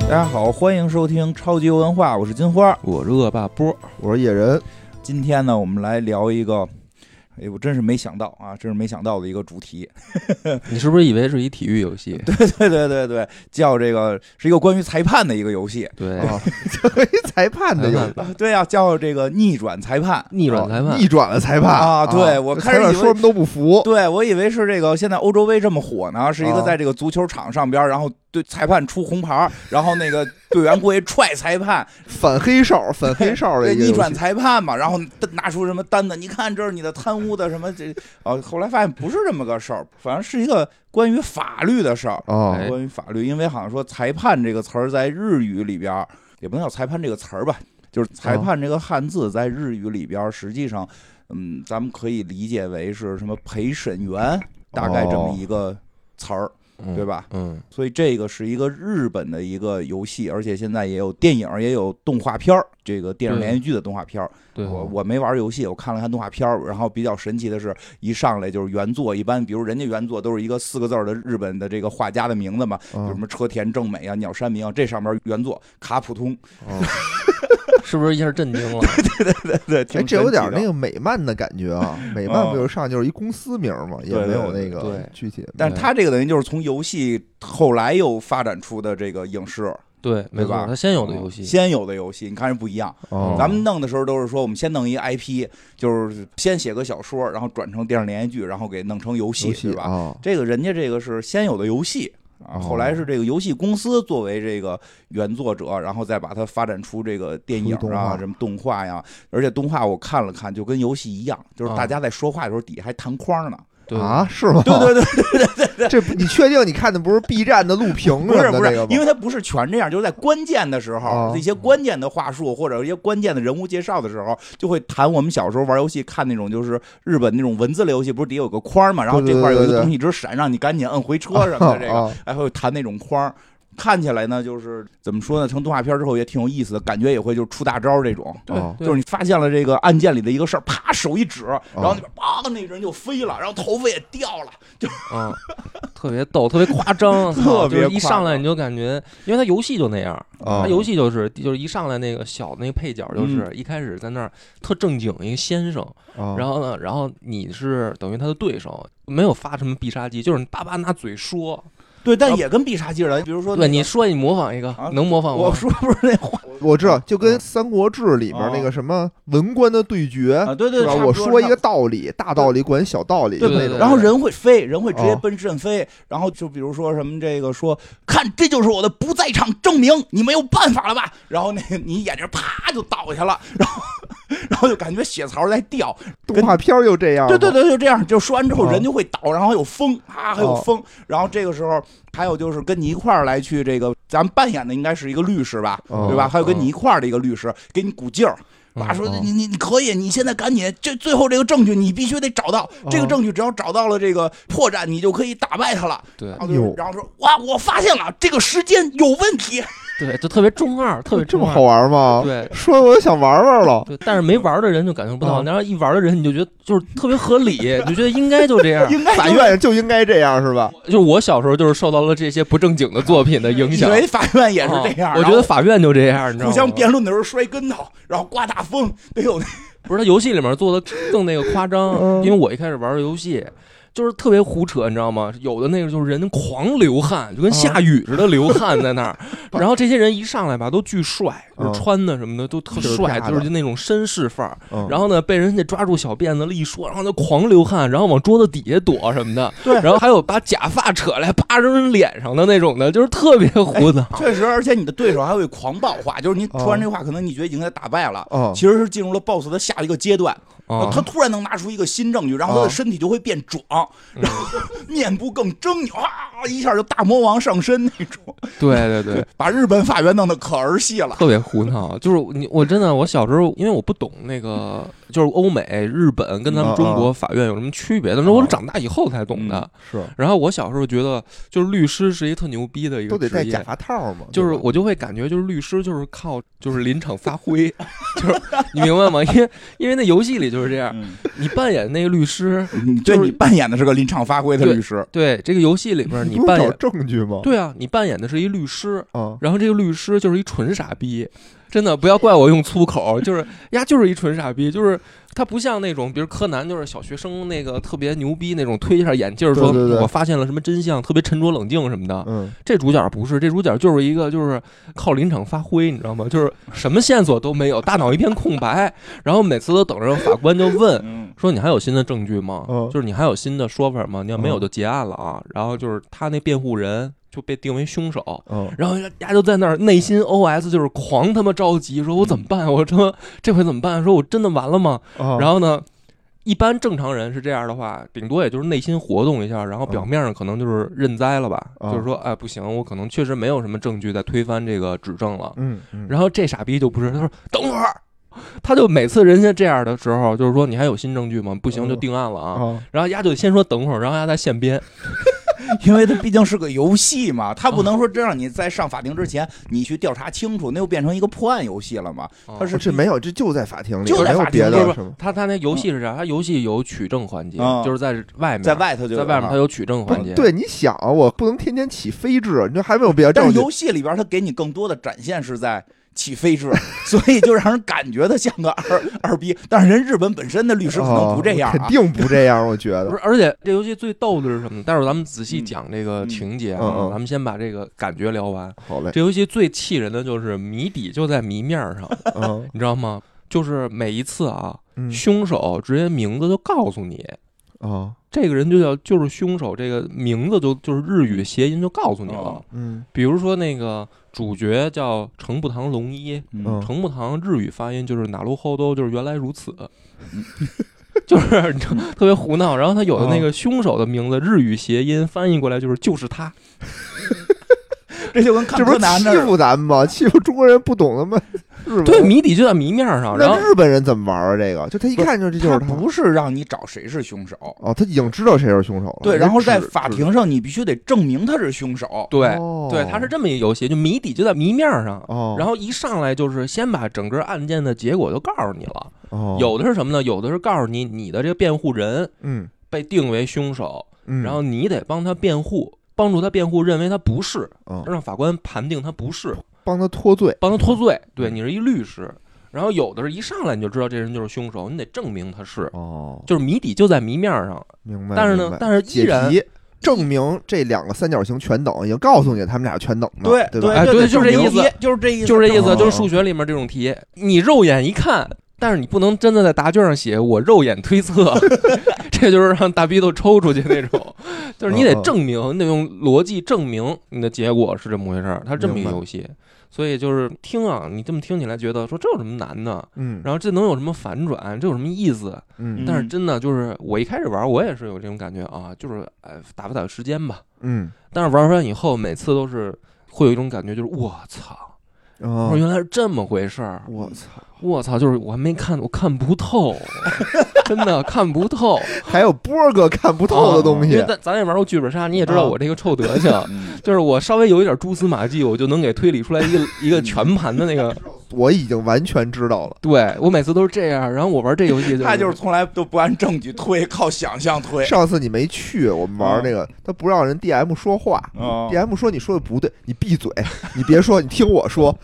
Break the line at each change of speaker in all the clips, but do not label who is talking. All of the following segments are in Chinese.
大家好，欢迎收听超级文化，我是金花。
我是恶霸波，
我是野人，
今天呢，我们来聊一个，哎，我真是没想到啊，真是没想到的一个主题。
你是不是以为是一体育游戏？对
对对对对，叫这个是一个关于裁判的一个游戏。
对
啊，作为裁判的有哦
啊对啊，叫这个逆转裁判。
逆转裁判
逆转了裁判
啊对我开始以为
裁判说什么都不服，
对，我以为是这个，现在欧洲杯这么火呢，是一个
啊
在这个足球场上边，然后对裁判出红牌，然后那个队员过去踹裁判，
反黑哨，反黑哨的
对
一个
逆
游戏
转裁判嘛，然后拿出什么单子，你看这是你的贪污的什么这 啊，后来发现不是这么个事儿，反正是一个关于法律的事儿，哦
啊
哎
关于法律，因为好像说裁判这个词儿在日语里边儿，也不能叫裁判这个词儿吧，就是裁判这个汉字在日语里边儿，实际上，嗯，咱们可以理解为是什么陪审员，大概这么
哦
一个词儿，
嗯
对吧？
嗯，
所以这个是一个日本的一个游戏，而且现在也有电影，也有动画片儿，这个电视
对
连续剧的动画片儿。
对，
我我没玩游戏，我看了看动画片儿，然后比较神奇的是，一上来就是原作，一般比如人家原作都是一个四个字儿的日本的这个画家的名字嘛，
嗯 哦
比如什么车田正美啊、鸟山明啊， 这上面原作卡普通，
啊
是不是一下震惊了？
对对，
哎，
挺
这有点那
个。
个美漫的感觉 啊！美漫不就上就是一公司名嘛，也
哦对
没
对
有那
对
个
对
具体的名字。
但是它这个等于就是从游戏后来又发展出的这个影视，
对，没
对吧哦
错，他先有的游戏，
先有的游戏，你看是不一样。
哦
咱们弄的时候都是说，我们先弄一 IP，就是先写个小说，然后转成电视连续剧，然后给弄成游戏，
游戏
对吧？
啊，
这个人家这个是先有的游戏啊，
哦
后来是这个游戏公司作为这个原作者，然后再把它发展出这个电影
出动
啊，
画
什么动画呀，而且动画我看了看，就跟游戏一样，就是
啊
大家在说话的时候底下还弹框呢。
对，
啊，是吗？
对对对，
这不你确定你看的不是 B 站的录屏什么
不是
的
不
那
是
个，
因
吗？
为它不是哦全这样，就是在关键的时
啊
候，一些关键的话术或者一些关键的人物介绍的时候，就会谈我们小时候玩游戏看那种就是日本那种文字类游戏，不是底下有个框嘛，然后
对对
这块有一
对
个
对对
东西一直闪，让你赶紧摁回车什 么的这个。
啊
还会弹那种框儿。看起来呢，就是怎么说呢，成动画片之后也挺有意思的，感觉也会就是出大招儿这种，
对
哦
就是你发现了这个案件里的一个事儿，啪手一指，然后
哦
那边啪那人就飞了，然后头发也掉了，
嗯，特别逗，特别 夸张，
特别
就是一
夸张哦
上来你就感觉，因为他游戏就那样，
啊
他游戏就是就是一上来那个小那个配角就是
嗯
一开始在那儿特正经一个先生，
哦
啊，
然后呢，然后你是等于他的对手，没有发什么必杀技，就是你叭叭拿嘴说，
对，但
啊
也跟必杀技似的，比如说
对，
那
你
个
说你模仿一个
啊，
能模仿
我
吗？
说不是那话
我知道，
嗯
就跟《三国志》里面
哦
那个什么文官的对决，
啊，对对，
哎是吧？
差不
我
多
说一
差
个道理，大道理管小道理，就
对
那
对
种。
然后人会飞，人会直接
哦
奔肾飞。然后就比如说什么这个说，看这就是我的不在场证明，你没有办法了吧？然后那个你眼睛啪就倒下了，然后然后就感觉血槽在掉。
动画片儿就这样嘛，
对对对，就这样，就说完之后
哦
人就会倒，然后有风啊，还有
哦
风。然后这个时候还有就是跟你一块儿来去这个，咱们扮演的应该是一个律师吧，
哦
对吧？还有跟
哦
你一块儿的一个律师给你鼓劲儿。爸
嗯
说
嗯
你你你可以，你现在赶紧，这最后这个证据你必须得找到，这个
哦
证据只要找到了这个破绽，你就可以打败他了。
对
然后就是
哟
然后说哇，我发现了这个时间有问题，
对，就特别中二，特别
这么
中二
好，玩吗？，
对。
说我都想玩玩了。
对，但是没玩的人就感受不到，
啊
然后一玩的人你就觉得就是特别合理，你就觉得应该就这样。
应该
法院就应该这样是吧？
就是我小时候就是受到了这些不正经的作品的影
以
响，
为法院也是这样，
啊我觉得法院就这样，
然
你知道
后
吗？
互相辩论的时候摔跟头，然后刮大风，得有
不是他游戏里面做的更那个夸张，
嗯
因为我一开始玩游戏。就是特别胡扯，你知道吗？有的那个就是人狂流汗，就跟下雨似的流汗在那儿。然后这些人一上来吧，都巨帅，就
嗯
是穿的什么的都特
就是
帅，
尬
就是
的
那种绅士范儿。
嗯
然后呢，被人家抓住小辫子了一说，然后就狂流汗，然后往桌子底下躲什 么的。
对
然后还有把假发扯来，啪扔人脸上的那种的，就是特别胡
哎
闹。
确实，而且你的对手还会狂暴化，就是你说完这话，可能你觉得已经给他打败了。
哦
嗯其实是进入了 BOSS 的下一个阶段，
啊
他突然能拿出一个新证据，然后他的
啊
身体就会变壮，
嗯
然后 面部更狰狞，啊，一下就大魔王上身那种，
对对对，
把日本法院弄得可儿戏了。
特别胡闹，就是你，我真的，我小时候因为我不懂那个，就是欧美、日本跟咱们中国法院有什么区
哦
别，但是我长大以后才懂的。
是
然后我小时候觉得，就是律师是一特牛逼的一
都
个
得戴
职
假
业，
发套嘛，
就是我就会感觉就是 律师就是靠就是临场发挥，就是你明白吗？因为因为那游戏里就是就是这样。
嗯
你扮演那个律 师，
你嗯对
就是
你扮演的是个临场发挥的律师，
对这个游戏里面你
不是
扮
找
演，
证据吗？
对啊，你扮演的是一律师，
啊，
然后这个律师就是一纯傻逼，真的不要怪我用粗口， 就是呀，就是一纯傻逼，就是他不像那种，比如柯南就是小学生那个特别牛逼那种，推一下眼镜儿说
对对对
我发现了什么真相，特别沉着冷静什么的。
嗯，
这主角不是，这主角就是一个就是靠临场发挥，你知道吗？就是什么线索都没有，大脑一片空白，然后每次都等着法官就问
嗯，
说你还有新的证据吗？
嗯
就是你还有新的说法吗？你要没有
嗯
就结案了啊。然后就是他那辩护人就被定为凶手，
哦，
然后人家就在那儿内
嗯
心 OS 就是狂他妈着急，说我怎么办？ 我他妈这回怎么办？说我真的完了吗？
啊
然后呢，一般正常人是这样的话，顶多也就是内心活动一下，然后
嗯
表面上可能就是认栽了吧，
啊
就是说，哎，不行，我可能确实没有什么证据在推翻这个指证了。
嗯嗯，
然后这傻逼就不是，他说等会儿，他就每次人家这样的时候，就是说你还有新证据吗？不行就
嗯
定案了啊。
后啊，
然后丫就先说等会儿，然后丫在现编，
因为它毕竟是个游戏嘛，它
嗯
不能说真让你在上法庭之前你去调查清楚，那又变成一个破案游戏了嘛。
啊
他是
这没有，这就在法庭里，
就在
没有
法庭
别
里
不是
的
不
什
是
么，
他他那游戏是这样，他游戏有取证环节，
啊
就是在外面，
在外头就啊
在
有
外面
哈
他有取证
不
环
是
节，
对，你想，啊我不能天天起飞制，你这还没有别的
但
证
是
据
游戏里边它给你更多的展现是在起飞制， 所以就让人感觉它像个二二逼。但是人日本本身的律师可能不这样
哦
啊
肯。定不这样，我觉
不
得
是，而且这游戏最逗的是什么呢？待会儿咱们仔细
嗯
讲这个
嗯
情节啊，
嗯嗯
咱们先把这个感觉聊完。
好 嘞，
这游戏最气人的就是谜底就在谜面儿上，
嗯
你知道吗？就是每一次啊，
嗯
凶手直接名字就告诉你，
啊
这个人就叫就是凶手，这个名字就就是日语的谐音就告诉你了
哦。
嗯
比如说那个主角叫程步堂龙一，
嗯
程步堂日语发音就是哪路后都就是原来如此， 就是你知道特别胡闹。然后他有的那个凶手的名字日语谐音翻译过来就是就是他，
哦
这就跟看
这不
柯
是
南那
欺
儿
负咱 们吗？欺负中国人不懂他妈日本
对，
人。
谜底就在谜面上。然
那
后
日本人怎么玩啊？这个就他一看就这就是
他
他
不是让你找谁是凶手，
哦，他已经知道谁是凶手了。
对，
人
然后
指
在法
指
庭上你必须得证明他是凶手。
对
哦
对，他是这么一游戏，就谜底就在谜面上。
哦，
然后一上来就是先把整个案件的结果都告诉你了，
后
有的是什么呢？有的是告诉你你的这个辩护人
嗯
被定为凶手，
嗯，
然后你得帮他辩护，帮助他辩护，认为他不是，
哦
让法官判定他不是。
帮他脱罪。
帮他脱罪。
嗯
对你是一律师，然后有的是一上来你就知道这人就是凶手，你得证明他是，
哦，
就是谜底就在谜面上。
明白。
但是呢
明白
但是依
解
然
题证明这两个三角形全等，已经告诉你他们俩全等的，
对
对吧？
哎
对
对就是这意思，
就是这意思，
就是这意思，
哦
就是数学里面这种题，你肉眼一看，但是你不能真的在答卷上写我肉眼推测， 这就是让大逼都抽出去那种。就是你得
嗯嗯
证明，你得用逻辑证明你的结果是这么回事儿，它是这么一个
明白
游戏。所以就是听啊，你这么听起来觉得说这有什么难的？
嗯
然后这能有什么反转？这有什么意思？
嗯
但是
嗯
真的就是我一开始玩，我也是有这种感觉啊，就是哎打发打发时间吧。
嗯，
但是玩完以后，每次都是会有一种感觉，就是我操，
嗯
我
哦
说原来是这么回事儿，
我操，
我操，就是我还没看，我看不透， 真的看不透
还有波哥看不透的东
因
西
为，咱咱也玩过剧本杀，你也知道
啊
我这个臭德行，
嗯
就是我稍微有一点蛛丝马迹，我就能给推理出来一个一个全盘的 那个。
我已经完全知道了。
对我每次都是这样，然后我玩这游戏
他就是从来都不按证据推，靠想象推。
上次你没去，我们玩那个，他不让人 DM 说话。
哦
DM 说你说的不对，你闭嘴， 你别说，你听我说。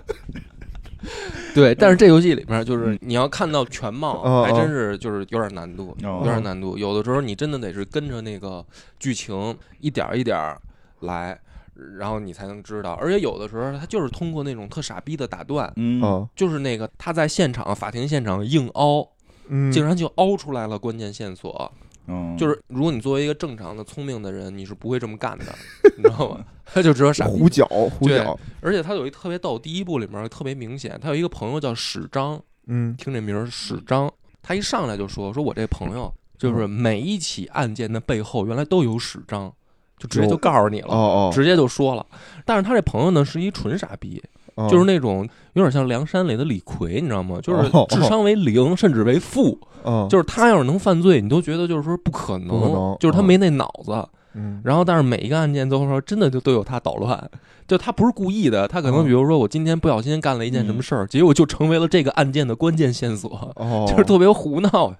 对，但是这游戏里面
嗯
就是你要看到全貌，
嗯
还真是就是有点难度，
哦
有点难度。有的时候你真的得是跟着那个剧情一点儿一点儿来，然后你才能知道。而且有的时候他就是通过那种特傻逼的打断，
嗯，
哦，
就是那个他在现场法庭现场硬凹，
嗯，
竟然就凹出来了关键线索。
嗯
就是如果你作为一个正常的聪明的人，你是不会这么干的，你知道吗？ 他就只有傻逼
胡。搅胡搅，
而且他有一特别逗，第一部里面特别明显，他有一个朋友叫史章。
嗯嗯
听这名儿史章，他一上来就说说我这朋友就是每一起案件的背后原来都有史章，就直接就
有
告诉你了。
哦
直接就说了，但是他这朋友呢是一纯傻逼，
哦，
就是那种有点像梁山里的李逵，你知道吗？就是
哦
智商为零，甚至为负。
哦
就是他要是能犯罪，你都觉得就是说不可
不可
能
能，哦
就是他没那脑子。
嗯，
然后，但是每一个案件最后说，真的就都有他捣乱，就他不是故意的，他可能
嗯
比如说我今天不小心干了一件什么事儿，结果就成为了这个案件的关键线索，
哦，
就是特别胡闹，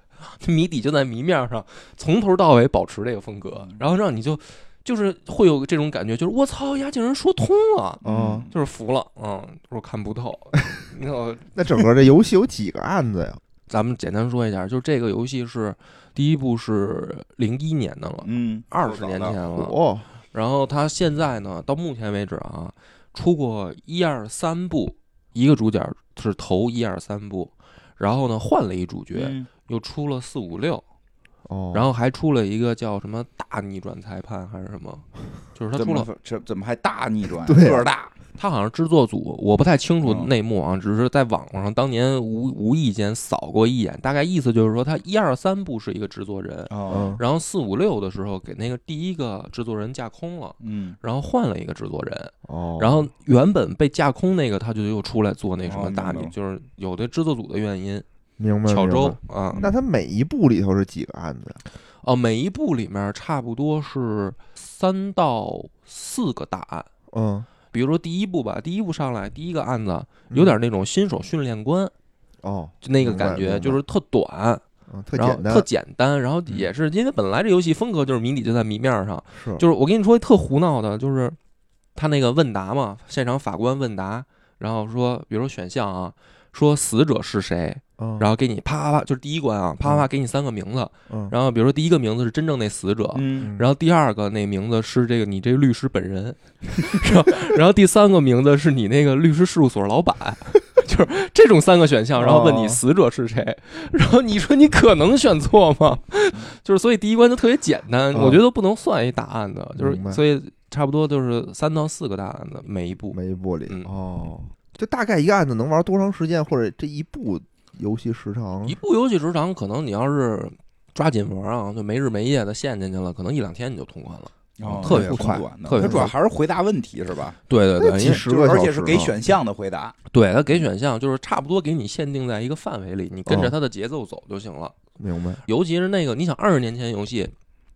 谜底就在谜面上，从头到尾保持这个风格，
嗯
然后让你就就是会有这种感觉，就是我操，呀，竟然说通了。
哦
嗯
就是服了，嗯，我看不透。 你看我，
那整个这游戏有几个案子呀？
咱们简单说一下，就这个游戏是第一部是零一年的了，
嗯，
二十年前了，
哦，
然后他现在呢，到目前为止啊，出过一二三部，一个主角是头一二三部，然后呢换了一主角，
嗯
又出了四五六，
哦，
然后还出了一个叫什么大逆转裁判还是 什么，就是他
怎
出了，
么这怎么还大逆转？
对啊
个儿大，
他好像制作组我不太清楚
嗯
内幕啊，只是在网上当年无无意间扫过一眼，大概意思就是说他一二三部是一个制作人，
哦，
嗯，
然后四五六的时候给那个第一个制作人架空了，
嗯，
然后换了一个制作人。
哦，
然后原本被架空那个，他就又出来做那什
哦
么
明白
大米，
了
就是有的制作组的原因，
明白，
巧
明
周
白
啊，
那他每一部里头是几个案子呀？
哦，每一部里面差不多是三到四个大案。
嗯，
比如说第一部吧，第一部上来第一个案子有点那种新手训练官，
嗯哦，
就那个
明白
感
明
觉，
白
就是特短，
嗯，特
然后
简单
特，简单，然后也是因为本来这游戏风格就是谜底就在谜面上，
是
就是我跟你说特胡闹的，就是他那个问答嘛，现场法官问答，然后说，比如说选项啊，说死者是谁，
嗯，
然后给你啪啪啪，就是第一关啊，啪啪啪给你三个名字，
嗯，
然后比如说第一个名字是真正那死者。
嗯，
然后第二个那名字是这个你这律师本人， 然后然后第三个名字是你那个律师事务所老板， 就是这种三个选项，然后问你
哦
死者是谁，然后你说你可能选错吗？就是所以第一关就特别简单，
嗯
我觉得都不能算一答案的，就是
明白
所以差不多就是三到四个答案的每一步。
每一部里
嗯
哦，就大概一个案子能玩多长时间，或者这一部游戏时长
一？部游戏时长可能你要是抓紧玩啊，就没日没夜的陷进去了，可能一两天你就通关了。
嗯
哦
特别
那也挺
快
短的
特别
它主要
快
还是回答问题是吧？
对对对，因
那几
为
十
就是
个小
而
时，
且是给，选项的回答。
对他给选项就是差不多给你限定在一个范围里，你
哦
跟着他的节奏走就行了。
明白？
尤其是那个，你想二十年前游戏，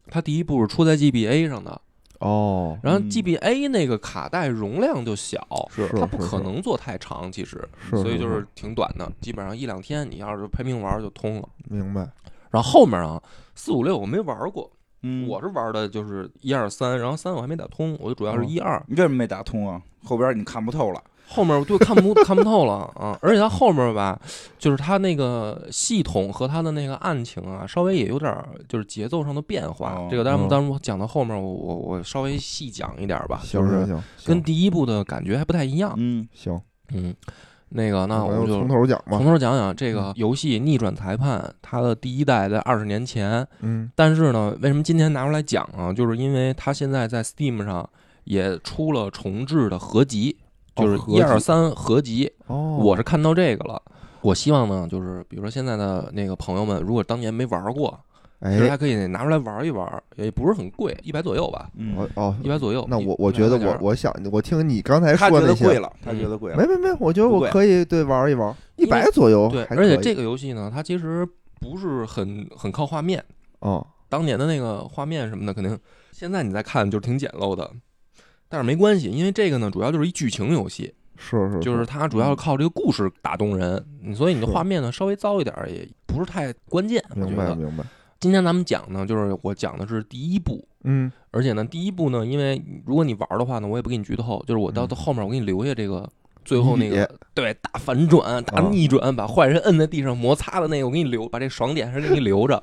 它第一部是出在 GBA 上的，
哦，
然后
嗯
GBA 那个卡带容量就小，
是
它不可，能做太长，其实，
是
所以就是挺短的，基本上一两天，你要是拼命玩就通了。
明白，
然后后面啊，四五六我没玩过，
嗯，
我是玩的就是一二三，然后三我还没打通，我就主要是
哦
一二，
你为什么没打通啊？后边你看不透了。
后面我就看不 看不透了啊！而且它后面吧，就是它那个系统和它的那个案情啊，稍微也有点儿就是节奏上的变化。
哦
这个咱们
嗯
咱们讲到后面，我我我稍微细讲一点吧，
行
就
行
是
行，
跟第一部的感觉还不太一样。
嗯
行，
嗯，那个那
咱
我
就
就
从。头讲嗯
从
吧，
头讲讲这个游戏《逆转裁判》，它的第一代在二十年前，
嗯，
但是呢，为什么今天拿出来讲啊？就是因为它现在在 Steam 上也出了重置的合集，
哦
就是
合
一
集
二三合集。
哦，
我是看到这个了。我希望呢，就是比如说现在的那个朋友们，如果当年没玩过，其实
哎
还，可以拿出来玩一玩，也不是很贵，一百左右吧，
嗯
哦，哦，
一百左右。
那
一
我我觉得我，我想我听你刚才
他
说
觉得
那
贵
些，
了，他觉得贵了。
没没没，我觉得
不
我
贵
可以对玩一玩，一
因为
百左右
对，
还
而且
可以
这个游戏呢，它其实不是很很靠画面，
哦，
当年的那个画面什么的，肯定现在你再看就是挺简陋的。但是没关系，因为这个呢，主要就是一剧情游戏，
是是，
就是它主要是靠这个故事打动人，你所以你的
是
画面呢稍微糟一点儿也不是太关键。我觉
明白
得
明白，
今天咱们讲呢，就是我讲的是第一部，
嗯，
而且呢，第一部呢，因为如果你玩的话呢，我也不给你剧透，就是我到
嗯
到后面我给你留下这个最后那
谜
个
底
对大反转、大
啊
逆转，把坏人摁在地上摩擦的那个，我给你留，把这爽点还是给你留 着，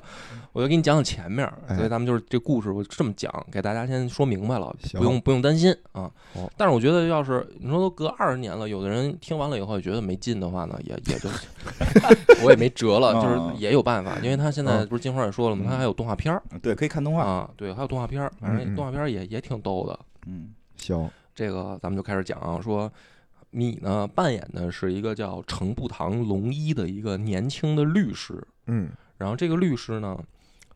我就给你讲讲前面儿。
哎
所以咱们就是这故事，我这么讲，给大家先说明白了，
行
不用不用担心啊
好。
但是我觉得，要是你说都隔二十年了，有的人听完了以后也觉得没劲的话呢，也也就 我也没辙 了，就
啊
是也有办法，因为他现在
啊
不是金花也说了吗？他还有动画片儿。
对，可以看动画。
啊，对，还有动画片儿，反
嗯嗯
正动画片儿也也挺逗的。
嗯
行，
这个咱们就开始讲啊，说你呢扮演的是一个叫程步堂龙一的一个年轻的律师，
嗯，
然后这个律师呢，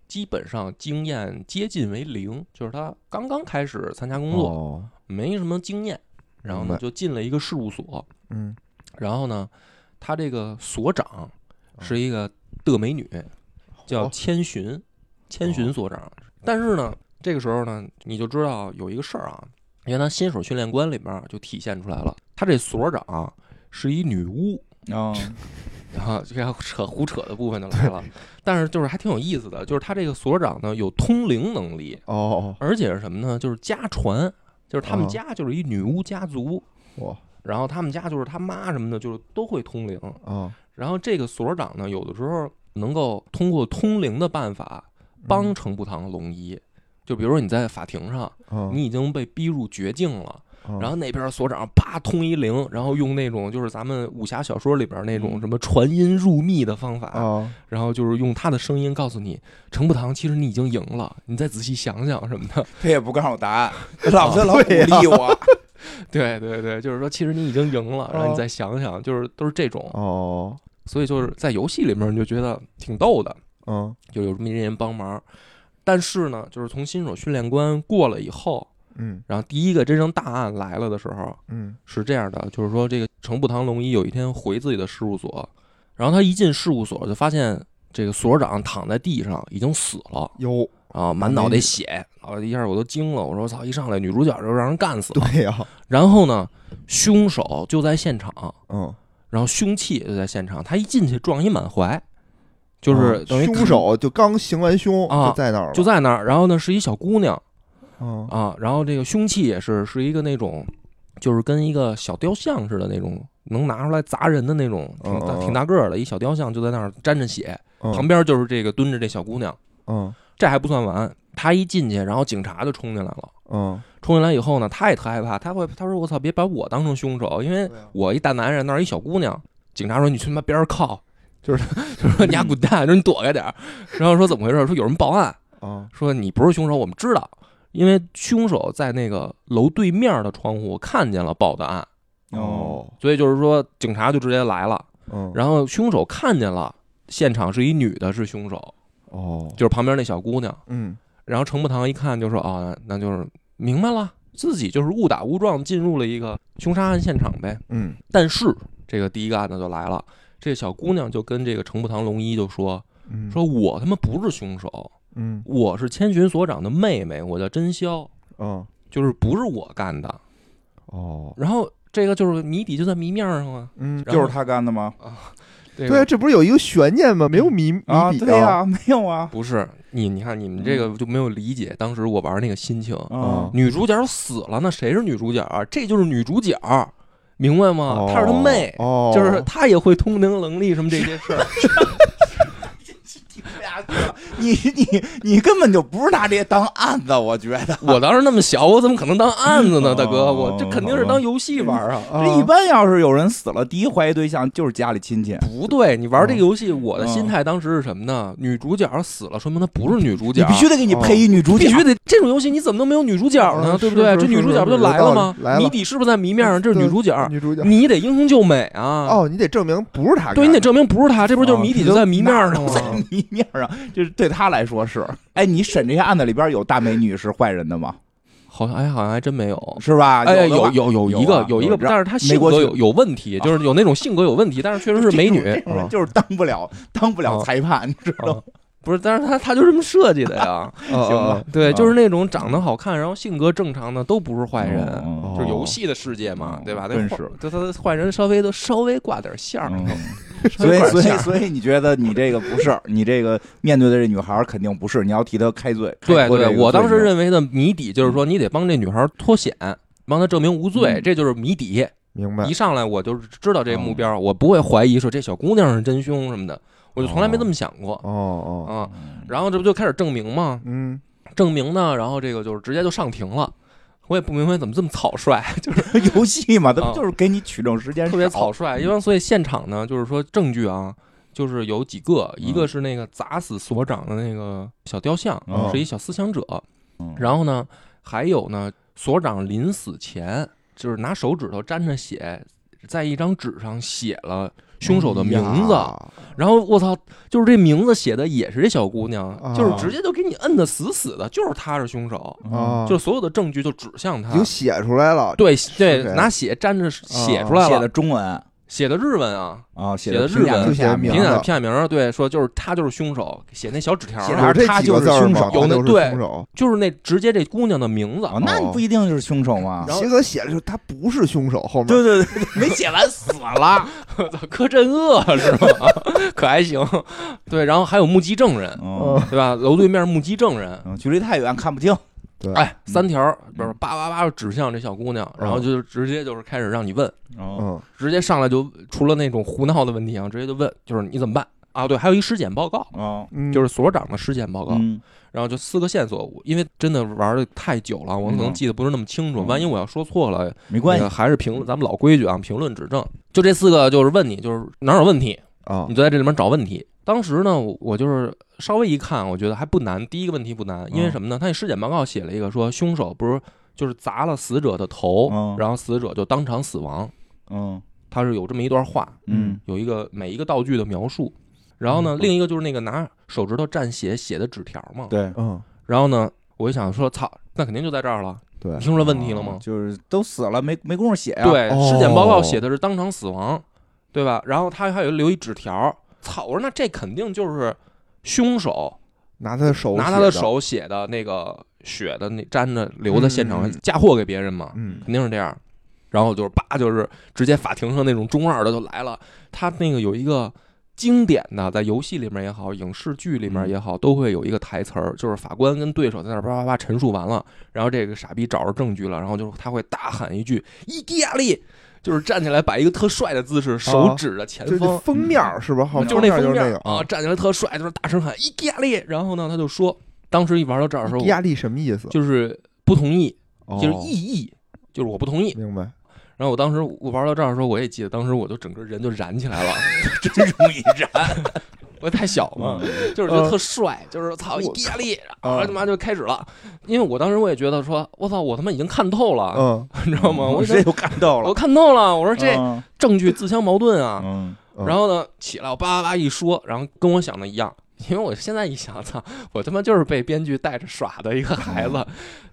基本上经验接近为零，就是他刚刚开始参加工作，
哦，
没什么经验，然后
明
呢
白
就进了一个事务所，
嗯，
然后呢，他这个所长是一个的美女，叫
哦
千寻，千寻所长。但是呢，这个时候呢，你就知道有一个事儿啊，原来新手训练官里边就体现出来了，他这所长、啊是一女巫。
啊，
然后这要扯胡扯的部分就来了，但是就是还挺有意思的，就是他这个所长呢有通灵能力，
哦，
而且是什么呢？就是家传，就是他们
啊
家就是一女巫家族，
哇
然后他们家就是他妈什么的，就是都会通灵。
啊，
然后这个所长呢，有的时候能够通过通灵的办法帮成步堂龙一。就比如说你在法庭上，
嗯，
你已经被逼入绝境了，
嗯
然后那边所长啪通一灵，然后用那种就是咱们武侠小说里边那种什么传音入密的方法，
啊，
然后就是用他的声音告诉你，程步堂其实你已经赢了，你再仔细想想什么的。
他也不告诉我答案，老他老鼓励我，
对对对，就是说，其实你已经赢了，然后你再想想，就是都是这种，
哦，
所以就是在游戏里面你就觉得挺逗的，
嗯
就有这么一人帮忙。但是呢，就是从新手训练官过了以后，
嗯
然后第一个真正大案来了的时候
嗯
是这样的，就是说这个程步堂龙一有一天回自己的事务所，然后他一进事务所就发现这个所长躺在地上已经死了
有，
啊，满脑袋血，啊一下我都惊了，我说操，一上来女主角就让人干死了。
对呀，
然后呢，凶手就在现场，
嗯，
然后凶器就在现场，他一进去撞一满怀， 就是
嗯
等于
凶手就刚行完凶
啊
就在那儿了，
就在那儿。然后呢，是一小姑娘
嗯
啊，然后这个凶器也是是一个那种，就是跟一个小雕像似的那种，能拿出来砸人的那种，挺大
嗯嗯嗯
挺大个儿的一小雕像，就在那儿沾着血，
嗯
旁边就是这个蹲着这小姑娘。
嗯
这还不算完，他一进去，然后警察就冲进来了。
嗯
冲进来以后呢，他也特害怕，他会他说我操，别把我当成凶手，因为
对啊
我一大男人那儿一小姑娘。警察说你去他妈边儿靠，就是 就是说
嗯
你 丫滚蛋，说你躲开点儿。然后说怎么回事？说有人报案，
啊
说你不是凶手，我们知道，因为凶手在那个楼对面的窗户看见了报的案，
哦
所以就是说警察就直接来了。
嗯，
然后凶手看见了，现场是一女的，是凶手，
哦
就是旁边那小姑娘。
嗯
然后程步堂一看就说啊，那就是明白了，自己就是误打误撞进入了一个凶杀案现场呗。
嗯
但是这个第一个案子就来了，这小姑娘就跟这个程步堂龙一就说
嗯
说我他妈不是凶手，
嗯
我是千寻所长的妹妹，我叫真宵，
嗯
就是不是我干的。
哦
然后这个就是谜底就在谜面上啊。
嗯。
然
就
后
是他干的吗？
这
对啊，
个嗯
这不是有一个悬念吗？没有谜谜
啊，
底
对呀，没有 啊，
不是你，你看你们这个就没有理解当时我玩那个心情。
啊，
女主角死了，那谁是女主角啊？这就是女主角，啊明白吗？
哦
她是她妹，
哦，
就是她也会通灵能力什么这些 事儿。
嗯哎你你你根本就不是拿这当案子，我觉得。
我当时那么小，我怎么可能当案子呢，大哥？
哦
我这肯定是当游戏玩啊。
啊
这一般要是有人死了，第一怀疑对象就是家里亲戚。
不对，你玩这个游戏，我的
嗯
心态当时是什么呢？女主角死了，说明她不是女主
你
角，
必须得给你配一女主角
必，须得这种游戏，你怎么能没有女主角呢？
嗯
对不
是
对？
是
这
是
女主角不就是来了吗
有道理来？了
谜底是不是在谜面上？这是女主角，
啊女主角
你得英雄救美啊！
哦，你得证明不是他干的，
嗯对你得证明不是她，这不就是谜底就在谜面上 吗？
哦
一面上，就是对他来说是。哎，你审这些案子里边有大美女是坏人的吗？
好像哎，好像还真没有。
是吧？
哎呀，
有的
有
吧
有有
有
一个
啊
有一个，
有这
但是她
没
性
过
格
去
有有问题，就是有那种性格有问题，但是确实是美女。
这种人
啊
就是当不了当不了
啊
裁判，你知道吗？
不是，但是他他就这么设计的呀。
哦
行吧
哦
对，
嗯
就是那种长得好看，然后性格正常的都不是坏人，
嗯
就是游戏的世界嘛
哦，
对吧？
真
那坏
是
对他的坏人稍微都稍微挂点线儿，
嗯
稍
所
微
以，
挂
所
点线
以，
儿。
所以，你觉得你这个不是，你这个面对的这女孩儿肯定不是，你要替她开罪。
对
开脱这
对，
个
我当时
罪名
认为的谜底就是说，你得帮这女孩脱险，帮她证明无罪，
嗯哦
这就是谜底。
明白
一上来我就知道这目标，我不会怀疑说这小姑娘是真凶什么的，我就从来没这么想过
哦
啊。
哦，
然后这不就开始证明吗？
嗯，
证明呢，然后这个就是直接就上庭了。我也不明白怎么这么草率，就是
游戏嘛，它
啊
不就是给你取证时间
特别
少
草率。因为所以现场呢，就是说证据啊，就是有几个，一
嗯
个是那个砸死所长的那个小雕像，
嗯
哦
是一小思想者。
嗯
然后呢，还有呢，所长临死前就是拿手指头沾着血，在一张纸上写了凶手的名字。
哎呀
然后我操，就是这名字写的也是这小姑娘，
啊
就是直接就给你摁的死死的，就是她是凶手，
嗯
啊，
就是所有的证据就指向她
已。经写出来了，
对
谁啊
对，拿血沾着写出来
写
了
的，中文，
写的日文啊，
啊，写
写的
的
日文
就写
平
名
假
字
平假名儿，对，说就是他就是凶手，写那小纸条儿
写
呢，
哪
有
儿
这
他
几
就
个
是
字儿
凶
吗
手？
有
他
那
就是
对
凶手。
就是那直接这姑娘的名字
啊，那
哦
不一定就是凶手嘛
然。后
鞋哥写的就是他不是凶手，后面
对对对，没写完死了。
柯镇恶是吗？ 可还行，对，然后还有目击证 人，
嗯
对吧？楼对面目击证人，
嗯，距离太远看不清。
哎，
嗯
三条儿不是叭叭叭指向这小姑娘，然后就直接就是开始让你问，
嗯
嗯，
直接上来就除了那种胡闹的问题啊，直接就问，就是你怎么办啊？对，还有一尸检报告，
哦，
嗯
就是所长的尸检报告，
嗯
然后就四个线索，我因为真的玩的太久了，我可能
嗯
记得不是那么清楚，
嗯
万一我要说错了，
没关
那
系
个。还是评论咱们老规矩啊，评论指正，就这四个就是问你就是哪儿有问题，
啊
哦
你，就在这里面找问题。当时呢，我我就是稍微一看，我觉得还不难。第一个问题不难，因为
哦
什么呢？他那尸检报告写了一个说，凶手不是就是砸了死者的头，
嗯
然后死者就当场死亡。
嗯
他是有这么一段话，
嗯哦
有一个每一个道具的描述。然后呢，
嗯
另一个就是那个拿手指头蘸血写的纸条嘛。
对，
嗯，
然后呢，我就想说，操，那肯定就在这儿了。
对
你，听出来问题了
哦
吗？
就是都死了，没没工夫写呀。，
对，尸检报告
哦
写的是当场死亡，对吧？然后他还有留一纸条，操！我说那这肯定就是凶手。
拿他的手，
拿他的，手写的那个血的那沾着留在现场
嗯嗯嗯
嫁祸给别人嘛，
嗯，
肯定是这样。然后就是叭，就是直接法庭上那种中二的就来了。他那个有一个经典的，在游戏里面也好，影视剧里面也好，都会有一个台词儿，就是法官跟对手在那儿叭叭叭陈述完了，然后这个傻逼找着证据了，然后就是他会大喊一句“伊迪亚利”，就是站起来摆一个特帅的姿势，手指着前
就是
方
那，封面儿是吧？好，
嗯就是那封
就是那
面
个
啊，，站起来特帅，就是大声喊伊加利，然后呢，他就说，当时一玩到这儿的时候，
压力什么意思？
就是不同意，就是
哦
异议，就是我不同意。
明白。
然后我当时我玩到这儿的时候，我也记得，当时我就整个人就燃起来了，
真容易燃。
我太小嘛，
嗯
就是觉得特帅，就是操伊加利，
嗯
然后他妈就开始了。因为我当时我也觉得说，我操，我他妈已经看透了，
嗯，
你知道吗？我已经
这就看到了
我。看透了，我说这
嗯
证据自相矛盾啊。
嗯
嗯
然后呢，起来我叭叭叭一说，然后跟我想的一样，因为我现在一想，操，我他妈就是被编剧带着耍的一个孩子，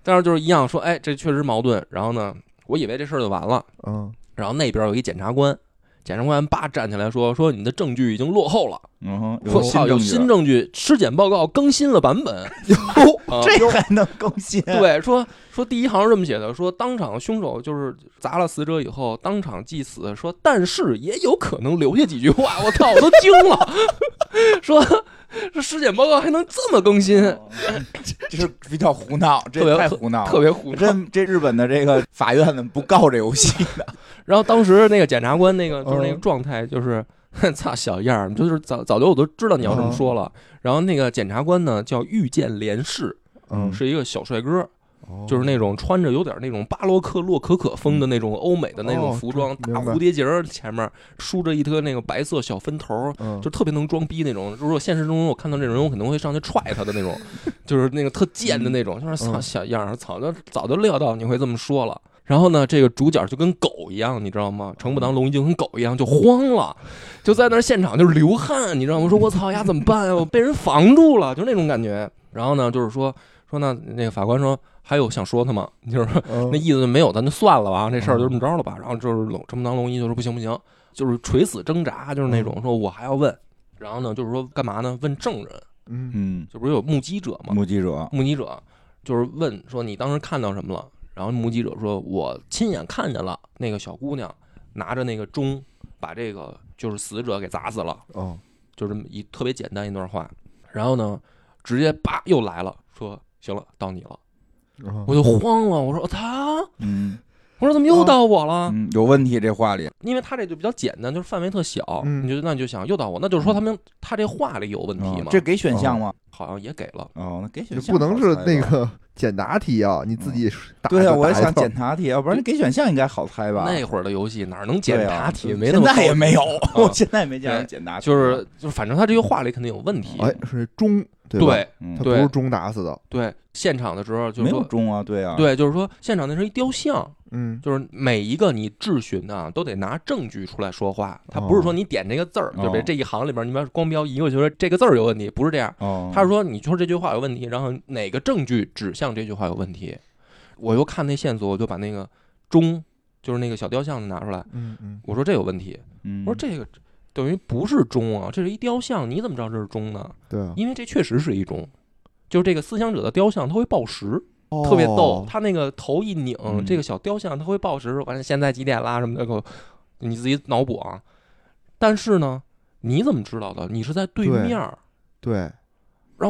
但是就是一样说，哎，这确实矛盾。然后呢，我以为这事儿就完了，
嗯，
然后那边有一检察官。检察官叭站起来说：“说你的证据已经落后了，
嗯哼，
说
有
操
新
有
证
新
据，
证据，尸检报告更新了版 本。啊
这还能更新？
对，说说第一行是这么写的：说当场凶手就是砸了死者以后，当场祭死。说但是也有可能留下几句话， 我操，我都惊了。 说这尸检报告还能这么更新，
哦这是比较胡闹，
特
这
别
太胡闹了，
特别胡闹。
这这日本的这个法院怎么不告这游戏呢？
然后当时那个检察官那个就是那个
嗯
状态就是。 哼操，小样儿，就是早早就我都知道你要这么说了。然后那个检察官呢，叫遇见连氏，
嗯，
是一个小帅哥，
哦
就是那种穿着有点那种巴洛克洛可可风的那种欧美的那种服装，
哦
大
明白
蝴蝶结儿前面梳着一颗那个白色小分头儿，
嗯，
就特别能装逼那种。如果现实中我看到这种人，我可能会上去踹他的那 种，就是那个特贱的那种。就是操
嗯
小样儿，操，就早就料到你会这么说了。然后呢，这个主角就跟狗一样，你知道
嗯
吗？成不当龙一精跟狗一样，就慌了，就在那儿现场就是流汗，你知道吗？说我操呀，怎么办呀？我被人防住了，就那种感觉。然后呢，就是说说那那个法官说还有想说的吗？就是说
嗯
那意思就没有，咱就算了吧，这事儿就这么着了吧。然后就是龙成不当龙一就说不行不行，就是垂死挣扎，就是那种说我还要问。然后呢，就是说干嘛呢？问证人，
嗯
嗯，
就不是有目击者吗？
目击者，
目击者就是问说你当时看到什么了？然后目击者说，我亲眼看见了那个小姑娘拿着那个钟把这个就是死者给砸死了，
哦，
就这么一特别简单一段话。然后呢，直接叭又来了，说行了，到你了，
嗯
我就慌了，我说啊他，
嗯
我说怎么又到我了？
嗯，有问题这话里，
因为他这就比较简单，就是范围特小，
嗯
你就那你就想又到我，那就是说他们他这话里有问题
嗯哦
嘛？
这给选项吗？
好像也给了，
哦，那给选
就
项
不能是
好猜
那
吧。
个 简答题啊，你
嗯
自己打
对
就
啊，
打
我也想
一道
简答题，啊要不然给选项应该好猜吧？
那会儿的游戏哪能简答题？
对啊
没那么
现在
高啊
也没有，我 现在也没见
对
着简答题，
就是就是，反正他这个话里肯定有问
哦
题。
哎，是钟对吧？
对
嗯
他不是钟打死的，
对，现场的时候就是
没有
说，
中啊，对啊，
对，就是说现场那是一雕像，
嗯，
就是每一个你质询的啊都得拿证据出来说话，他不是说你点这个字儿，
哦
就别这一行里边你们光标一个就说这个字儿有问题，不是这样，
哦，
他是说你说这句话有问题，然后哪个证据指向这句话有问题，我又看那线索，我就把那个钟就是那个小雕像拿出来，
嗯嗯
我说这有问题，
嗯，
我说这个等于不是钟啊，这是一雕像，你怎么知道这是钟呢？
对啊，
因为这确实是一钟，就是这个思想者的雕像，它会报时，特别逗。
哦，
他那个头一拧，
嗯
这个小雕像它会报时，完了现在几点啦什么的，给我你自己脑补啊。但是呢，你怎么知道的？你是在对
对
面儿。
对，
然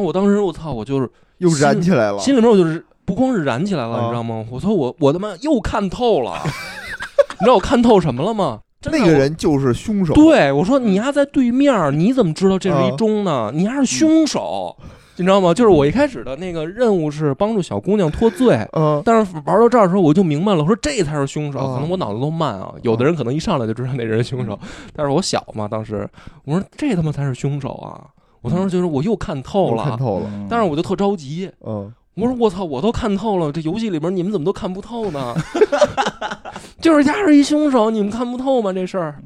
后我当时我操，我就是
又燃
心
起来了，
心里面我就是不光是燃起来了，
啊
你知道吗？我说我我他妈又看透了， 你知道我看透什么了吗？真的
那个人就是凶手，
对，我说你还在对面儿，你怎么知道这是一
啊嗯
钟呢？你还是凶手，你知道吗？就是我一开始的那个任务是帮助小姑娘脱罪，
嗯，
但是玩到这儿的时候我就明白了，我说这才是凶手。
啊嗯
可能我脑子都慢啊，有的人可能一上来就知道那人是凶手，但是我小嘛，当时我说这他妈才是凶手啊！我当时就是我又看透
我看
了，啊
透了，
嗯，
但是我就特着急。
嗯，
我说我操，我都看透了，这游戏里面你们怎么都看不透呢？ 就是他是一凶手，你们看不透吗？这事儿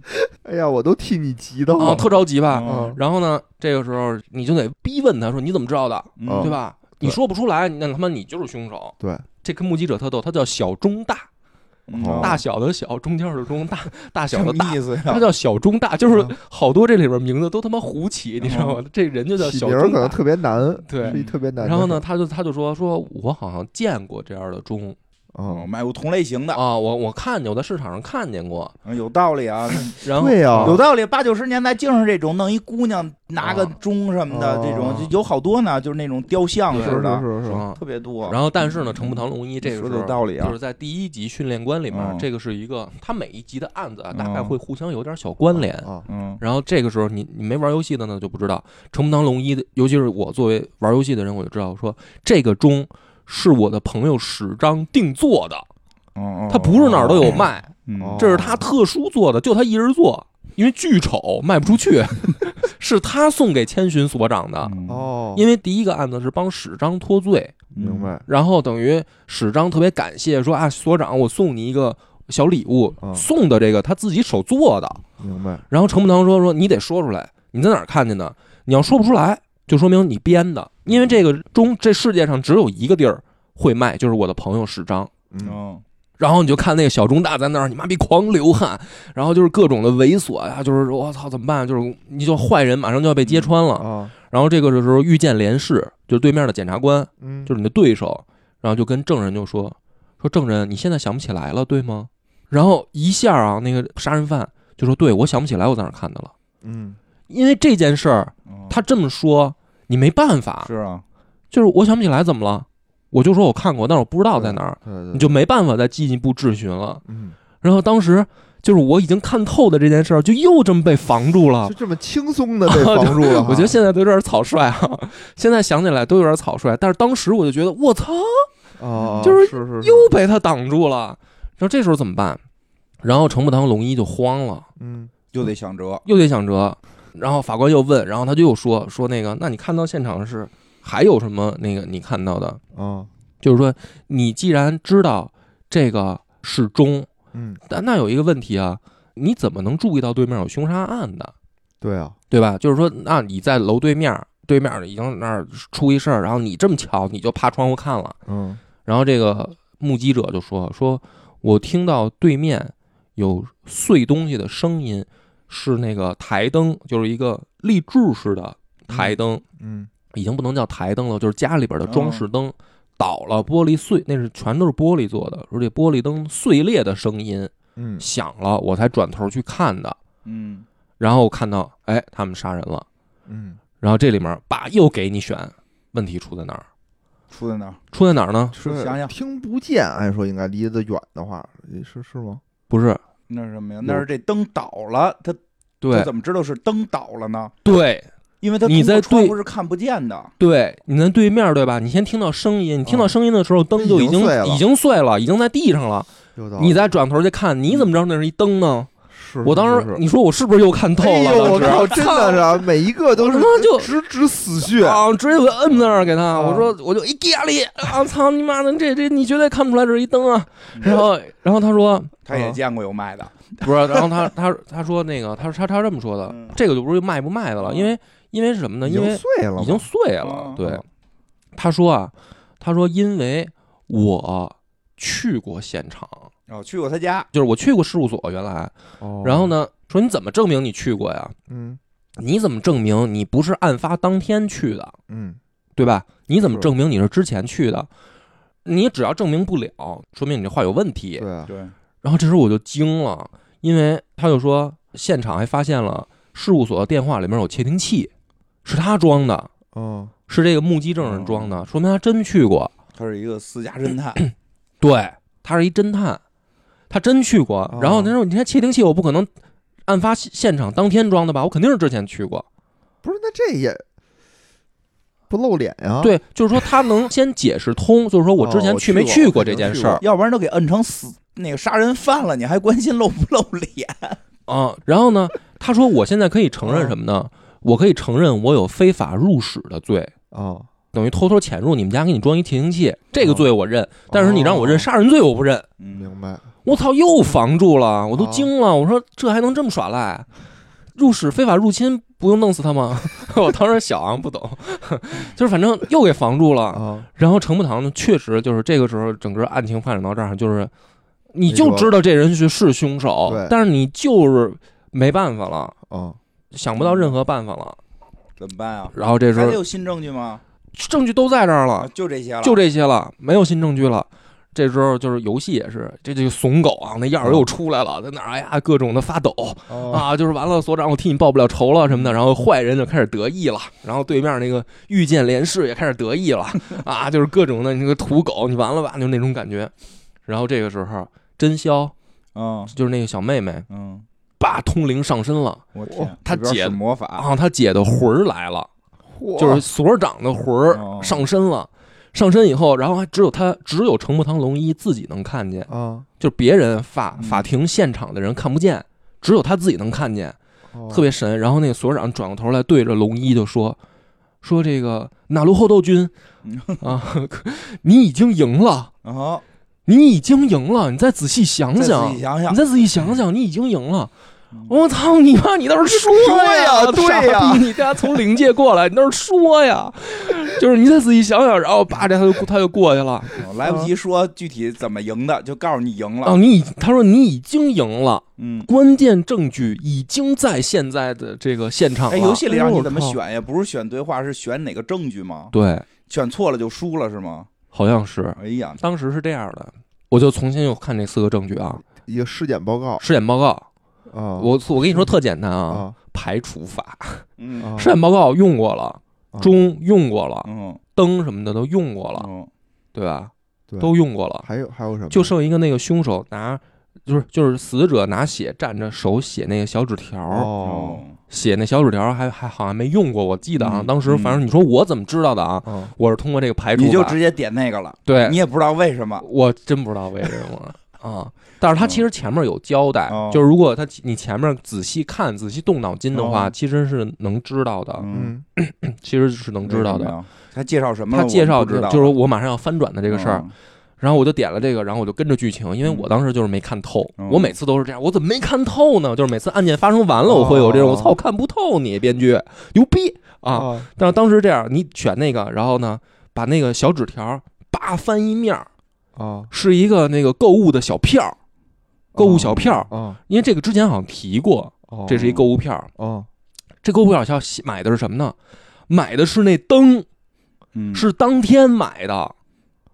哎呀，我都替你急的
啊，
慌，
特着急吧？
嗯
然后呢，这个时候你就得逼问他说你怎么知道的，
嗯
嗯
对吧？你说不出来，那他妈你就是凶手。
对，
这跟目击者特逗，他叫小中大，
嗯
大小的小，中间的中，大大小的
什么
大
意，思
他
呀？
叫小中大，就是
啊嗯
好多这里边名字都他妈胡起，你知道吗？这人就叫
起
小
名儿
中
可能
大。
特别难，
对
是一特别难。
然后呢，，他就他就说说，我好像见过这样的钟
哦，
嗯，
买过同类型的，
啊，我我看见我在市场上看见过。
嗯有道理 啊，
然后
对呀
有道理。八九十年代净是这种，弄一姑娘拿
啊
个钟什么的，
哦
这种就有好多呢，就是那种雕像
是
似
是
的，
是是，
啊，
特别多。
然后但是呢，成不堂龙一
嗯你
这个
说
时
的有
候
道理啊
就是，在第一集训练官里面，
嗯
这个是一个，它每一集的案子啊，
嗯
大概会互相有点小关联。
啊，
嗯
然后这个时候你，你没玩游戏的呢就不知道，成不当龙一的，尤其是我作为玩游戏的人，我就知道说这个钟是我的朋友史章定做的，
嗯，
他不是哪儿都有卖，
嗯，
这是他特殊做的，就他一人做，因为巨丑卖不 出去，是他送给千寻所长的。
嗯，
哦，
因为第一个案子是帮史章脱罪，
嗯
明。白，
然后等于史章特别感谢说啊，所长，我送你一个小礼物，
嗯
送的这个他自己手做的。
明白，
然后程不堂说说你得说出来，你在哪儿看见的？你要说不出来，就说明你编的，因为这个中这世界上只有一个地儿会卖，就是我的朋友史章。
嗯，
嗯，
然后你就看那个小中大在那儿，你妈逼狂流汗，然后就是各种的猥琐呀、就是我操怎么办？就是你就坏人马上就要被揭穿了。
啊，
然后这个时候遇见连氏，就是对面的检察官，
嗯，
就是
是
你的对手，然后就跟证人就说说证人，你现在想不起来了，对吗？然后一下啊，那个杀人犯就说，对我想不起来我在哪儿看的了，
嗯，
因为这件事儿
嗯
他这么说，你没办法，
是啊，
就是我想不起来怎么了，我就说我看过，但是我不知道在哪儿，
对对，
你就没办法再进一步质询了。
嗯，
然后当时就是我已经看透的这件事儿，就又这么被防住了
就。这么轻松的被防住了
啊
哈，
我觉得现在都有点草率啊，现在想起来都有点草率，但是当时我就觉得我操，
啊，
就是
是是
又被他挡住了。然后这时候怎么办？然后程不堂龙一就慌了，
嗯，
就得想辙。
又得想辙。然后法官又问，然后他就又说说那个，那你看到现场是还有什么那个你看到的？
啊，
就是说你既然知道这个是钟，
嗯，
但那有一个问题啊，你怎么能注意到对面有凶杀案的，
对啊，
对吧？就是说，那你在楼对面，对面已经那儿出一事儿，然后你这么巧你就趴窗户看了。
嗯，
然后这个目击者就说：“说我听到对面有碎东西的声音，是那个台灯，就是一个立柱式的台灯，
嗯，
已经不能叫台灯了，就是家里边的装
哦
饰灯、倒了，玻璃碎，那是全都是玻璃做的。说这玻璃灯碎裂的声音
嗯，
响了，我才转头去看的。
嗯，
然后我看到，哎，他们杀人了。
嗯，
然后这里面爸又给你选，问题出在哪儿？
出在哪儿？
出在哪儿呢？
是
想想
听不见，按说应该离得远的话，也是是吗？
不是，
那是什么呀？那是这灯倒了，他他
对
怎么知道是灯倒了呢？
对，
因为他
你在
通过窗
对
户是看不见的。
对，你在对面对吧？你先听到声音，你听到声音的时候，灯就已经
已经碎了
已经碎了，已经在地上了。
有道理
你再转头去看，你怎么知道那是一灯呢？
是，
我当
是
时
是
你说我是不是又看透
哎呦，
了？
我
当
靠，
时
真的是啊每一个都是
我他妈就
直指死穴，
啊，直接我摁在那儿给他，
啊
我说我就一嗲哩啊，操你妈的，这这你绝对看不出来这是一灯啊。
嗯
然后然后他说
他也见过有卖的，
不是，然后他他他说那个他说他他这么说的
嗯，
这个就不是卖不卖的
嗯
了，因为因为是什么呢？
已
因为
经碎了嘛，嗯
已经碎
啊
了。对，他说啊，他说因为我去过现场，
哦，去过他家，
就是我去过事务所原来，
哦
然后？呢说你怎么证明你去过呀？
嗯
你怎么证明你不是案发当天去的，
嗯，
对吧？你怎么
是
证明你是之前去的？你只要证明不了，说明你这话有问题。
对啊，
对，
然后这时候我就惊了，因为他就说现场还发现了事务所的电话里面有窃听器，是他装的，
哦，
是这个目击证人装的，说明他真去过。
他是一个私家侦探，
对，他是一侦探，他真去过
哦。
然后他说：“你看窃听器，我不可能案发现现场当天装的吧？我肯定是之前去过。
不是，那这也不露脸呀？，
对，就是说他能先解释通，就是说我之前
哦
去
我去
没
过
去过这件事儿
要不然都给摁成死那个杀人犯了，你还关心露不露脸？
啊。然后呢，他说我现在可以承认什么
嗯
呢？我可以承认我有非法入室的罪。”
哦，
等于偷偷潜入你们家，给你装一窃听器，这个
哦
罪我认。但是你让我认
哦
杀人罪，我不认。
嗯，
明白。
我操，又防住了，我都
哦
惊了。我说这还能这么耍赖？入室非法入侵不用弄死他吗？ 我当时小啊，不懂， 就是反正又给防住了。
啊，
然后程步堂呢，确实就是这个时候整个案情发展到这儿，就是你
没辙
就知道这人是是凶手
对，
但是你就是没办法了，
哦，
想不到任何办法了。
怎么办啊？
然后这时
还得
候
有新证据吗？
证据都在这儿了
啊，，就这些了，
就这些了，没有新证据了。这时候就是游戏也是，这这个怂狗啊，那样儿又出来了，在那儿哎呀各种的发抖
啊，
啊，就是完了，所长我替你报不了仇了什么的。然后坏人就开始得意了，然后对面那个御剑连氏也开始得 意了啊，就是各种的你个土狗，你完了吧，就那种感觉。然后这个时候，真宵
嗯
就是那个小妹妹，
嗯，
把通灵上身了
我天，
他
这边
姐
是魔法，
啊，她姐的魂儿来了。
嚯
就是所长的魂
哦
儿上身了，上身以后，然后还只有他，只有程步堂龙一自己能看见，
啊，
就是别人法
嗯
法庭现场的人看不见，只有他自己能看见，特
别
别神。然后那个所长转过头来对着龙一就说：“说这个哪路后斗君
嗯
啊，你已经赢了，
然后
你已经赢了，你再仔细想
嗯再
想
仔细，想
你
想，
再仔细想想，你已经赢了。”
嗯
我操你妈！你倒是说呀，
说呀对呀
傻逼你家从灵界过来，你倒是说呀，就是你再仔细想想，然后叭，这他就他就过去了。
我来不及说具体怎么赢的，就告诉你赢
哦，
了。
你已他说你已经赢了，
嗯，
关键证据已经在现在的这个现场了。
哎，游戏里让你怎么
哎呦我
选呀？不是选对话，是选哪个证据吗？
对，
选错了就输了是吗？
好像是
哎呀，
当时是这样的。我就重新又看这四个证据啊，
一个尸检报
哦
告
尸检报告，
啊，
我我跟你说特简单啊，
啊
排除法，
嗯
尸检报告用过了，
啊
钟用过了，
哦嗯，
灯什么的都用过了，
嗯
对吧？
对
都用过了。
还有还有什么？
就剩一个那个凶手拿，就是就是死者拿血蘸着手写那个小纸条，
哦
写那小纸条还还好像没用过，我记得啊，
嗯
当时
嗯
反正你说我怎么知道的啊？
哦
我是通过这个排除法，
你就直接点那个了，
对
你，也不知道为什么。
我真不知道为什 么啊。但是他其实前面有交代，
哦
就是如果他你前面仔细看、仔细动脑筋的话，
哦
其实是能知道的，
嗯，
嗯
其实是能知道
为什么
的。
呀。他介绍什么了？
他介绍
我不知
的
道
就是我马上要翻转的这个事儿，
嗯
然后我就点了这个，然后我就跟着剧情，因为我当时就是没看透，
嗯
我每次都是这样，我怎么没看透呢？就是每次案件发生完了，
哦
我会有这种，我操，我看不透你编剧牛逼
哦
啊！
啊
但是当时这样，你选那个，然后呢，把那个小纸条叭翻一面儿，
啊
是一个那个购物的小票儿，购物小票儿，
啊
因为这个之前好像提过，
哦
这是一购物票儿，
哦
这购物票儿要买的是什么呢？买的是那灯，
嗯
是当天买的。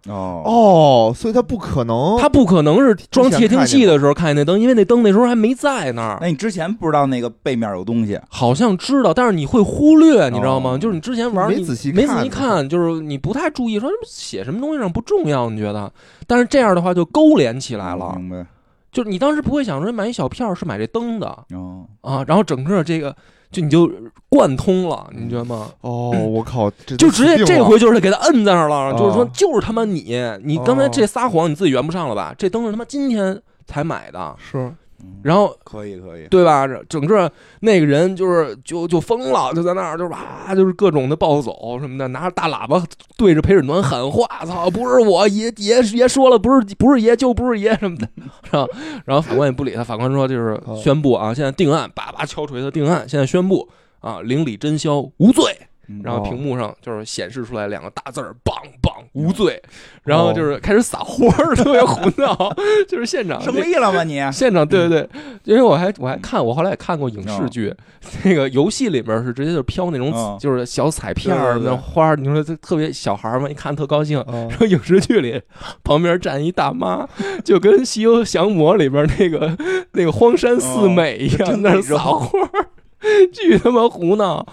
哦
哦，所以他不可能
他不可能是装窃听器的时候看见那灯，因为那灯那时候还没在那
哎
儿，
那你之前不知道那个背面有东西，
好像知道，但是你会忽略，你知道吗？
哦
就是你之前玩
没
你
仔细
没
看
仔细看，就是你不太注意，说这写什么东西上不重要，你觉得？但是这样的话就勾连起来
嗯
了，
哦明白？
就是你当时不会想说买一小票是买这灯的
哦，
啊，然后整个这个就你就贯通了，你觉得吗？
哦，我靠，这
就直接
死定
这
了
回就是给他摁在那儿了，
哦
就是说就是他妈你，你刚
啊
才这撒谎你自己圆不上了吧？这灯是他妈今天才买的，
是
嗯
然后
可以可以，
对吧？整个那个人就是就就疯了，就在那儿就是哇，就是各种的暴走什么的，拿着大喇叭对着陪审团喊话：“操，不是我爷爷爷说了，不是不是爷就不是爷什么的。” 然后然后法官也不理他，法官说就是
哦
宣布啊，现在定案，叭叭敲锤子定案，现在宣布啊，邻里真宵无罪。
嗯
然后屏幕上就是显示出来两个大字儿：“棒棒无无罪，然后就是开始撒欢儿，特别胡闹， 就是现场
胜利了吗 你？
现场
嗯
对对对，因为我还我还看我后来也看过影
哦
视剧，那个游戏里面是直接就飘那种
嗯
就是小彩片
对
儿、
对对
那花儿，你说这特别小孩儿嘛，一看特高兴。
啊
然后影视剧里旁边站一大妈，就跟《西游降魔》里边那个那个荒山四美一样，
哦真
在那
的
儿撒欢儿， 巨他妈胡闹，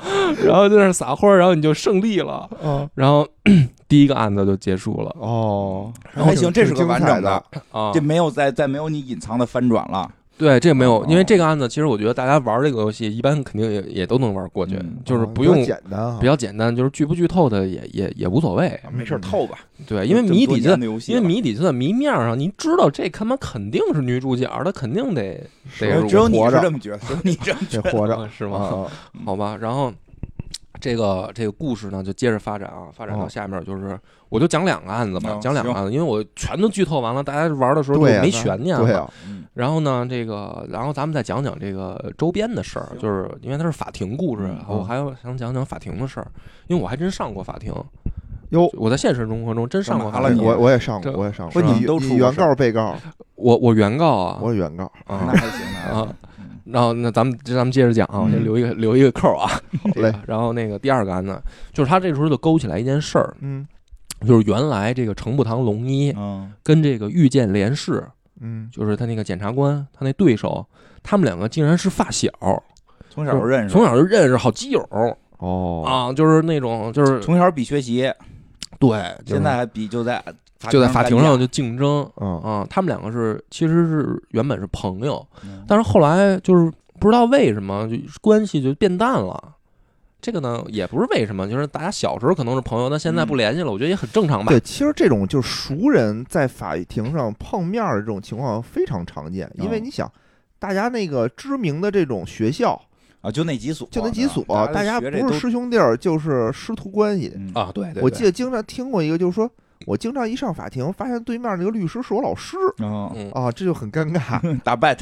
然后在那儿撒欢儿，然后你就胜利了，
哦
啊
然后 第一个案子就结束了
哦，
还行，这是个
挺
完
精彩
整的，
啊
这。没有再再没有你隐藏的翻转了。
对，这没有，因为
哦
这个案子，其实我觉得大家玩这个游戏，一般肯定也也都能玩过去，
嗯
就是
啊
不
比较
用
简单啊嗯
比，较简单，就是剧不剧透的也也也无所
哦
谓。
没事儿透吧，
对，嗯因为
这么
谜
多
底就
年的
在，
游戏
因为
了
谜底就在谜面上，你知道这他妈肯定是女主角，她肯定得
是
得是
只有你
活
是
着
这么觉得，只有你这么觉
得
得。
活着
啊是
哦
啊
吗？
啊
好吧，然后这个这个故事呢就接着发展啊，发展到
哦
下面就是，我就讲两个案子吧，
嗯
讲两个案子，因为我全都剧透完了，大家玩的时候就
对啊
没
那
悬念
对
了。
啊，
嗯
然后呢，这个，然后咱们再讲讲这个周边的事儿，
行
就是因为它是法庭故事
嗯，
我还要想讲讲法庭的事儿，因为我还真上过法庭，
哟，哎
我在现实生活中真上过法
干嘛了
庭，
你
我我也上过，
这
我也上
是
过，
吧
你
都出
你
过
原
事儿
告被告，
我我原告啊，
我原告，
嗯那
啊
还行，那还行
啊，
嗯
然后那咱们这咱们接着讲啊，我先
嗯
留一个留一个扣啊，
好嘞，
然后那个第二个案子，就是他这时候就勾起来一件事儿，
嗯
就是原来这个程步堂龙一
嗯，
跟这个御剑连氏，
嗯，
就是他那个检察官，他那对手，他们两个竟然是发小，
从小就认识
从，小就认识，好基友
哦，
啊，就是那种就是
从小比学习，
对，就是
现在还比就在
就在法庭上就竞争
嗯，
啊，他们两个是其实是原本是朋友，
嗯
但是后来就是不知道为什么就关系就变淡了。这个呢，也不是为什么，就是大家小时候可能是朋友，但现在不联系了，我觉得也很正常吧。
对，其实这种就是熟人在法庭上碰面儿的这种情况非常常见，因为
嗯
你想，大家那个知名的这种学校
啊，就那几所，
就那几所，大家
学
不
这嗯
是师兄弟儿就是师徒关系。
都
啊，对对
我记得经常听过一个，就是说我经常一上法庭，发现对面那个律师是我老师
啊
嗯
啊，这就很尴尬
打 bet，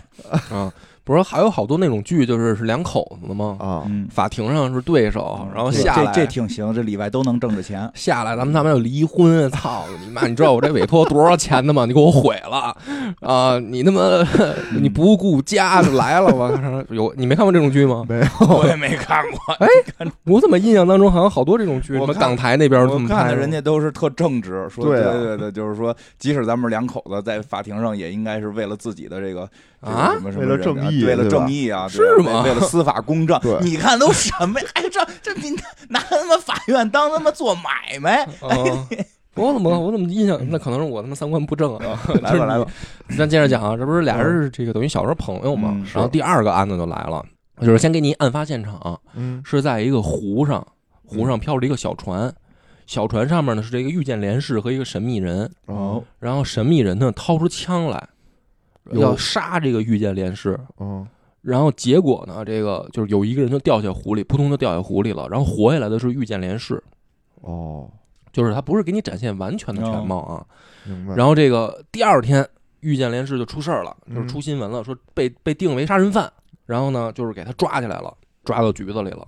啊，不是还有好多那种剧，就是是两口子的吗？
啊。
嗯，
法庭上是嗯对手，哦然后
这
下来
这这挺行，这里外都能挣着 钱，
下来，咱们他妈要离婚， 操你妈！你知道我这委托多少钱的吗？你给我毁了啊、你他妈 你不顾家就来了吧？ 有你没看过这种剧吗？
没有，
我也没看过，
我怎么印象当中好像好多这种剧，什
我
么
看
港台那边儿这
我
么
看
拍
的
的
人家都是特正直，说
对啊
对对对，就是说，即使咱们两口子在法庭上，也应该是为了自己的这个这个
啊
什，么什么
为了
人
正
啊
义
为了
对
正
吧
义啊，对
是
为
吗
为了司法公正
对，
你看都什么呀？哎，这这你拿他妈法院当他妈做买 卖？
啊我怎么我怎么印象？那可能是我他妈三观不正啊！
来吧来吧，
咱接着讲啊，这不是俩人是这个等于小时候朋友嘛？
嗯
然后
是
第二个案子就来了，就是先给你案发现场，
嗯，
是在一个湖上，
嗯
湖上飘着一个小船，小船上面呢是这个御剑连氏和一个神秘人，
嗯
哦，
然后神秘人呢掏出枪来，
哟
要杀这个御剑连氏，
哦，
然后结果呢，这个就是有一个人就掉下湖里，扑通就掉下湖里了，然后活下来的是御剑连氏，
哦，
就是他不是给你展现完全的全貌啊。
明白。
然后这个第二天，御剑连氏就出事儿了，
嗯
就是出新闻了，说被被定为杀人犯，然后呢，就是给他抓起来了，抓到局子里了。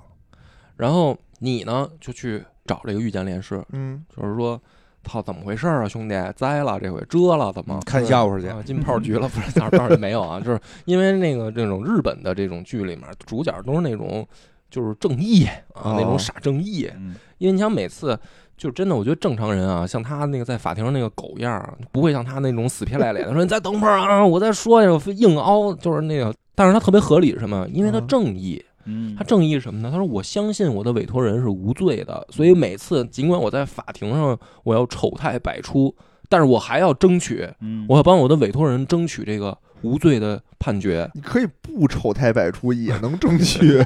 然后你呢，就去找这个御剑连氏，
嗯，
就是说，操，怎么回事儿啊，兄弟，栽了，这回折了，怎么？
嗯看笑话去，
啊，进炮局了，不是？当然当然没有啊， 就是因为那个这种日本的这种剧里面，主角都是那种就是正义啊，
哦
那种傻正义。
嗯
因为你想每次就真的，我觉得正常人啊，像他那个在法庭上那个狗样儿，不会像他那种死皮赖脸的说你再等会儿啊，我再说呀，我非硬凹，就是那个。但是他特别合理是什么？因为他
嗯
正义，
嗯
他，正义是什么呢？他说我相信我的委托人是无罪的，所以每次尽管我在法庭上我要丑态百出，但是我还要争取。
嗯
我要帮我的委托人争取这个无罪的判决。
你可以不丑态百出也能争取，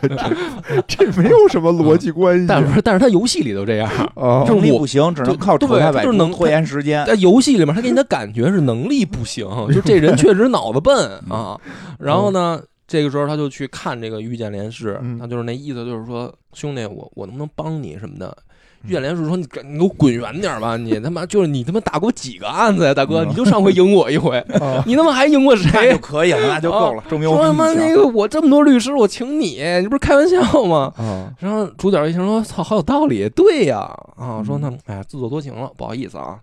这这没有什么逻辑
嗯
关系。
嗯但是， 但是他游戏里头这样，
啊
就，是
能力
我
不行，只能靠
对
出台百
就是能
出拖延时 间。
在游戏里面，他给你的感觉是能力不行，就这人确实脑子笨
嗯
啊。然后呢，这个时候他就去看这个遇见连氏，
嗯
他就是那意思，就是说兄弟，我我能不能帮你什么的。
嗯
怨连是说你赶你给我滚远点儿吧，你他妈就是你他妈打过几个案子呀，大
嗯
哥，你就上回赢我一回，
啊
你他妈还赢过
那
谁
就？可以了， 那就够了，证明我
说他
很
妈那
强。
个我这么多律师，我请你，你不是开玩笑吗？
啊，
然后主角一听说，操，好有道理，对呀，啊，说那哎呀自作多情了，不好意思啊。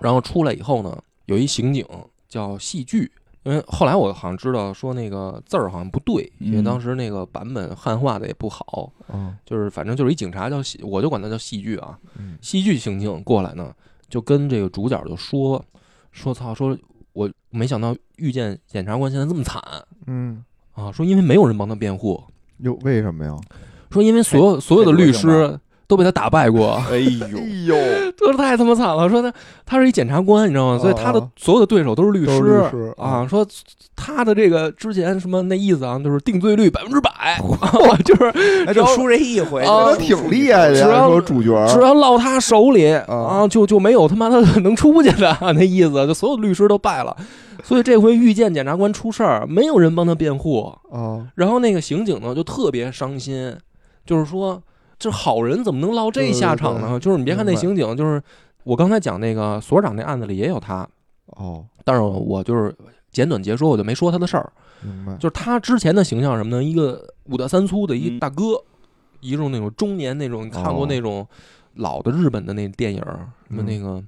然后出来以后呢，有一刑警叫戏剧，因为后来我好像知道说那个字儿好像不对，因为
嗯
当时那个版本汉化的也不好，
嗯
就是反正就是一警察叫戏，我就管他叫戏剧啊。
嗯
戏剧刑警过来呢，就跟这个主角就说说操，说我没想到遇见检察官现在这么惨
嗯，
啊，说因为没有人帮他辩护，
哟，为什么呀？
说因为所有所有的律师都被他打败 过
，哎呦，
呦，
这太他妈惨了。说他他是一检察官，你知道吗？所以他的
哦
所有的对手啊都是律
都
师
是律师
啊。说他的这个之前什么那意思啊，就是定罪率百分之 百，就是
那就输这一回，
啊
那
那
就输
挺厉害的
只
呀，
要
说主角儿，
只要落他手里啊，
啊
就就没有他妈的能出去的啊那意思，就所有律师都败了。所以这回遇见检察官出事儿，没有人帮他辩护，
啊，
然后那个刑警呢就特别伤心，就是说这好人怎么能落这下场呢？
对对对
就是你别看那
明白
刑警，就是我刚才讲那个所长那案子里也有他，
哦，
但是我就是简短截说，我就没说他的事儿。
明白，
就是他之前的形象是什么呢？一个五大三粗的一
嗯
大哥，一种那种中年那种，你看过
哦
那种老的日本的那电影儿，什么
嗯
那个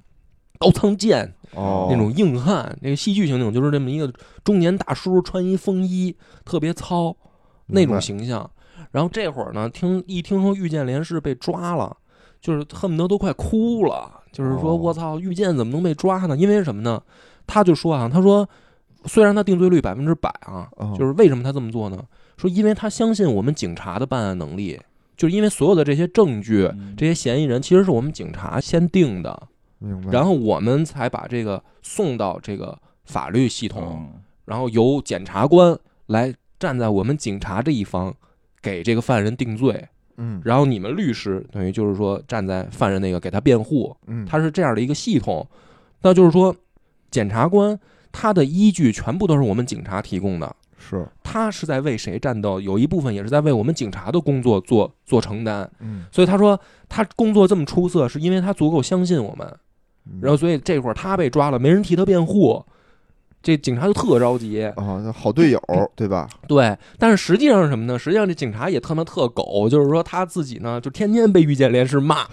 高仓健
哦，
那种硬汉，那个戏剧刑警就是这么一个中年大叔，穿一风衣，特别糙那
明白
种形象。然后这会儿呢，听一听说遇见连氏被抓了，就是恨不得都快哭了，就是说
哦
我操，遇见怎么能被抓呢？因为什么呢？他就说啊，他说虽然他定罪率百分之百啊，
哦
就是为什么他这么做呢？说因为他相信我们警察的办案能力，就是因为所有的这些证据、
嗯
这些嫌疑人其实是我们警察先定的。
明白，
然后我们才把这个送到这个法律系
哦
统，
嗯
然后由检察官来站在我们警察这一方，给这个犯人定罪，
嗯
然后你们律师等于就是说站在犯人那个给他辩护，
嗯，
他是这样的一个系统。那就是说，检察官他的依据全部都是我们警察提供的，
是，
他是在为谁战斗，有一部分也是在为我们警察的工作做做承担。
嗯，
所以他说他工作这么出色，是因为他足够相信我们。
嗯
然后所以这会儿他被抓了，没人替他辩护，这警察就特着急。
哦，那好队友
嗯
对吧？
对，但是实际上是什么呢？实际上这警察也他妈特狗，就是说他自己呢，就天天被遇见连氏骂，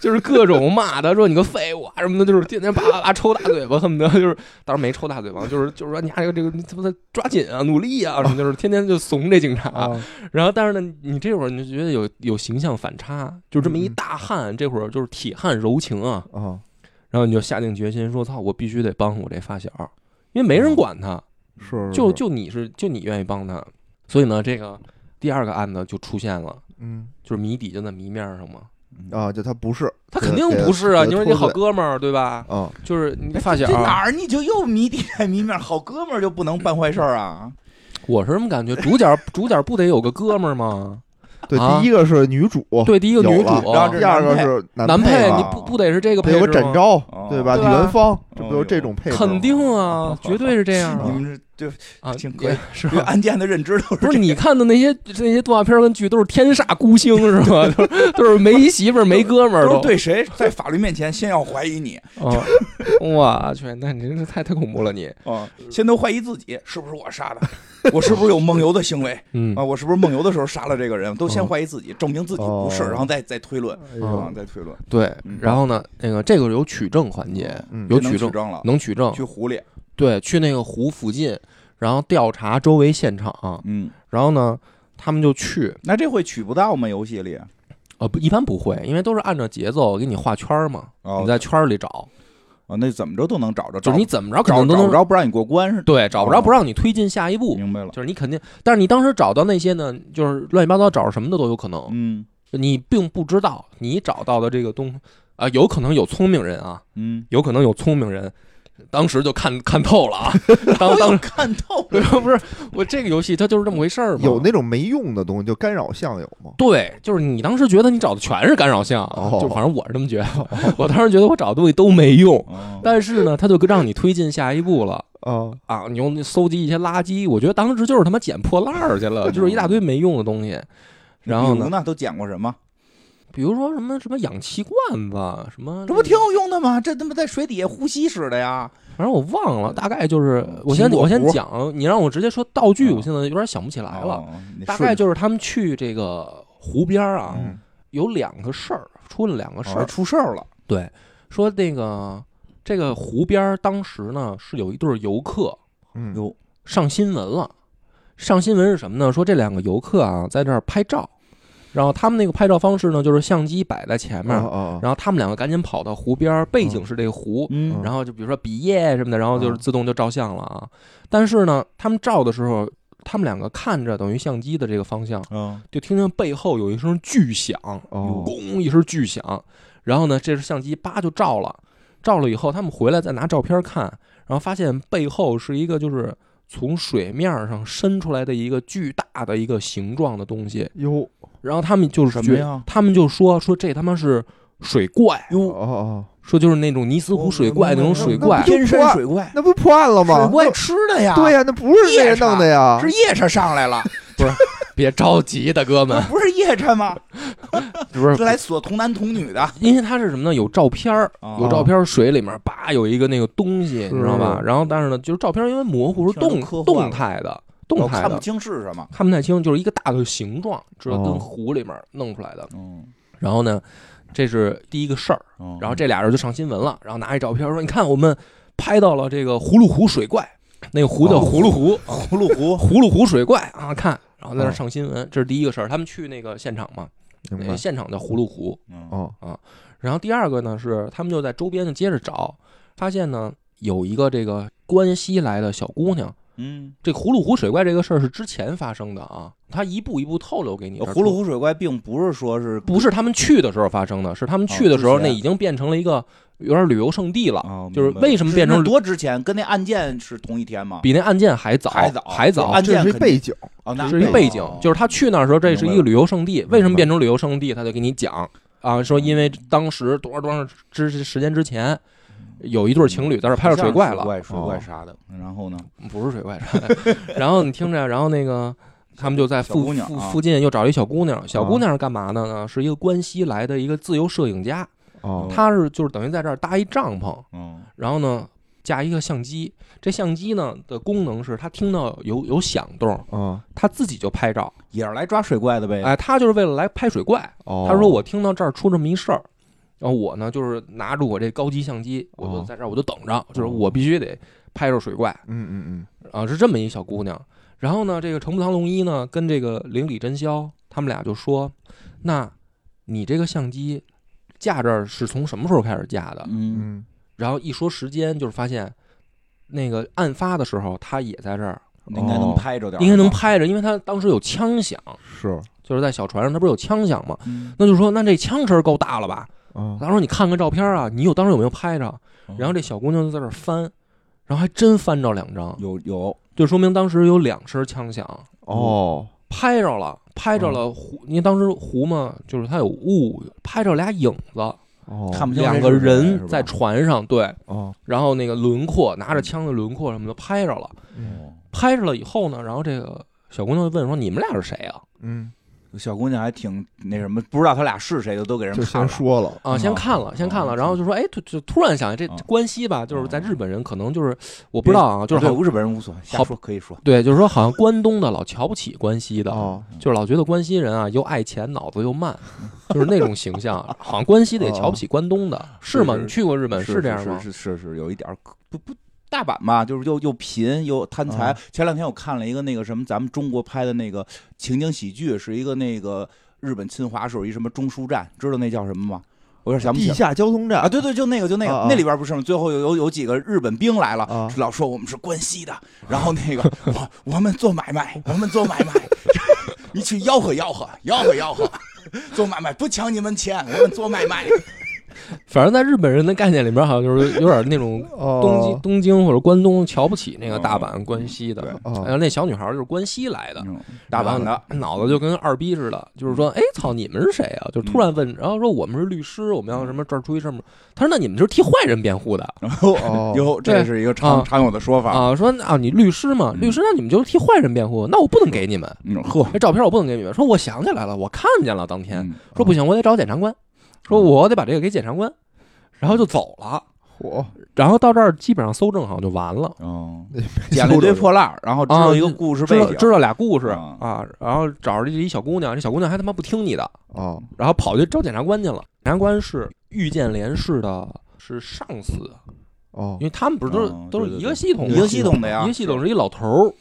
就是各种骂他，说你个废物啊什么的，就是天天叭叭叭抽大嘴巴，恨不得就是，当然没抽大嘴巴，就是就是说你还有这个你他妈的抓紧啊，努力啊什么的，就是天天就怂这警察。
啊，
然后，但是呢，你这会儿你就觉得有有形象反差，就这么一
嗯嗯
大汉，这会儿就是铁汉柔情啊，
啊，
然后你就下定决心说：“操，我必须得帮我这发小，因为没人管他，
是，是
就是就你是就你愿意帮他。”所以呢，这个第二个案子就出现了，
嗯
就是谜底就在谜面上嘛。
啊，就他不是
他肯定不是啊，
对
你说你
对
好哥们儿对吧？
啊，
就是你发小
哎这，哪儿你就又谜底在谜面，好哥们儿就不能办坏事儿啊？
我是什么感觉？主角主角不得有个哥们儿吗？
对，
啊
第一个是女主，
对，第一个
哦有
女
了
主，
然后这
第二个是
男
配
你
嘛
不不得是这个
得
配
有个
置
展
吗？
昭
哦，
对吧？
对
李
啊
文芳，这
哦
不有这种配置吗？
肯定 啊，绝对是这样
你
啊
们这对
啊，
挺可以
也是吧
对？案件的认知都是
不是你看的那些那些动画片儿跟剧都是天煞孤星是吧？ 都是都是没媳妇儿没哥们儿
都是
都。
对谁在法律面前先要怀疑 你
啊，我去，那你真是太太恐怖了你。
啊，先都怀疑自己是不是我杀的，我是不是有梦游的行 为
嗯
啊？我是不是梦游的时候杀了这个人？都先
嗯
怀疑自己，证明自己不是，
哦
然后再再推论
哎
啊
呦，，
再推论。
对
嗯。
然后呢，那个这个有取证环节，
嗯
有
这能
取证
证了，
能取证
去，湖里，
对，去那个湖附近，然后调查周围现场，
嗯，
然后呢。他们就去，
那这会取不到吗？游戏里
呃，不，一般不会，因为都是按照节奏给你画圈儿嘛，
哦
你在圈儿里找，
啊，那怎么着都能找着，
就
找
是你怎么着肯
找
定都
找
能
不着不嗯让你过关是？
对，找不着
哦
不让你推进下一步，
明白了，
就是你肯定，但是你当时找到那些呢，就是乱七八糟找什么的都有可能，
嗯
你并不知道你找到的这个东啊、有可能有聪明人啊，
嗯，
有可能有聪明人，当时就看看透了啊，当当时
看透 了，
不是我这个游戏它就是这么回事儿嘛，
有那种没用的东西，就干扰项有吗？
对，就是你当时觉得你找的全是干扰项，
哦
就反正我是这么觉得， 我当时觉得我找的东西都没用，
哦
但是呢，它就让你推进下一步了。
啊，
啊，你用搜集一些垃圾，我觉得当时就是他妈捡破烂儿去了，就是一大堆没用的东西。然后
比
呢
如，呢，都捡过什么？
比如说什么什么氧气罐子，什么
这不挺有用的吗？这他妈在水底下呼吸使的呀！
反正我忘了，大概就是
嗯
我先
苹果
我先
核
讲，你让我直接说道具，
嗯
我现在有点想不起来了。
哦，你
大
顺
概
着
就是他们去这个湖边儿啊，
嗯
有两个事儿，出了两个事
哦
儿。
出事儿了，
对，说那个这个湖边儿当时呢是有一对儿游客
嗯
哟，
上新闻了，上新闻是什么呢？说这两个游客啊在这儿拍照，然后他们那个拍照方式呢就是相机摆在前面，
哦哦
然后他们两个赶紧跑到湖边儿，背景是这个湖，
嗯哦
然后就比如说比耶什么的，然后就是自动就照相了啊。但是呢，他们照的时候，他们两个看着等于相机的这个方向，
嗯，
就听见背后有一声巨响，
哦
咣一声巨响，然后呢，这是相机叭就照了，照了以后，他们回来再拿照片看，然后发现背后是一个就是从水面上伸出来的一个巨大的一个形状的东西，
哟
然后他们就是
什
觉
么
得，
呀？
他们就说说这他妈是水怪，
哦
哟，
哦，
说就是那种尼
哦
斯湖水怪那种水
那
怪
不。就
天山水怪，
那不破案了吗
水？怪吃的呀，
那对呀，那不是那人弄的呀，
是夜叉上来 了，
别着急，大哥们
那，不是夜叉 吗？
不是
这来锁童男童女的，
因为它是什么呢？有照片儿，
哦
有照片儿，水里面叭有一个那个东西，你知道吧？然后但是呢，就是照片儿因为模糊是
听着
动
都科幻了
动态的，
我
动态
看不
的
清是什么。
看不太清，就是一个大的形状，知道
哦
跟湖里面弄出来的。
嗯，
然后呢，这是第一个事儿。
嗯
然后这俩人就上新闻了，然后拿一照片说：“你看，我们拍到了这个葫芦湖水怪，那个湖叫
哦
葫芦湖，
葫芦湖，
葫芦湖水怪啊，看。”然后在那儿
哦
上新闻，这是第一个事儿。他们去那个现场嘛，
明
那
白
个？现场叫葫芦湖，
嗯
哦
然后第二个呢是他们就在周边就接着找，发现呢有一个这个关西来的小姑娘。
嗯，
这葫芦湖水怪这个事儿是之前发生的啊，他一步一步透露给你。
葫芦湖水怪并不是说是
不是他们去的时候发生的，是他们去的时
哦
候
之前
那已经变成了一个有点旅游胜地了，
啊，
哦就是
明白了
为什么变成
是那多值钱？跟那案件是同一天吗？哦
比那案件还早，
还早
还早。
案
这
件
是一
肯定
背景，
哦，那
是一背景
哦，
就是他去那儿的时候，这是一个旅游胜地。
白
为什么变成旅游胜地？他就给你讲啊，说因为
嗯
当时多少多少之时间之前，有一对情侣在那儿拍到水怪了
水，怪水怪
哦
啥的。然后呢？
不是水怪啥的。 然后你听着，然后那个他们就在
小
附
姑娘
附
啊
附近又找了一小姑娘，小姑娘是干嘛的呢？是一个关西来的一个自由摄影家，
哦
她是就是等于在这儿搭一帐篷，
嗯，
然后呢架一个相机，这相机呢的功能是她听到有有响动，
哦
她自己就拍照，
也是来抓水怪的呗。
哎，她就是为了来拍水怪。
哦，
她说我听到这儿出这么一事儿。然后我呢，就是拿着我这高级相机，我就
哦
在这儿，我就等着，就是我必须得拍着水怪，
嗯嗯嗯，
啊，是这么一小姑娘。然后呢，这个程步堂龙一呢，跟这个邻里真宵，他们俩就说：“那你这个相机架这儿是从什么时候开始架的
嗯，
嗯，？”
然后一说时间，就是发现那个案发的时候，他也在这儿，
应该能
哦
拍着点儿吧，
嗯应该能拍着，因为他当时有枪响，
是
就是在小船上，他不是有枪响吗？
嗯。
那就说，那这枪声够大了吧？
啊，
他说你看看照片啊，你有当时有没有拍着？然后这小姑娘就在这儿翻，然后还真翻着两张，
有有
就说明当时有两声枪响。
哦，
拍着了，拍着了湖，因为当时湖嘛，就是它有雾，拍着俩影子，
哦，
看不清
两
这
个
是谁
人
是
在
吧
船上，对，
哦，
然后那个轮廓，拿着枪的轮廓什么的拍着了，
嗯
哦
拍着了以后呢，然后这个小姑娘就问说：“你们俩是谁啊
嗯，
小姑娘还挺那什么，不知道他俩是谁，就都给人
就
看
先
了。
说了？”，
啊，
嗯
先看了，先啊看了，然后就说：“哎，突就突然想，这
嗯
这关系吧，就是在
嗯
日本人可能就是我不知道啊，就是
对
好
日本人无所谓，瞎
好
说可以说。嗯
对，就是说好像关东的老瞧不起关西的，
啊
哦，
就是老觉得关西人啊又爱钱，脑子又慢， 就是那种形象，好像关西的也瞧不起关东的，啊是吗？
是
你去过日本
是
这样吗？
是是是是，有一点儿可不不大阪吧，就是又又贫又贪财
啊。
前两天我看了一个那个什么，咱们中国拍的那个情景喜剧，是一个那个日本侵华时候一什么中枢站，知道那叫什么吗？我有点想不起
地
来
下交通站
啊，对对，就那个就那个、
啊啊
那里边不是吗？最后有有有几个日本兵来了。
啊，
老说我们是关西的，然后那个 我我们做买卖，我们做买卖， 你 去吆喝吆喝吆喝吆喝，做买卖不抢你们钱，我们做买卖。
反正在日本人的概念里边，好像就是有点那 种东京、
哦
东京或者关东瞧不起那个大阪、关西的。然
哦
后那小女孩就是关西来的，
嗯大阪的，嗯
脑子就跟二逼似的，就是说，哎，操，你们是谁啊？就突然问，然后说我们是律师，我们要什么这儿出一什么？他说那你们就是替坏人辩护的
然后
哦
哟，这是一个常
对嗯
常有的说法。
啊？说啊，你律师嘛，
嗯
律师，那你们就是替坏人辩护，那我不能给你们
嗯，呵，
这照片，我不能给你们。说我想起来了，我看见了，当天
嗯
说不行，我得找检察官，说我得把这个给检察官，然后就走了。
嚯，
然后到这儿基本上搜证好像就完了，
哦，捡
捡
了一堆破烂儿，然后
啊
知道一个故事
知
背
道
景，
知道俩故事
啊
啊，然后找着这一小姑娘，这小姑娘还他妈不听你的，
哦
然后跑去找检察官去了。检察官是遇见连市的，是上司，
哦
因为他们不是都是、
哦
都是
对对
一个系统嘛
一个系统的呀，
一个系统是一老头儿。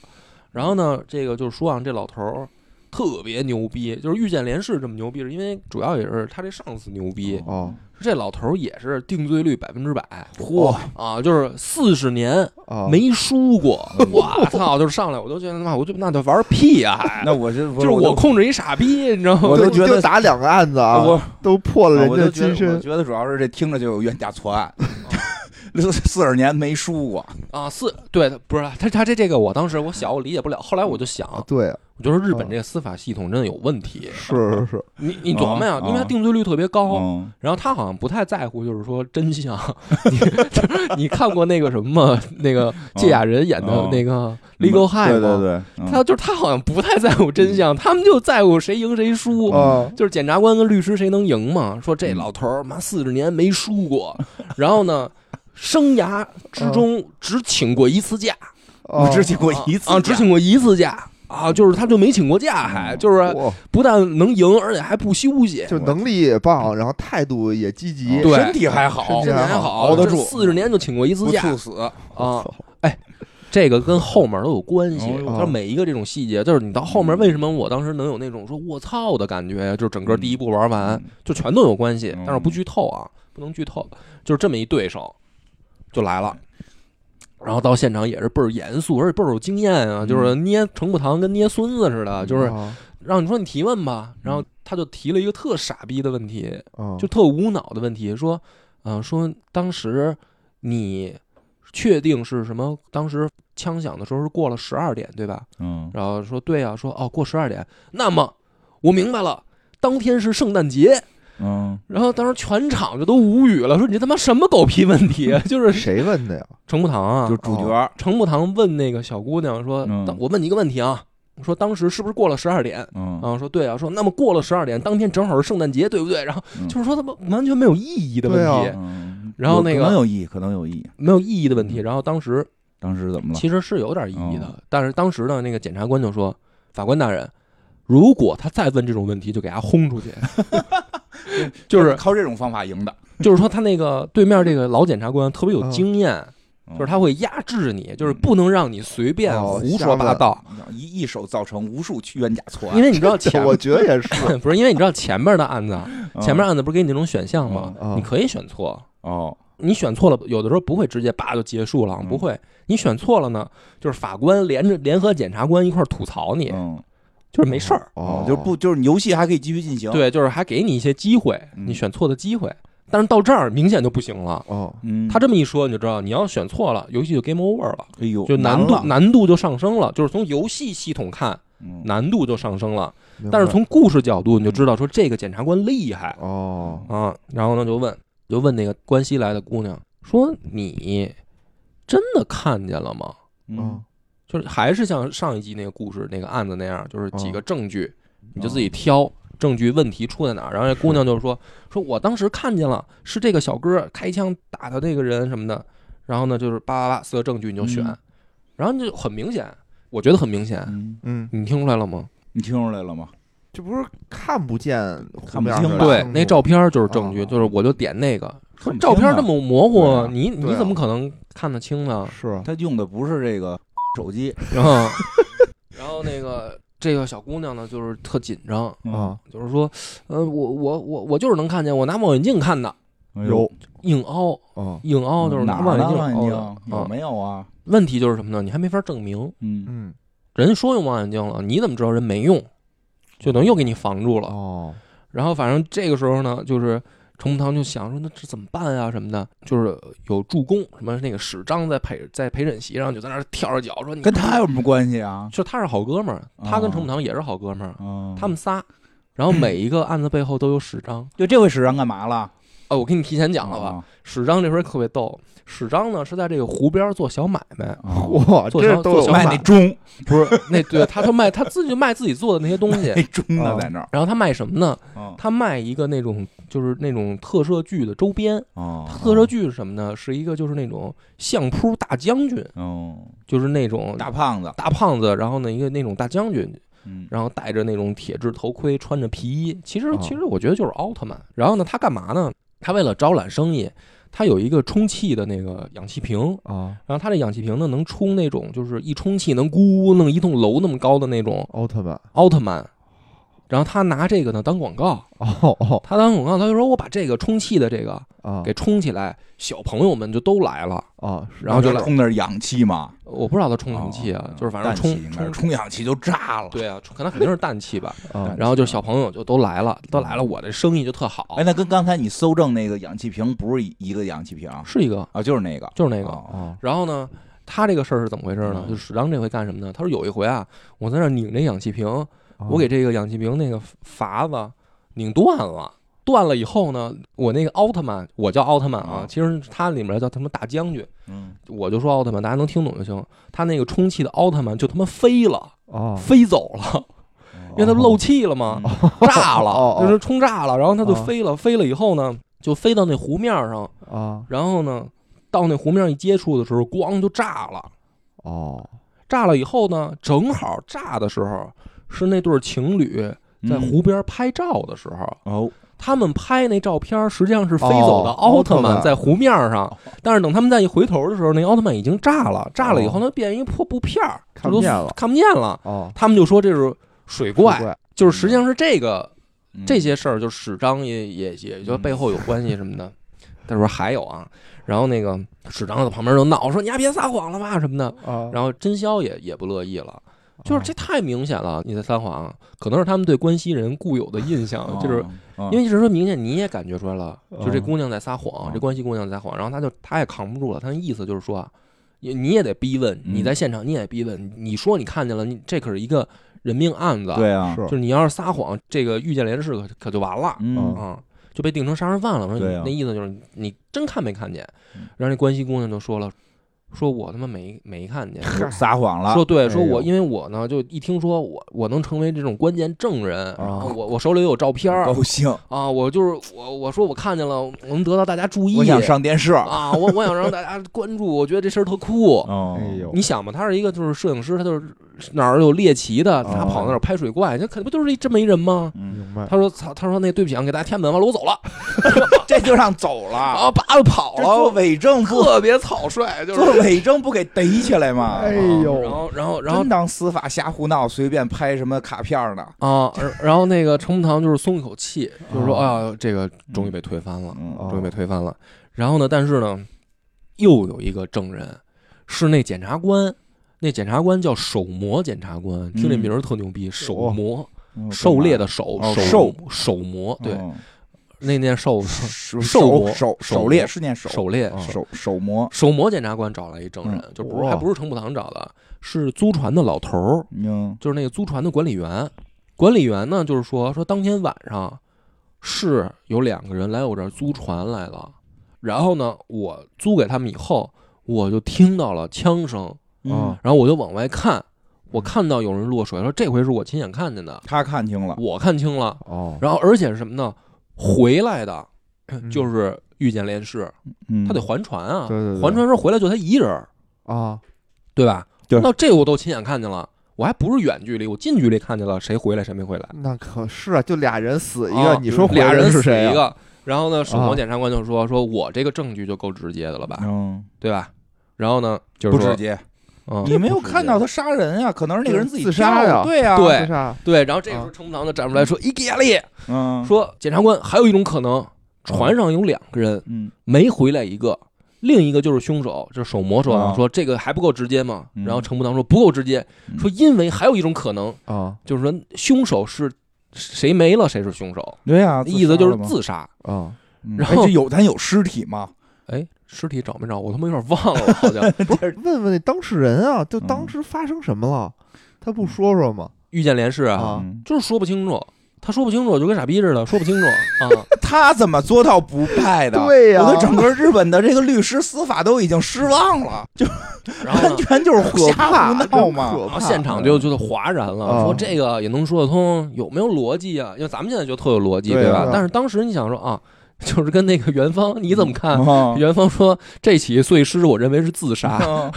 然后呢，这个就是说啊，这老头儿特别牛逼，就是遇见连市这么牛逼，是因为主要也是他这上司牛逼。
哦
这老头儿也是定罪率百分之百
嚯，
啊，就是四十年
哦，
没输过。
哦
我操，就是上来我都觉得他妈，我就那就玩屁 啊！还
那我就
就是我控制一傻逼，你知道吗？
我都
就
觉得
就打两个案子啊，
我
都破了
啊
人
我
家
就觉
金
得我
身，
觉得主要是这听着就有冤假错案，
哦
四十年没输过，
啊，四对，不是他他这这个，我当时我小我理解不了，后来我就想，
啊对，
我就说日本
嗯
这个司法系统真的有问题。
是是是，
你你琢磨呀
啊，
因为他定罪率特别高，
嗯，
然后他好像不太在乎，就是说真相。你 你看过那个什么吗？那个芥雅人演的
哦
那个 Legal High
对对
吗？
对，嗯
他就是他好像不太在乎真相，他们就在乎谁赢谁输。
哦
就是检察官跟律师谁能赢嘛？说
嗯
这老头儿妈四十年没输过，然后呢，生涯
哦
之中只请过一次假，
哦，
我只请过一次假，
啊，只请过一次假啊，就是他就没请过假，还
嗯
就是
哇
不但能赢，而且还不休息，
就能力也棒，然后态度也积极，
对
身体还好
身体
这，还
还
好，
好
熬得住
四十年就请过一次
不
假
猝死，
啊。
操
这个跟后面都有关系，
哦嗯
它每一个这种细节，就是你到后面为什么我当时能有那种说我操的感觉呀？就是整个第一步玩完
嗯
就全都有关系，
嗯
但是我不剧透啊，不能剧透。就是这么一对手就来了，然后到现场也是倍儿严肃，而且倍儿有经验啊，
嗯
就是捏程步堂跟捏孙子似的，就是
啊
让你说你提问吧，
嗯
然后他就提了一个特傻逼的问题，
啊
就特无脑的问题，说，嗯、说当时你确定是什么？当时枪响的时候是过了十二点，对吧？
嗯，
然后说对啊，说哦过十二点，那么我明白了，当天是圣诞节。
嗯，
然后当时全场就都无语了，说你这他妈什么狗屁问 题啊！就是
谁 问的呀？
程步堂啊
就，主角，
程步堂问那个小姑娘说，
嗯
当我问你一个问题啊，说当时是不是过了十二点？
哦
嗯
然后说对啊，说那么过了十二点，当天正好是圣诞节，对不对？然后
嗯
就是说他们完全没有意义的问
对
题，
嗯
然后那个
可能有意义，可能有意义，
没有意义的问
嗯
题。然后当时
当时怎么了？
其实是有点意义
嗯
的，但是当时呢，那个检察官就说，法官大人。如果他再问这种问题，就给他 轰出去。就是
靠这种方法赢的，
就是说，他那个对面这个老检察官特别有经验，
就
就是他会压制你，就是
嗯
不能让你随便
哦
胡说八道。
一一手造成无数冤假错案
因，为你知道
这
前
我觉 得也是
不是因为你知道前面的案子啊，
嗯
前面案子不是给你那种选项吗？
嗯嗯
你可以选错，
哦，
你选错了，有的时候不会直接叭就结束了，
嗯
不会。你选错了呢，就是法官连着联合检察官一块儿吐槽你，
嗯，
啊就是没事儿。
哦
哦，，
就是不就是游戏还可以继续进行，，
对，就是还给你一些机会，
嗯
你选错的机会。但是到这儿明显就不行了。
哦
嗯，
他这么一说，你就知道，你要选错了，游戏就 game over 了，
哎呦，
就难度
了，
难度就上升了。就是从游戏系统看，
嗯
难度就上升了。
明白
但是从故事角度，你就知道说这个检察官厉害，
哦
啊，然后呢就问，就问那个关西来的姑娘说：“你真的看见了吗
哦
嗯？”
就是还是像上一集那个故事那个案子那样，就是几个证据，你就自己
哦
挑证据问题出在哪儿。然后这姑娘就说：“说我当时看见了，是这个小哥开枪打的那个人什么的。”然后呢就是叭叭叭四个证据你就选，
嗯
然后就很明显，我觉得很明显，
嗯，
嗯，
你听出来了吗？
你听出来了吗？
这不是看不见湖
看不
面
清
儿是吧，
对，那照
片
片儿就是证据，
哦
就是我就点那个。
看不
照片
清
儿
啊
这么模糊，
对啊
你你
对啊
怎么可能看得清呢？
是啊
他用的不是这个手机，
然后，然后那个这个小姑娘呢，就是特紧张，
嗯
啊
就是说，呃，我我我我就是能看见，我拿望远镜看的，
哎呦，
有
硬凹
哦
硬凹就是拿
哪
望远镜
望
凹
远
的
镜有
啊。
没有啊？
问题就是什么呢？你还没法证明，
嗯，
嗯
人说用望远镜了，你怎么知道人没用？就等于又给你防住了。
哦
然后反正这个时候呢，就是程步堂就想说，那这怎么办啊什么的，就是有助攻什么那个史章在陪在陪审席上就在那儿跳着脚说你
跟他有什么关系啊？
就他是好哥们儿，他跟
哦
程步堂也是好哥们儿，
嗯，
他们仨，然后每一个案子背后都有史章。
就这回史上干嘛了？
哦，我给你提前讲
啊
了吧，史章这回特别逗，史章呢是在这个湖边做小买卖，
啊
哇，
做
这
小
都
做
有
小
卖
办
那
法
钟，
不是那对他他卖他自己就卖自己做的那些东西
那，钟呢
啊
在那儿。
然后他卖什么呢？
嗯
他卖一个那种就是那种特摄剧的周边，
哦，
特摄剧是什么呢？是一个就是那种相扑大将军，
哦，
就是那种
大胖子，
大胖子，然后呢一个那种大将军，
嗯，
然后戴着那种铁质头盔，穿着皮衣。其实
哦
其实我觉得就是奥特曼。然后呢，他干嘛呢？他为了招揽生意，他有一个充气的那个氧气瓶，
啊，
然后他这氧气瓶呢能充那种就是一充气能咕弄一栋楼那么高的那种
奥特曼
奥特曼。然后他拿这个呢当广告，
哦哦
他当广告，他就说我把这个充气的这个
啊
给充起来，小朋友们就都来了。
啊，是
然后就来
充那儿氧气嘛，
我不知道他充什么气啊
哦，
就是反正
氮气
充
应该是
充
充氧气就炸了。
对啊，可能肯定是氮气吧。
啊
然后就是小朋友就都来了，都来了，我这生意就特好
哦哎，。那跟刚才你搜证那个氧气瓶不是一一个氧气瓶啊，
是一个，
啊就是那个，哦
就是那
那
个。
啊
然后呢，他这个事儿是怎么回事呢？
嗯
就史章这回干什么呢？他说有一回啊，我在那儿拧这氧气瓶，
哦
啊
我给这个氧气瓶那个阀子拧断了。断了以后呢，我那个奥特曼，我叫奥特曼啊
啊，
其实他里面叫他妈大将军，
嗯，
我就说奥特曼，大家能听懂就行。他那个充气的奥特曼就他妈飞了，
哦
啊，
飞走了，因为他漏气了嘛，
嗯
炸
哦
了，
哦
就是冲炸了，然后他就
哦
飞了，飞了以后呢，就飞到那湖面上，
啊
然后呢，到那湖面一接触的时候，咣就炸了，
哦
炸了以后呢，正好炸的时候是那对情侣在湖边拍照的时候，
嗯哦，
他们拍那照片实际上是飞走的
哦奥
奥
特
特
曼
曼在湖面上，但是等他们再一回头的时候，那奥特曼已经炸了，炸了以后
哦
它变一破布片儿，
看不见了
这都看不见了。
哦，
他们就说这是水怪，
怪
就是实际上是这个
嗯
这些事儿，就是史章也也也就背后有关系什么的。 但是说还有啊，然后那个史章在旁边就闹说：“你还别撒谎了吧什么的。”
哦
啊，
然后真宵也也不乐意了，就是这太明显了，你在撒谎，啊可能是他们对关西人固有的印
哦
象，啊就是因为一直说明显你也感觉出来了，就这
嗯
姑娘在撒
嗯
谎，这关系姑娘在撒谎，然后她就她也扛不住了，她的意思就是说啊，你你也得逼问，
嗯
你在现场你也逼问，你说你看见了，你这可是一个人命案子，，
对啊，
是
就是你要是撒谎，这个遇见连氏可可就完了
嗯
嗯
啊，就被定成杀人犯了。我说
对
你
啊
那意思就是你真看没看见
嗯？
然后那关西姑娘就说了，说我他妈没没 看见。
我撒谎了，
说对，
哎
说我
呦
因为我呢，就一听说我我能成为这种关键证人，然
啊
后我我手里有照片儿，
高兴，
啊，我就是我，我说我看见了，我能得到大家注意。
我想上电视，
啊，我我想让大家关注，我觉得这事儿特酷。
哦
哎呦
你想吧，他是一个就是摄影师，他就是哪儿有猎奇
啊
的，他跑那儿拍水怪，这肯定不就是一这么一人吗？
嗯，
明白
他说：“操！”他说：“那对不起啊，给大家添门完了，我走了。啊
这就让走”
然后
了，
叭就
啊
跑
这做
了，
伪证不
特别草率，哦就是嗯
做伪证不给逮起来吗？
哎
然
呦
后，然后，然后
真当司法瞎胡闹，随便拍什么卡片呢？
啊，然然后那个程步堂就是松一口气，就是说：“哎
啊
呀，这个终于被推翻了。”
嗯
哦
终于被推翻了。然后呢，但是呢，又有一个证人是那检察官，那检察官叫手磨检察官，听这名
嗯
儿特牛逼，手磨狩猎的手，
哦
手手磨，对，
嗯
那 念兽
手
手
手
磨
手
手
手
磨
猎是念手
狩猎
哦
手手磨，
手磨检察官找来一证人，就不是
嗯哇
还不是程步堂找的，是租船的老头儿，
嗯
就是那个租船的管理员。管理员呢，就是说说当天晚上是有两个人来我这儿租船来了，然后呢，我租给他们以后，我就听到了枪声，
啊
嗯，
然后我就往外看，我看到有人落水，说这回是我亲眼看见的，
他看清了，
我看清了。
哦，
然后而且是什么呢？回来的
嗯
就是遇见连氏，
嗯
他得还船啊，
对对对
还船时候回来就他一人儿，
啊
对吧？
对
那这我都亲眼看见了，我还不是远距离，我近距离看见了谁回来谁没回来。
那可是啊，就俩人死一个，
啊
你说
俩人
是
死
谁
一
啊？
个，然后呢，首
啊
模检察官就说：“说我这个证据就够直接的了吧，
嗯
对吧？”然后呢，就是
不
说
直接，
嗯
你没有看到他杀人啊？可能是那个人自己
自杀
跳
呀
对呀，
对
是啊啥？
对，然后这个时
啊
候程步堂就站出来说：“伊给亚利，
嗯，
说检察官还有一种可
啊
能，船上有两个人
嗯
没回来一个。”另一个就是凶手，这手魔手
啊
说这个还不够直接吗？
嗯
然后程步堂说不够直接，
嗯
说因为还有一种可能，
啊
就是说凶手是谁没了谁是凶手，
对呀，
意思就是
杀了嘛
自杀。
啊
嗯
然
哎
后
这有咱有尸体吗？
哎，尸体找没找？我他妈有点忘了，好像不是
问问那当事人啊，就
嗯
当时发生什么了，他
嗯
不说说吗？
遇见连氏啊，
啊
嗯
就是说不清楚，他说不清楚，就跟傻逼似的，说不清楚啊。
他怎么做到不败的？
对呀
我对整个日本的这个律师司法都已经失望了，就
然后
完
呢
全就是
可
瞎
怕，
胡
真
闹
可
嘛。
然后
怕
现场就就哗然了，
啊
说这个也能说得通，有没有逻辑呀？因为咱们现在就特有逻辑，
对啊
对吧
对？啊
但是当时你想说啊，就是跟那个元芳你怎么看？
啊
元芳说这起碎尸，我认为是自杀，
啊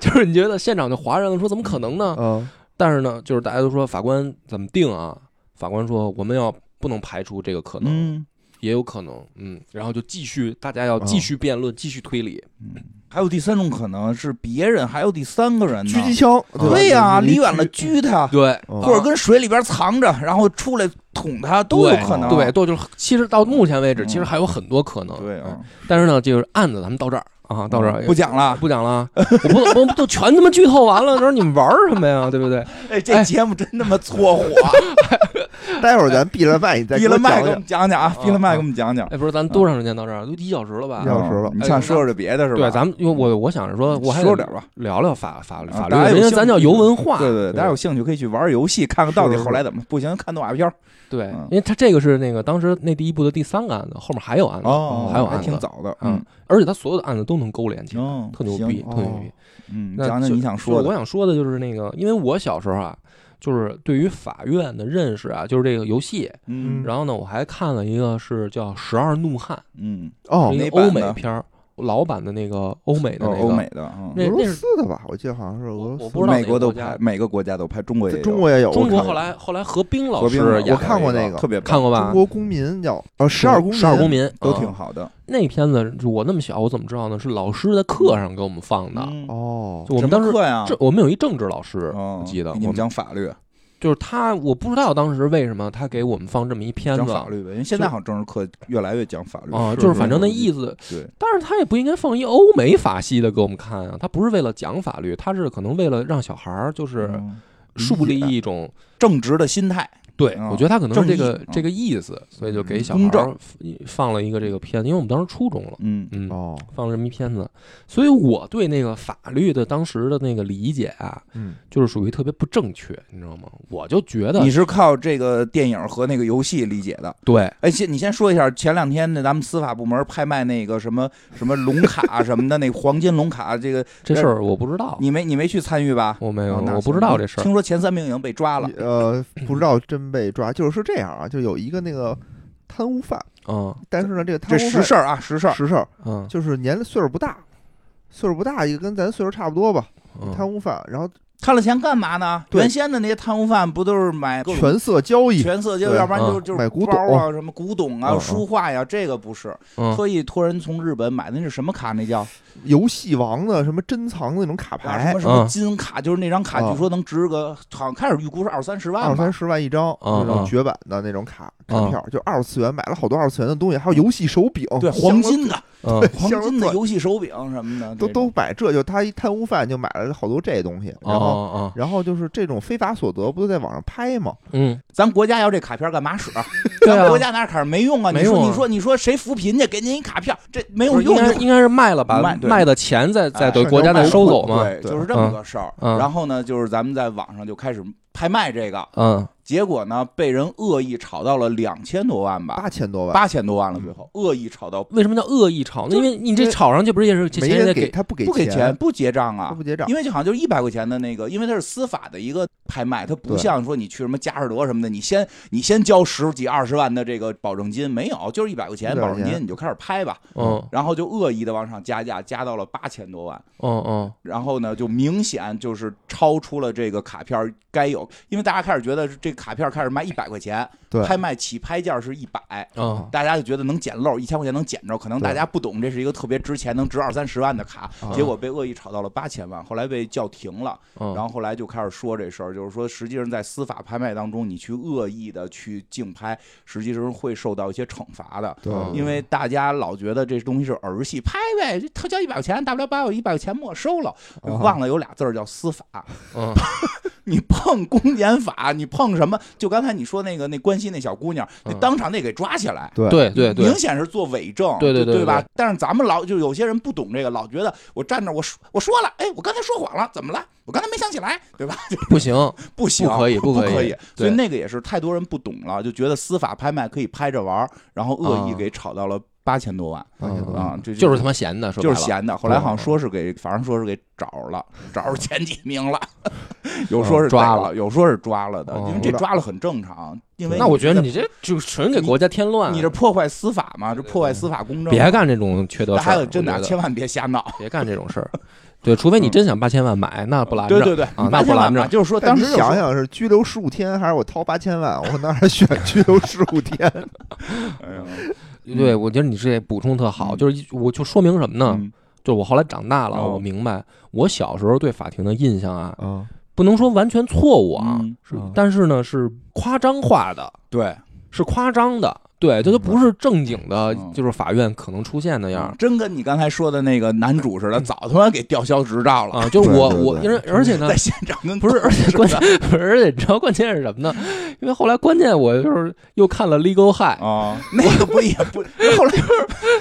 就是你觉得现场就哗然了，说怎么可能呢？
嗯
但是呢，就是大家都说法官怎么定啊？法官说我们要不能排除这个可能，
嗯，
也有可能，嗯，然后就继续大家要继续辩论，继续推理，
还有第三种可能是别人，还有第三个人呢
嗯
狙。击枪，吧
对呀、
就是
离远
狙
了狙他，
对，
嗯
或者跟水里边藏着，然后出来捅他都有可能。
对，对，就是其实到目前为止，
嗯
其实还有很多可能。
对啊
嗯，但是呢，就是案子咱们到这儿啊，到这儿
嗯不讲了。
不讲了，我不我不都全他妈剧透完了，说你们玩儿什么呀，对不对？
哎，这节目真他妈搓火！
待会儿咱闭了麦，你再
闭
给我
了
讲
麦
讲
给我们讲讲啊，
啊
闭了麦给我们讲讲。
哎，不是，咱多长时间到这儿？都一小时了吧
一？小时了
嗯你看
哎
说说这别的是吧？
对，咱们因为我我想着说，我还得
说点吧。
聊聊法法律
啊
法律
大家
的，
有
因为
兴
咱叫
趣
游文化，
对对对，大家有兴趣可以去玩儿游戏，看看到底
是是
后来怎么。不行，看动画片儿。
对
嗯，
因为他这个是那个当时那第一部的第三个案子，后面还有案子，还有
哦嗯还
案
挺
子，
早的。
嗯，而且他所有的案子都能勾连起来，
嗯，
特牛
行
逼，特牛
哦
逼。
嗯，
那
讲讲
就
你想说
就是我
的。
想说的就是那个，因为我小时候啊，就是对于法院的认识啊，就是这个游戏。
嗯
然后呢，我还看了一个是叫《十二怒汉
嗯，》，
哦
是
哪
一个欧
版
美
的
片儿，老版的那个欧美的
哦
那个。
欧美的，嗯
那
俄罗
是
斯的吧？我记得好像是俄罗
我
斯，
不知道哪
美
个
国都
国家
拍，每个国家都拍，中国也有
中国也有。
中国
我看
后来后来何冰老
合
师
并了
演
我
的
看过
一
那
个，
个
特别棒
看过吧
中？国公民叫呃十二公民，
十二公民
都
啊
挺好的。
那片子就我那么小，我怎么知道呢？是老师在课上给我们放的。
嗯
哦
就我
什么
们当时
课呀，
这我们有一政治老师，
哦
我记得
给
我
你们
们
讲法律，
就是他，我不知道当时为什么他给我们放这么一片
讲
子。
法律呗，因为现在好像政治课越来越讲法律
啊，
是
就是
是
反正那
是
意思，
对，
但是他也不应该放一欧美法系的给我们看啊，他不是为了讲法律，他是可能为了让小孩儿就是
嗯
树立
理解
一种，
正直的心态，
对
嗯
我觉得他可能是这
正义啊嗯
个这个意思，所以就给小
公
孩儿
正
放了一个这个片子，因为我们当时初中了，
嗯
嗯，
哦，
放了这么一片子，所以我对那个法律的当时的那个理解啊，
嗯，
就是属于特别不正确，你知道吗？我就觉得
你是靠这个电影和那个游戏理解的。
对，
哎，先你先说一下，前两天那咱们司法部门拍卖那个什么什么龙 卡什么的，那黄金龙卡，这个
这事儿我不知道，
你没你没去参与吧？
我没有，
哦那
哎我不
行
知道这事儿嗯
听说前三名已经被抓了，
呃，不知道真被抓，就是是这样啊，就有一个那个贪污犯，
嗯
但是呢，这个贪
这
污
实
犯
事儿啊，实事儿。
实事儿，
嗯
就是年龄岁数不大，岁数不大，也跟咱岁数差不多吧，
嗯，
贪污犯，然后
贪了钱干嘛呢？
对
原先的那些贪污犯不都是买各种
权色交易，
全色就
对
要不然就
嗯
就是
买古
包啊，什么古董
嗯
啊、
嗯
书画呀，这个不是
嗯
特意托人从日本买的那是什么卡？那叫
游戏王的什么珍藏的那种卡
啊什
牌
么，什么
嗯
金卡，就是那张卡，
嗯
据说能值个好像开始预估是二三十
二
万吧
三。十万一张，
嗯
那
嗯
种绝版的那种卡
嗯
卡片，就二次元买了好多二次元的东西，还有游戏手柄，
对，
箱
黄
子
金的、
嗯
黄
箱子
金的
钻
游戏手柄什么的，
都
这
都
种
买，这就他一贪污犯就买了好多这东西，然后、
哦哦
然后就是这种非法所得不都在网上拍吗？
啊
嗯，
咱国家要这卡片干嘛使？
对啊
咱国家拿着卡片没用啊！
没
你
用
说
啊
你说你说谁扶贫去？给您一卡片，这没有
不是应
用。啊
该
就
应该是卖了吧，
卖对
卖的钱再再
哎
对
是
国家再
能卖
收走嘛。
对，
对
就是这么个事儿。
嗯嗯
然后呢，就是咱们在网上就开始拍卖这个，
嗯，
结果呢被人恶意炒到了两千多万吧，
八千多万，
八千多万了，嗯最后恶意炒到
为什么叫恶意炒呢？
就
因为你这炒上去不是也是这
没
钱也
人
得
给
给
他不给
不给
钱，
不结账
他
啊
不。结账，
因为就好像就是一百块钱的那个，因为它是司法的一个拍卖，它不
对
像说你去什么佳士得什么的，你先你先交十几二十万的这个保证金，没有，就是一百块钱
100
保证
块
金
钱
你就开始拍吧，
嗯
然后就恶意的往上加价，加到了八千多万，
嗯嗯
然后呢就明显就是超出了这个卡片该有，因为大家开始觉得这卡片开始卖一百块钱，
对
拍卖起拍价是一百，
嗯
大家就觉得能捡漏，一千块钱能捡着，可能
对
大家不懂这是一个特别值钱，能值二三十万的卡，
啊
结果被恶意炒到了八千万，后来被叫停了，
嗯，
然后后来就开始说这事儿，就是说实际上在司法拍卖当中，你去恶意的去竞拍，实际上会受到一些惩罚的。
对
嗯
因为大家老觉得这东西是儿戏，拍呗，就特交一百块钱，大不了把我一百块钱没收了，
啊
忘了有俩字儿叫司法。
嗯
你碰公检法，你碰什么？就刚才你说那个那关西那小姑娘，那
嗯
当场得给抓起来。
对
对对对
明，显是做伪证，
对对
对
对
吧
对？
但是咱们老就有些人不懂这个，老觉得我站那儿我说我说了，哎，我刚才说谎了，怎么了？我刚才没想起来，对吧？ 就
不行，
不行，
不可 以
不
不可以
以所
对。
以那个也是太多人不懂了，就觉得司法拍卖可以拍着玩儿，然后恶意
啊
给炒到了八千多万
发现了
啊，这
就是他妈闲的，说白
就
了嗯
是闲的。后来好像
对
说是给，反正说是给找了，找着前几 名了，有说是逮
嗯抓
了，有说是抓了的，
哦
因为这抓了很正常，因为
那我觉得
你
你这就纯给国家添乱，
你这破坏司法嘛，这破坏司法公正。
别，干这种缺德
大
事
家
儿，
真
我
的
觉得
千万别瞎闹。
别干这种事儿。对，除非你真想八千万买，那不拦着。
对对对，
啊
八
那
千
不
万
拦
嘛，
着。
就是说
但
当
你
时就是
想想是拘留十五天，还是我掏八千万？我那还 选拘留十五天。
哎
嗯
呦
对，我觉得你这补充特好，
嗯
就是我就说明什么呢？
嗯
就是我后来长大了，
哦
我明白，我小时候对法庭的印象啊，
啊，
不能说完全错误啊，
嗯
是
嗯
但是呢是夸张化的，
对，
是夸张的，对，这都不是正经的
嗯，
就是法院可能出现的样儿。嗯
真跟你刚才说的那个男主似的，早他妈给吊销执照了，
啊，就是我
对对
我，因
对
为 而且呢
在，现场跟
不是，而且
关
关键，而且你知道关键是什么呢？因为后来关键我就是又看了《Legal High
啊，那个不也 不后来》，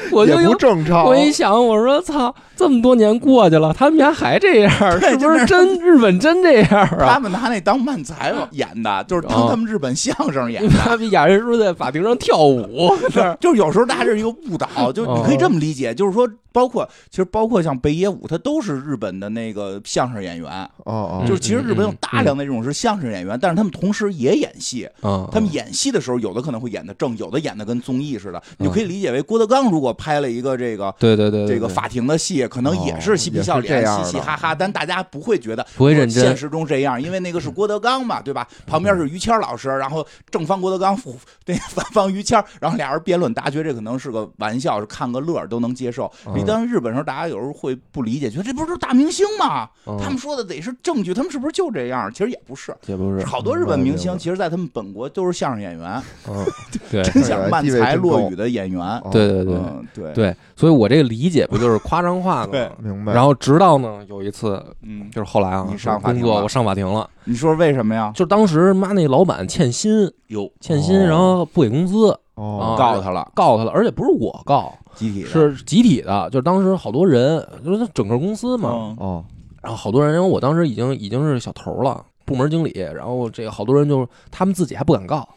我就
也
又
不正常。
我一想，我说操，这么多年过去了，他们家还这样儿，
对
是不
就是是
真日本真这样 儿
他
啊？
们拿那当漫才演的，就是当
哦
他们日本相声演的。
他 们俩人说在法庭上跳舞，
就是就是有时候它是一个误导，就
哦
你可以这么理解，就是说，包括其实包括像北野武，他都是日本的那个相声演员，
哦哦，
就是其实日本有
嗯嗯
大量的这种是相声演员，但是他们同时也演戏，
嗯
他们演戏的时候，有的可能会演的正，有的演的跟综艺似的，你就可以理解为郭德纲如果拍了一个这个。
对对对，
这个法庭的戏可能也是嬉皮笑
也是
脸、
这样的
嘻嘻哈哈，但大家不会觉得哦
不会认真
现实中这样，因为那个是郭德纲嘛，对吧？旁边是于谦老师，然后正方郭德纲，负对反方于谦，然后俩人辩论，大家觉得这可能是个玩笑，是看个乐儿都能接受。你当时日本时候，大家有时候会不理解，觉得这不是大明星吗？
哦嗯
他们说的得是证据，他们是不是就这样？其实也不是。
也不是
好多日本明星，，其实，在他们本国都是相声演员，
嗯， 对
真想漫才落语的演员。
哦
对对对
嗯，对，
对，所以我这个理解不就是夸张化的
对
吗？
明白。
然后直到呢有一次，
嗯，
就是后来啊，
你上法庭
工作
了
我上法庭了。
你说为什么呀？
就当时妈那老板欠薪，有欠薪，
哦
然后不给工资，
哦，
啊
告他了，
告他了，而且不是我告，
集体的
是集体的，就是当时好多人，就是整个公司嘛，
嗯
哦，
然后好多人，因为我当时已经已经是小头了，部门经理，然后这个好多人就他们自己还不敢告，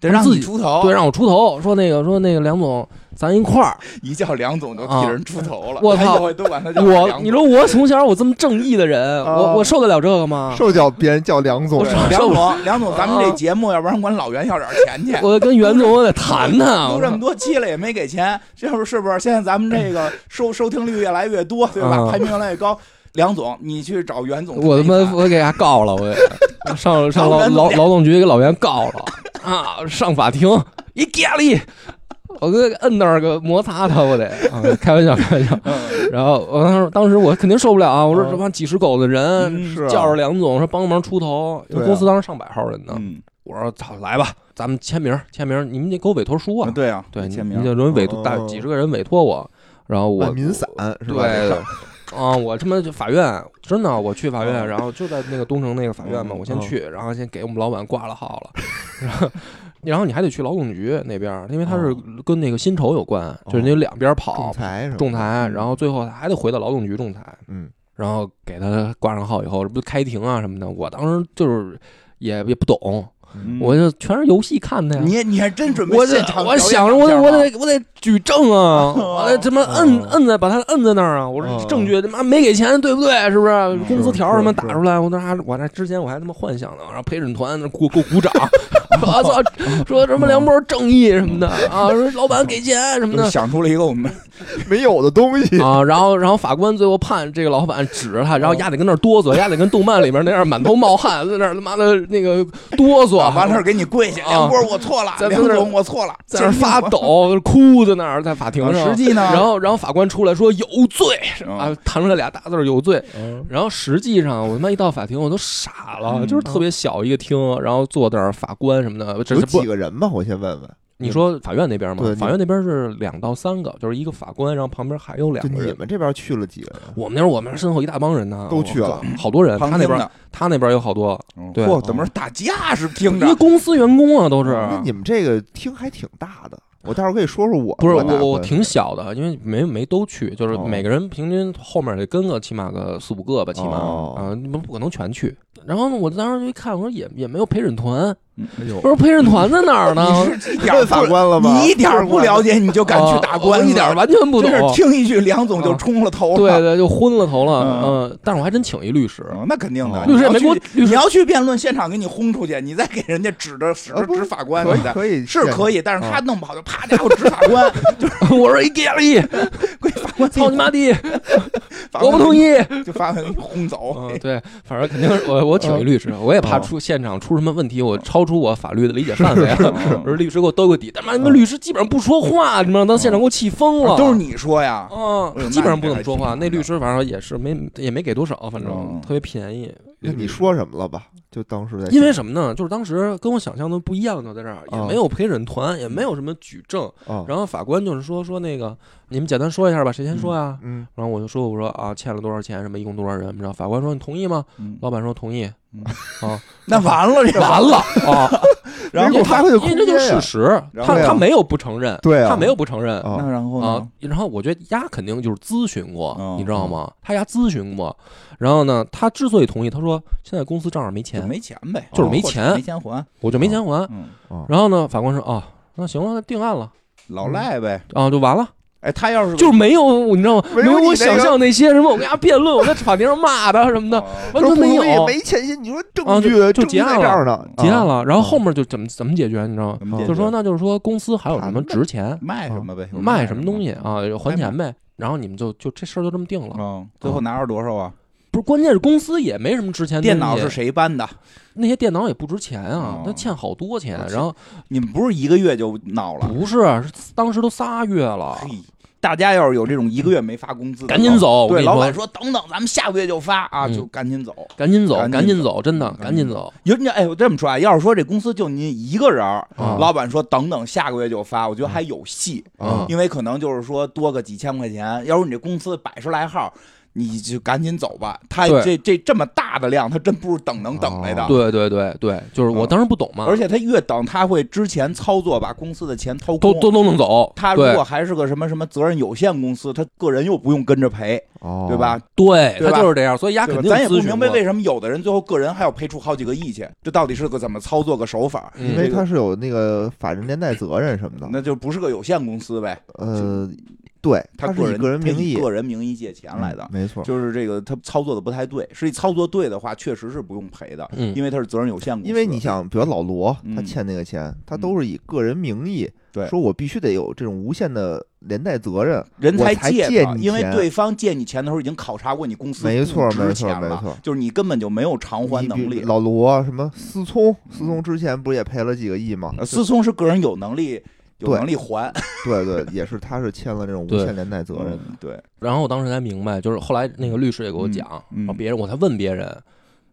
得让
自
你
己
出头，
对，让我出头，说那个说那个梁总，咱一块儿，
一叫梁总就替
啊
人出头了。
我操
哎呦，都管他 叫
我
梁
你
总
说我从小我这么正义的人，我我受得了这个吗？
受教别人叫梁总
啊我，说
梁
受不
总， 梁总，咱们这节目要不然管老袁要点钱去。
我跟袁总我得谈 谈，
录
我
这么
说
多期了也没给钱，这不是是不是？现在咱们这 个收收听率越来越多，对吧？
嗯
排名越来越高。梁总，你去找袁总谈一谈，
我他妈我给他告了，我我上上劳
老袁怎么
劳
样
劳动局给老袁告了啊，上法庭一咖喱，我给他摁那儿个摩擦他，我得、啊、开玩笑开玩笑。
嗯
然后我当时当时我肯定受不了啊！我说
嗯
这帮几十狗的人、
嗯
是啊
叫着梁总说帮忙出头，因为
对啊
公司当时上百号人呢。
嗯，
我说操，来吧，咱们签名签名，你们得给我委托书啊！
对啊，
对，你
签
你
名，
得轮委托
哦
大几十个人委托我，然后我
万民散是吧？
对
这个
啊，我他妈就法院，真的，我去法
哦
院，
嗯
然后就在那个东城那个法院嘛，
嗯
我先
嗯
去，然后先给我们老板挂了号了，然后然后你还得去劳动局那边儿，因为他是
哦
跟那个薪酬有关，就是你两边跑
仲裁是吧？
仲裁，啊
嗯
然后最后还得回到劳动局仲裁，
嗯，
然后给他挂上号以后，这不开庭啊什么的，我当时就是也也不懂，
嗯
我就全是游戏看的呀。
你你还真准备
我
现
得
场
我
表演
想着我得
两下
我
吗
得我得举证啊， 我得他妈摁
哦
摁在把他摁在那儿啊！我说
哦
这证据他妈没给钱对不对？是不是
嗯
工资条什么
是是
打出来？我那还我那之前我还他妈幻想呢，然后陪审团那鼓鼓鼓掌， 我 操，说什么梁波正义什么的
哦
啊，说老板给钱什么
就是
的。
想出了一个我们
没有的东西，
啊，然后，然后法官最后判这个老板指着他，然
哦
后丫得跟那儿哆嗦，丫得跟动漫里面那样满头冒汗，在那儿他妈的那个 哆嗦，
完事儿给你跪下，
啊
梁波我错了，
在那
梁
儿
总我错了，
在那儿发
抖。
抖，哭在那儿，在法庭上。
实际呢，
然后，然后法官出来说有罪
嗯
啊，弹出来俩大字儿有罪。
嗯
然后实际上，我他妈一到法庭，我都傻了，
嗯
就是特别小一个厅，然后坐那儿法官什么的，这
有
是不
几个人吧？我先问问。
你说法院那边吗
对？
法院那边是两到三个，就是一个法官，然后旁边还有两
就
个
你
人。啊
们这边去了几个人？
我们那时候我们身后一大帮人呢，
都去了
我靠好多人。他
旁
那
听
边
的，
他那边有好多，
嗯
对
嚯，怎么是打架是听
因
着
为？公司员工啊都是。
那你们这个厅还挺大的，我待会儿可以说说我。
不是
我
我
打
我我
分
挺小的，因为没没都去，就是
哦
每个人平均后面得跟个起码个四五个吧，起码
哦
啊，你们不可能全去。然后呢，我当时就一看，我说也也没有陪审团，
哎呦
我，说陪审团在哪儿呢？
你是一点儿
问法
不
官了吗？
你一点儿不了解，你就敢去打官
啊
司，
我一点完全不懂啊
真。是听一句梁总就冲了头
对
了。
对，就昏了头了。
嗯
嗯，但是我还真请一律师，
嗯那肯定的
哦，
律师也没
你
给
要
我
去，
律
你
师
要去辩论现场给你轰出去，你再给人家指着指
啊
着
不
指法官，
可以
你再
可以
是可
以，
以，但
啊
是他弄不好就啪家伙指法官，
我说一给 力，
归嗯法官
操你妈的，
法官
我不同意。
就法官给你轰 走。
嗯，对，反正肯定是我我请
嗯
一律师，我也怕出现场出什么问题，我超出我法律的理解 范围了。我说律师给我兜个底，他妈你们律师基本上不说话，你们当现场给我气疯
嗯
了。
啊都是你说呀，
嗯
哎呦，
基本上不怎么说话。
那
那
你这还挺好的
律师反正也是没也没给多少，反正
嗯
特别便宜。
那你说什么了吧？就当时在
因为什么呢？就是当时跟我想象的不一样，就在这儿，也
嗯
啊
没有陪审团，也没有什么举证。
啊，
然后法官就是说说那个，你们简单说一下吧，谁先说呀？
嗯，
然后我就说我说啊，欠了多少钱，什么一共多少人？然后法官说你同意吗？
嗯
老板说同意。啊，
那完了，这
哦完了啊！
然
因
后
为
我
他
发挥的
因为这就是
空间
事
呀
实，
然后
他
呀嗯
他没有不承认，
对啊，
他没有不承认。
啊
那然后
啊
呢？，
然后我觉得丫肯定就是咨询过
哦，
你知道吗？他丫咨询过，然后呢，他之所以同意，他说现在公司账上没
就
钱，
没钱呗，哦
就是没
或者
钱
没钱还。
我就没钱还。
嗯，
然后呢，法官说啊，那行了，那定案了
老赖呗。
啊，就完了。
哎，他要是
就是没有，你知道吗？
没
没
有
有
你
我
那个
想象那些什么，我跟他辩论，我在法庭上骂他什么的，
哦
完
说
全
不
没
同意
有，
没钱信，你说证
啊
据
就就
证据
结案
在这儿呢，
结案
啊，
了。然后后面就怎么怎么解决，你知道吗？
嗯怎么解决
就说那就是说公司还有什么值钱，
卖什么呗，有
哦卖什么东西啊，还
卖
钱呗。然后你们就就这事儿就这么定了，
嗯，最后拿着多少啊？
不是？关键是公司也没什么值钱的东西，
电脑是谁搬的？
那些电脑也不值钱啊
哦，
他欠好多钱
我。去
然后
你们不是一个月就闹了？
不是，是当时都仨月了，
嘿，大家要是有这种一个月没发工资的，
赶紧。走！我跟
对，
你
老板
说，
说等等，咱们下个月就发啊，
嗯
就赶紧走。
赶紧走，
赶紧
赶紧走，真的
赶紧
赶紧走。
有你哎，我这么说啊，要是说这公司就您一个人儿，
啊嗯
老板说等等下个月就发，我觉得还有戏，
啊
因为可能就是说多个几千块钱。要是你这公司百十来号，你就赶紧走吧。他
对哦
这这这么大的量，他真不是等能等来的。
啊
对对对对，就是我
啊
当时不懂嘛，
而且他越等，他会之前操作把公司的钱掏
都
空。
都都能走。
他如果还是个什么什么责任有限公司，他个人又不用跟着赔，
哦
啊对吧？？
对
对
对，
吧
他就是这样，所以丫
对
肯
吧？
定
咱也不
咨询
明白
过
为什么有的人最后个人还要赔出好几个亿去，这到底是个怎么操作个手法？
嗯
因为他是有那个法人连带责任什么的，
那就不是个有限公司呗，
呃，对，
他
是以
人
个
个
人名义
个人名义借钱来的
嗯，没错，
就是这个他操作的不太对。是操作对的话，确实是不用赔的，
嗯
因为他是责任有限公司。
因为你想，比如老罗
嗯
他欠那个钱，他都是以个人名义，
对
说我必须得有这种无限的连带责任，
人
我
才
才
借
借
的
你
因为
钱
对方借你钱的时候已经考察过你公司
没错
不值
没错
钱
没
了
错
就是你根本就没有偿还
你比
能力。呃嗯
老罗啊什么思聪，思聪之前不是也赔了几 个亿吗？
呃思聪是个人有能力，有
对
能力还。
对对，也是他是欠了这种无限连带责任的。
嗯对，
然后我当时才明白，就是后来那个律师也给我讲，
嗯嗯
然后别人我才问别人，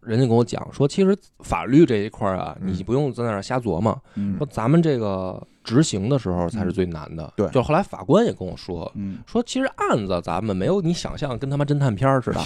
人家跟我讲说，其实法律这一块儿啊，
嗯
你不用在那儿瞎琢磨，
嗯
说咱们这个执行的时候才是最难的。
对
就后来法官也跟我说。
嗯，
说其实案子咱们没有你想象跟他妈侦探片儿似的，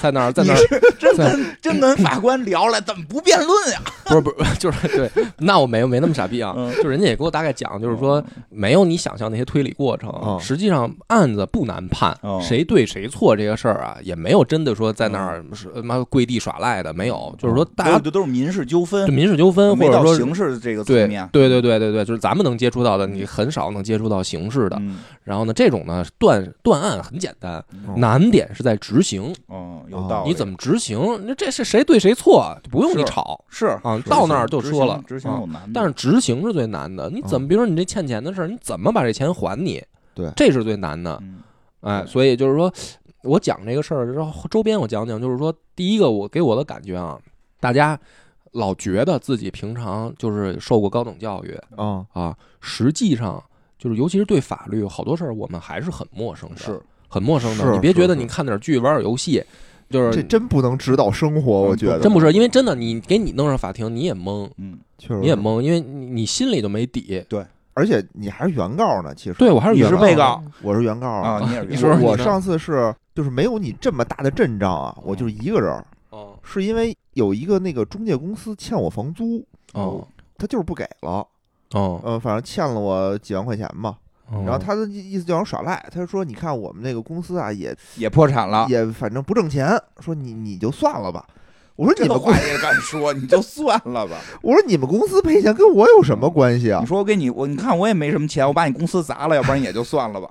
在那儿在
你
那儿
是真
在
跟真跟法官聊了，怎么不辩论呀？
不是不是 就是对，那我没有没那么傻逼啊，
嗯
就人家也给我大概讲，就是说没有你想象那些推理过程，
嗯
哦
实际上案子不难判，
哦
谁对谁错这个事儿啊，也没有真的说在那
嗯
儿是呃妈跪地耍赖的，没有，就是说大
所以
家
这都是民事纠纷
就，民事纠纷或
嗯没
者
到
说
刑事的这个
对
层面。
对对对对对，就是咱们能接触到的，你很少能接触到刑事的。
嗯，
然后呢，这种呢断断案很简单，
哦
难点是在执行，
哦，有道理。
你怎么执行？那这是谁对谁错，啊不用你
是
吵
是
啊
是
到那儿就
执
说
行
了
执行嗯
啊
有难度，
但是执行是最难的。你怎么，比如说你这欠钱的事儿，你怎么把这钱还你？
对
这是最难的。
嗯
哎，
对
所以就是说，我讲这个事儿，然后周边我讲讲，就是说，第一个我给我的感觉啊，大家老觉得自己平常就是受过高等教育
啊，
啊，实际上就是尤其是对法律好多事儿，我们还是很陌生的，
是
很陌生
是
的。你别觉得
是
你看点剧玩点游戏，就
这
是
真不能指导生活，
嗯
我觉得
不
真不是，因为真的你给你弄上法庭，你也懵，
嗯
确实
你也懵，因为你你心里就没底。
对，
而且你还是原告呢，其实
对我还是
你
原
是被告，
我是原告
啊，你也是
你
原
说
告
说你
我
呢
上次是就是没有你这么大的阵仗啊，我
嗯
就是一个人儿，
哦
是因为有一个那个中介公司欠我房租，
哦
他就是不给了，
嗯
哦，
呃，反正欠了我几万块钱吧。
然
哦
然后他的意思就想耍赖，他就说你看我们那个公司啊也
也破产了。
也反正不挣钱，说你你就算了吧。我说
这
你们
个
公
话也敢说，你就算了吧。
我说你们公司赔钱跟我有什么关系啊
你？说我给你，我你看我也没什么钱，我把你公司砸了，要不然也就算了 吧。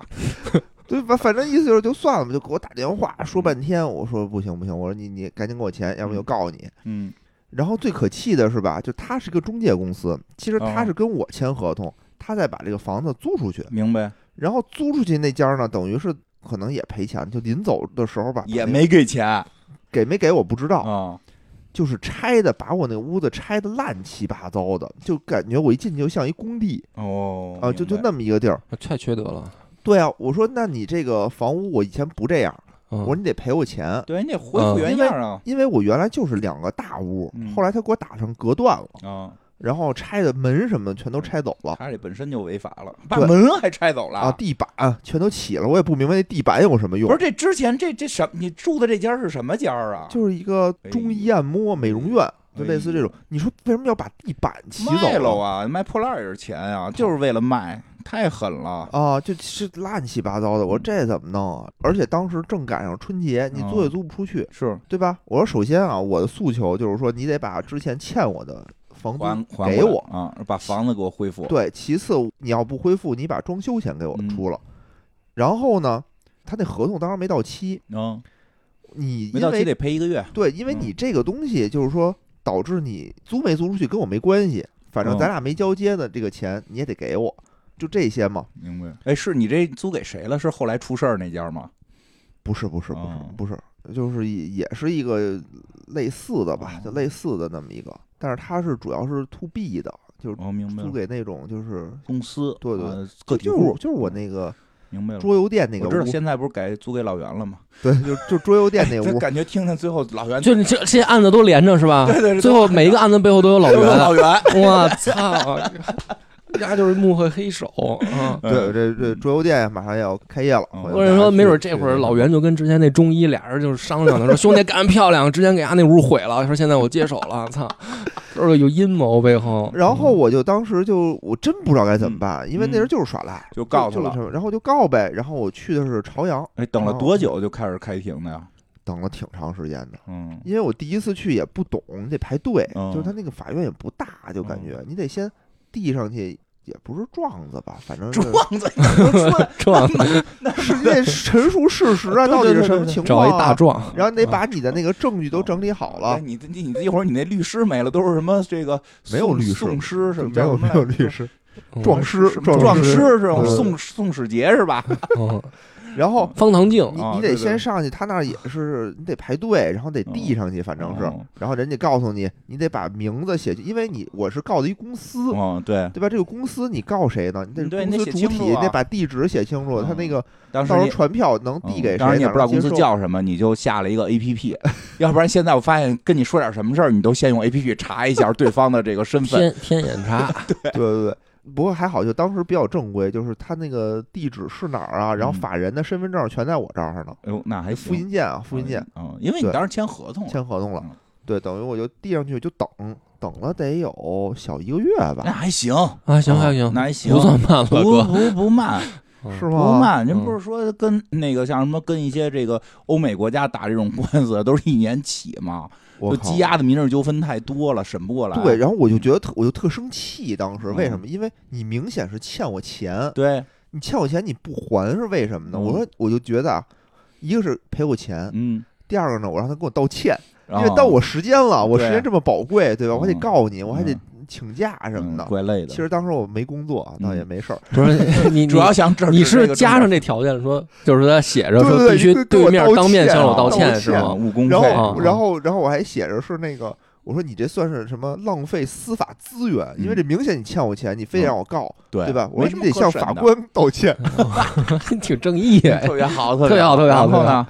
对吧？反正意思就是就算了吧，就给我打电话说半天。我说不行不行，我说你你赶紧给我钱，要不然就告你。
嗯，
然后最可气的是吧，就他是个中介公司，其实他
哦
是跟我签合同，他再把这个房子租出去，
明白。
然后租出去那家呢，等于是可能也赔钱，就临走的时候吧，
也
把那
没嗯给钱啊、
给没给我不知道，就是拆的，把我那屋子拆的乱七八糟的，就感觉我一进去就像一工地
哦
啊，就
明
就
白
那么一个地儿。
太缺德了。
对啊，我说那你这个房屋我以前不这样，我说
嗯
你得赔我钱，
对，你得恢复
嗯
原样啊。
因为我原来就是两个大屋
嗯，
后来他给我打成隔断了，
啊，
然后拆的门什么的全都拆走了。
他这本身就违法了，把
对
门还拆走了
啊，地板全都起了，我也不明白那地板有什么用
不是。这之前这这什么？你住的这家是什么家啊？
就是一个中医按摩美容院，就类似这种。你说为什么要把地板起
哎卖了
走了
啊，卖破烂儿也是钱啊，就是为了卖，太狠了。
啊？就是乱七八糟的，
嗯
我说这怎么弄啊？而且当时正赶上春节，你租也
嗯
租不出去，
是
对吧？我说首先啊，我的诉求就是说，你得把之前欠我的房
还
租
还
给
我
我。
啊，把房子给我恢复。
对，其次你要不恢复，你把装修钱给我
嗯
出了。然后呢，他那合同当时没到期，
嗯，
你
没
因
到期
为
得赔一个月。
对，因为
嗯
你这个东西就是说，导致你租没租出去跟我没关系，反正咱
嗯
俩没交接的这个钱你也得给我，就这些嘛。
明白。哎，是你这租给谁了？是后来出事儿那家吗？
不是不是不是
哦
不是，就是也也是一个类似的吧，就
哦
类似的那么一个，但是它是主要是 to B 的，就是
哦，明白
租
了。
给那种就是
公司
对对
啊个
对就
体
就是
户
我就是我那个
明白了。
桌游店那个
我知道
屋，
现在不是改租给老袁了吗？
对，就就桌游店那
这
屋，
感觉听听最后老袁
就你这这些案子都连着是吧？
对对对
最后每一个案子背后都有老袁。
老袁，
我操，丫就是幕后黑手啊！
对，这这桌游店马上要开业了，
嗯
我
我跟你说，没准
去
这会儿老袁就跟之前那中医俩人就是商量呢，说兄弟干得漂亮，之前给他那屋毁了，说现在我接手了，操，都是个有阴谋背后。
然
嗯
后我就当时就我真不知道该怎么办，因为那人就是耍赖，
就告他
就
了。
是哦然后就告呗。然后我去的是朝阳，
哎，等了多久就开始开庭的呀？
等了挺长时间的，
嗯，
因为我第一次去也不懂，你得排队，
嗯
就是他那个法院也不大，就感觉你得先递上去，也不是状子吧，反正 是
撞子也能出 来
这样
是你得陈述事实
对对
啊，到底是
对
什么
对
情
找
况
一大
啊？
壮，
然后
嗯
你得把你的那个证据都整理好
哎
了，
你这你你一会儿你那律师没了，都是什么这个
没有
宋
律师
宋师什么
没有没有律
师
师，
嗯
壮师
壮
师
师是吧？
对
宋宋世杰是 吧？
嗯
然后
方唐镜，
你
啊
你
对对
得先上去，他那儿也是你得排队，然后得递上去，反正是，
哦
然后人家告诉你，你得把名字写去，因为你我是告的一公司，
嗯，对，
对吧？这个公司你告谁呢？你得
对
公
你
司
得
主
写
体，
清楚
你
啊
得把地址写清楚，他那个
当时
到时候
你嗯
传票能递给谁？
当然你也
哪
不知道
能
公司
接收
叫什么，你就下了一个 A P P。要不然现在我发现跟你说点什么事儿，你都先用 A P P 查一下对方的这个
嗯
身份。
天天眼 查，
对对对。不过还好，就当时比较正规，就是他那个地址是哪儿啊，然后
嗯
法人的身份证全在我这儿呢，
哎呦，那还
复
行，
印件啊，复印件，
嗯，因为你
对
当时签合同了，
签合同了
嗯，
对，等于我就递上去就等，等了得有小一个月吧
那，还行，
啊，行还
啊
哦
行，
那 还行，
不算慢了，
不
哥，
不不慢，
嗯
是
不
吗？
慢。您
嗯
不是说跟那个像什么跟一些这个欧美国家打这种官司都是一年起吗？
我
就
靠
积压的民事纠纷太多了，审不过来。
对，然后我就觉得特，我就特生气。当时为
嗯
什么？因为你明显是欠我钱，
对，
你欠我钱你不还是为什么呢？我
嗯
说，我就觉得啊，一个是赔我钱，
嗯，
第二个呢，我让他给我道歉，因
因
为到我时间了，我时
对
间这么宝贵，对吧？我得
嗯
告你，我还得
嗯
请假什么的。
怪累
其
的。
实当时我没工作啊，倒也
嗯
没事儿。
不是你
主要。想整
你
治这
是
个
加
政
上这条件说，就是他写着
对对
说
对
必须
你得给
对
我
面
道
当面
歉
向
啊
我道
道
歉
歉
是
策啊
吗？
误工
然
费
啊
后，然后，然后我还写着是那个，我说你这算是什么浪费司法资源？因为
嗯
这明显你欠我钱，你非
嗯
得让我告，
对
对吧？我
没
说
什
你
么
得
可
向
审
法
的
官道歉。
挺正义哎，
特别好，
特
啊
别好特别好
然后呢，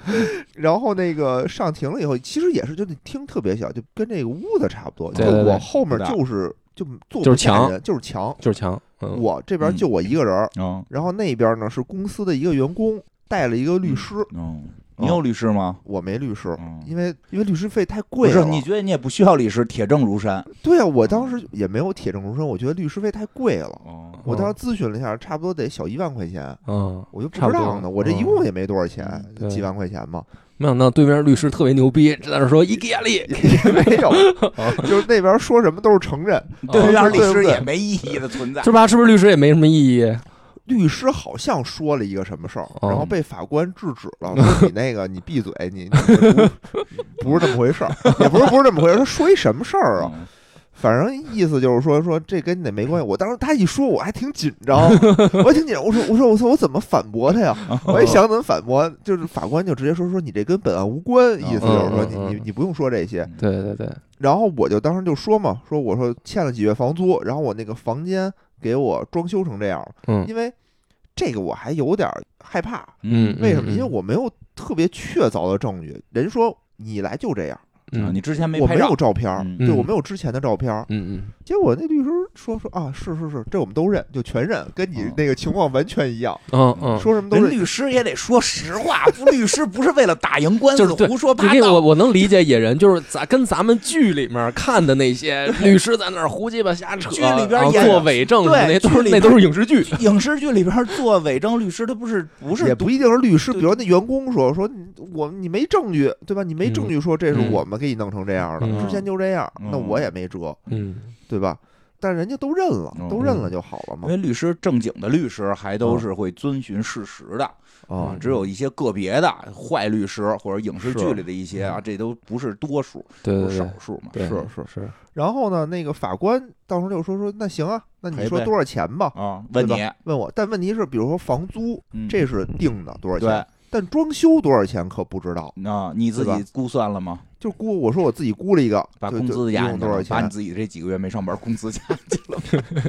然后那个上庭了以后，其实也是，就那厅特别小，就跟这个屋子差不多。
对
就
对对
我后面
不大
就是就坐
就是
不下
墙
人，就是墙。
就是强。嗯
我这边就我一个人儿，
嗯
然后那边呢是公司的一个员工带了一个律师，
嗯，你有律师吗？
我没律师，
嗯，
因为啊因为律师费太
不
贵了。
是，你觉得你也不需要律师，铁证如山。
对啊，我当时也没有铁证如山，我觉得律师费太贵了。
哦
我当时咨询了一下，差不多得小一万块钱，
嗯，
我就不
差
知
不多
道呢。我这一
嗯
共也没多少钱，
嗯
对
几万块钱 嘛，
没想到对面律师特别牛逼，在那儿说伊格亚利，
也没 有，就是那边说什么都是承认。
对面律
哦对不
师
对
也没意义的存在。
是吧？是不是律师也没什么意义？
律师好像说了一个什么事儿，
哦
然后被法官制止了，说你那个你闭嘴，你你这 不不是这么回事儿，也不是不是这么回事儿。他说一什么事儿啊？
嗯
反正意思就是说说这跟你那没关系。我当时他一说，我还挺紧张，我还挺紧张。我说我说我说我怎么反驳他呀？我一想怎么反驳，就是法官就直接说说你这跟本案无关，意思就是说你
嗯嗯
你你不用说这些。
嗯
对对对，
然后我就当时就说嘛，说我说欠了几月房租，然后我那个房间给我装修成这样了，
嗯
因为这个我还有点害怕，
嗯，
为什么？因为
嗯
我没有特别确凿的证据。人说你来就这样，
啊
嗯
你之前没
我
拍
没
照
有，照片儿，
嗯
对我
嗯
没有之前的照片儿。
嗯嗯
结果那律师说说啊，是是是，这我们都认，就全认，跟你
嗯
那个情况完全一样，
嗯嗯，
说什么都
人
认。
律师也得说实话，不，律师不是为了打赢官司
就是对
胡说
你
八
这个我
道。
我能理解野人，就是咱跟咱们剧里面看的 那些律师在那儿胡鸡巴瞎扯，
剧里边
然后
演
做伪证什么
对
的，那都
剧
是
里
那
边
都是影视剧。
影视剧里边做伪证律师，他不是不是
也不一定是律师，比
对
如那员工说说你我你没证据对吧？你没证据说这是
嗯
我们给你弄成这样的，
嗯
之前就这样，那
嗯
我也没辙，
嗯，
对吧？但人家都认了，
嗯哎
都认了就好了嘛
因。为律师正经的律师还
嗯
都是会遵循事实的啊
啊
嗯，
只有一些个别的坏律师或者影视剧
是
里的一些啊，这都不是多数，
对
都
对
是
对
少数嘛。
对，
是是
是，
然后呢，那个法官到时候就说说那行啊，那
赔
你
呗
说多少钱吧？
啊，
对
问你
吧，问我，但问题是，比如说房租，
嗯
这是定的多少钱
对，，
但装修多少钱可不知道。
那你自
对
己估算了吗？
就估我说我自己估了一个，
把
就
工
就
资
一
压
共
进去
多少
了，把你
钱？
自己这几个月没上班工资加进去了。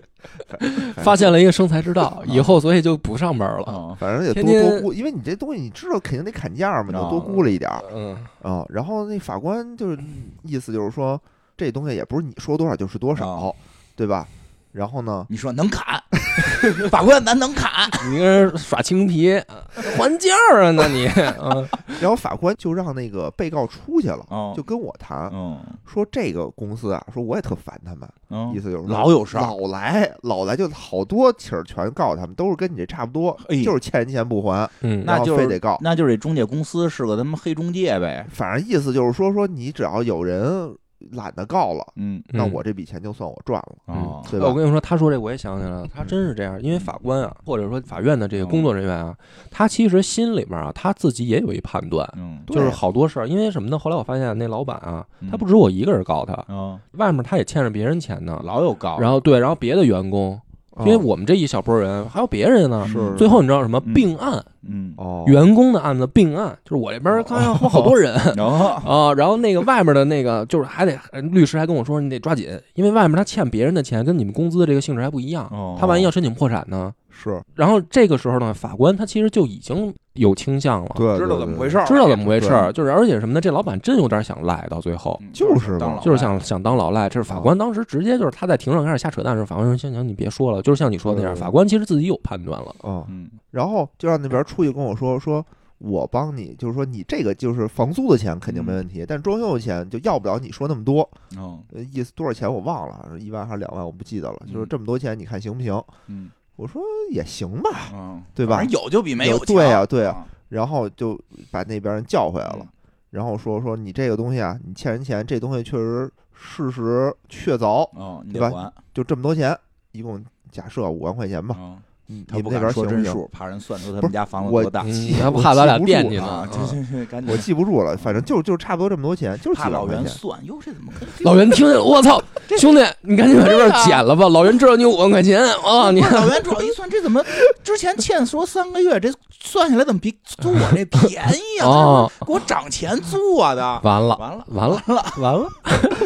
发现了一个生财之道，以后所以就不上班了。
啊
反正也多
天天
多估，因为你这东西你知道肯定得砍价嘛，就
啊
多估了一点儿
嗯，
啊。然后那法官就是意思就是说，这东西也不是你说多少就是多少
啊，
对吧？然后呢，
你说能砍， 法官咱能 砍，
你跟人耍青皮，啊还价儿啊？那 你，嗯
然后法官就让那个被告出去了，
哦
就跟我谈
嗯
说这个公司啊，说我也特烦他们，
嗯
意，思就是说
老有事儿，
老来老来就好多起儿全告他们，都是跟你这差不多，
哎
就是欠人钱不还，
嗯，
那
然后
就是
非得告。
那就是这中介公司是个他妈黑中介呗。
反正意思就是说说你只要有人懒得告了，
嗯
那我这笔钱就算我赚了。
哦
嗯对吧
哎我跟你说，他说这我也想起来了，他真是这样，因为法官啊，或者说法院的
哦
这个工作人员啊，他其实心里面啊，他自己也有一判断，
嗯
就是
对
好多事儿，因为什么呢？后来我发现那老板啊，他
嗯
不止我一个人告他，
嗯，
外面他也欠着别人钱呢。
老有告，
然后对，然后别的员工，因为
哦
我们这一小波人还有别人呢。
是
最后你知道什么
嗯
并案？
啊嗯，
哦，
员工的案子并案，就是我这边刚才好多人
然后
啊，然后那个外面的那个就是还得呃律师还跟我说你得抓紧，因为外面他欠别人的钱跟你们工资的这个性质还不一样
哦，
他万一要申请破产呢。
是
然后这个时候呢，法官他其实就已经有倾向了，
对，
知道
对
怎么
对
回事儿，
知道怎么回事儿，就是而且什么呢？这老板真有点想赖，到最后
嗯，
就是
当
嘛
老
就是
外
想想当老赖。这是法官当时直接就是他在庭上开始瞎扯淡的时，候，法官说：“行行，你别说了。”就是像你说的那样，
对对对
法官其实自己有判断了。
哦，
嗯
然后就让那边出去跟我说说。我帮你，就是说你这个就是房租的钱肯定没问题，但装修的钱就要不了你说那么多，
嗯
呃意思多少钱我忘了，一万还是两万我不记得了，就是
嗯
这么多钱你看行不行？
嗯
我说也行吧，
嗯，
对吧
反正有就比没有强
对呀、对呀、
啊
然后就把那边人
嗯
叫回来了，然后说说你这个东西啊，你欠人钱，这东西确实事实确凿，
哦，你
对
得
吧
还
就这么多钱，一共假设五万块钱吧，
嗯
你
他
你
不
们那
敢
边
说
行
真
不行？
数，怕人算出他
不
们
是
家房子
我
多大
嗯，
我
还不怕咱俩
记不住
惦记
啊
呢？
这
嗯
这这赶紧，
我记不住了，反正就就差不多这么多钱，就是
怕
几万
老
块
袁
钱。
算，哟，这怎么跟
老袁听见了，我操，兄弟，你赶紧把这段剪了吧。老袁知道你有五万块钱啊，你
不是老袁主要一算，这怎么之前欠说三个月，这算下来怎么比租我这便宜啊？
哦
这是给我涨钱租我的，
完了，
完了，
完了，完了，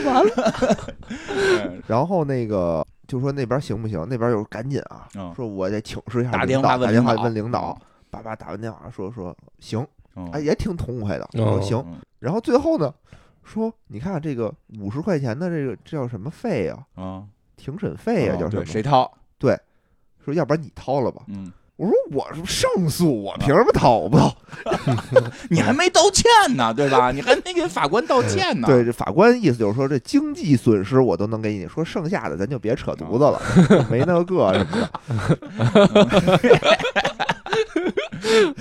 完了， 嗯
然后那个就说那边行不行？那边又赶紧啊，
嗯
说我得请示一下
打
领
电
导
话
打
问
电话
领导
问领导，爸爸打完电话说说行，
嗯
哎，也挺痛快的，
哦
说行。然后最后呢，说你看这个五十块钱的这个这叫什么费啊？
啊，
庭审费啊，
嗯
叫什
对
么？
谁掏？
说要不然你掏了吧。
嗯，
我说我是胜诉，我凭什么掏不 掏？
你还没道歉呢，对吧？你还没给法官道歉呢。
对，，这法官意思就是说，这经济损失我都能给你，说剩下的咱就别扯犊子了，没那个什么 的。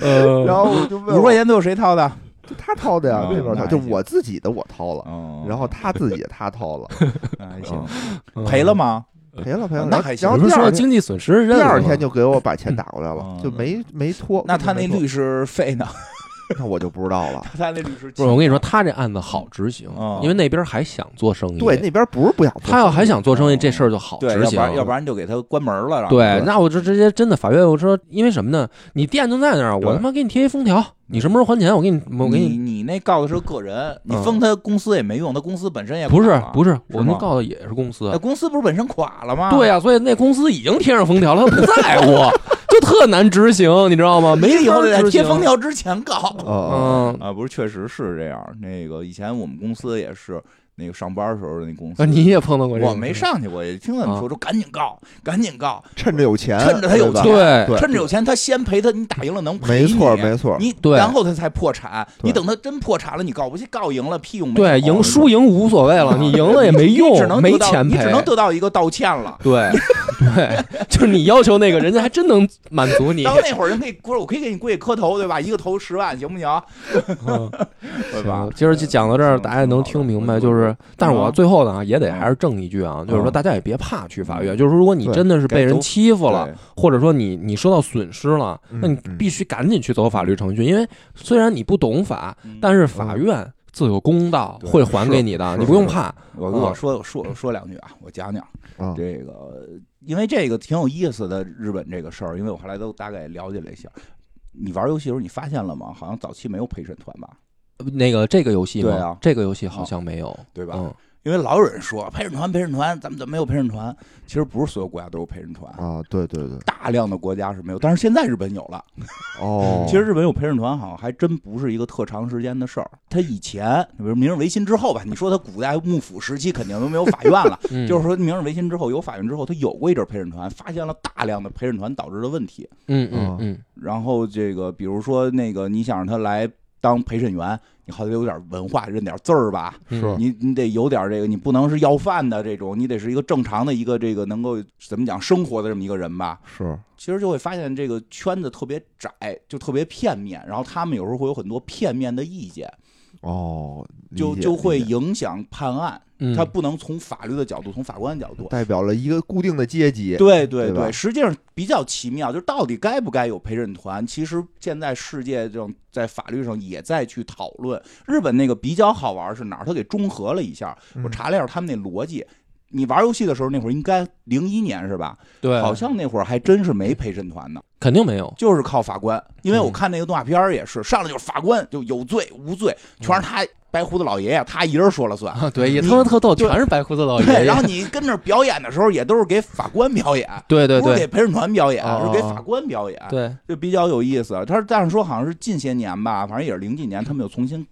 呃，嗯
然后我就问
五
我
十块钱都有谁掏的？
就他掏的呀，
哦
那边
那还
掏，就
行
我自己的我掏了，
哦
然后他自己的他 掏了，
那还行，
嗯
赔了？吗？
赔了赔了，
那
然后
还行
然
你
后
不
第
是
二
说
天
经济损失认了
第
吗
二天就给我把钱打过 来了
嗯，
就没没拖。
那他那
没拖
律师费呢？
那我就不知道了。
他那律师
不是我跟你说，他这案子好执行
哦，
因为那边还想做生意，
对，那边不是不想做，
他要还想做生意，这事儿就好
对，
执
要不
行
然。要不然就给他关门了。然后
对
对，
那我就直接真的法院，我说因为什么呢？你店就在那儿，
对嗯
我他妈给你贴一封条，你什么时候还钱？我给你，我给
你
你，
你那告的是个个人，你
嗯
封他公司也没用，他公司本身也
不是
垮了
不是，
吗呃
我
啊
们告的也是公司
那，公司不是本身垮了吗？
对啊 呀、所以那公司已经贴上封条了，他不在乎，就特难执行，你知道吗？没
以后
法
得在
执
贴
行
封，条之前告。
嗯，
嗯，
啊，不是，确实是这样。那个以前我们公司也是，那个上班时候的那公司，
啊你也碰到过这个？
我没上去过，也听他们说，
啊
说赶紧告，赶紧告，
趁着有钱，
趁着他有
对吧
钱
对
对
趁着有钱，他先赔他，你打赢了能赔
没
你，
错没错，
你
对
然后他才破产。
对
你等他真破产了，你告不去，告赢了屁用没有。
对，赢输赢无所谓 了，你赢了也没用
你只，能
没
得到
钱
你
赔
只。能得到一个道歉了。
对 对，就是你要求那个人家还真能满足你
到，那会儿人可以，不是我可以给你跪磕头，对吧？一个头十万，行不行？
嗯
对吧
行，？今儿就讲到这儿，
嗯
大家也能听明白。就是，但是我最后呢啊，也得还是正一句啊，就是说大家也别怕去法院。就是如果你
对
真的是被
该
人
走
欺负了，
对
或者说你你受到损失了，
嗯
那你
嗯
必须赶紧去走法律程序，因为虽然你不懂法，
嗯
但是法院自有公道，
对
会还给你的，
是
你不用怕。
我
啊
我说说说两句啊，我讲讲
啊
这个，因为这个挺有意思的日本这个事儿，因为我后来都大概了解了一下。你玩游戏的时候，你发现了吗？好像早期没有陪审团吧，
那个这个游戏
对
嘛
啊，
这个游戏好像没有，
对吧？
嗯，
因为老有人说陪审团，陪审团，咱们怎么没有陪审团？其实不是所有国家都有陪审团，
啊，对对对，
大量的国家是没有，但是现在日本有了。
哦，
其实日本有陪审团，好像还真不是一个特长时间的事儿。他以前，比如明治维新之后吧，你说他古代幕府时期肯定都没有法院了，
嗯
就是说明治维新之后有法院之后，他有过一阵儿陪审团，发现了大量的陪审团导致的问题。
嗯嗯
哦
嗯，
然后这个，比如说那个，你想让他来当陪审员，你好歹有点文化，认点字儿吧。
嗯
是
你你得有点这个，你不能是要饭的这种，你得是一个正常的一个这个能够怎么讲生活的这么一个人吧。
是
其实就会发现这个圈子特别窄，就特别片面，然后他们有时候会有很多片面的意见，
哦，理
就
解
就会
理解
影响判案。
嗯
他不能从法律的角度，从法官的角度。
代表了一个固定的阶级，
对对
对吧
对，实际上比较奇妙，就是到底该不该有陪审团，其实现在世界上在法律上也在去讨论。日本那个比较好玩是哪儿？他给中和了一下，我
嗯
查了一下他们那逻辑。你玩游戏的时候，那会儿应该零一年是吧？
对，
好像那会儿还真是没陪审团呢，
肯定没有。
就是靠法官。因为我
嗯
看那个动画片儿也是，上来就是法官，就有罪无罪，全是他白胡子老爷爷，他一人说了算。
啊，对，也
你
他妈特逗，
对
全是白胡子老爷
对，
哦爷。
然后你跟那儿表演的时候，也都是给法官表演，
对对
不是给
对
陪审团表演，
哦
是给法官表演，
对，
就比较有意思。他是但是说好像是近些年吧，反正也是零几年，他们又重新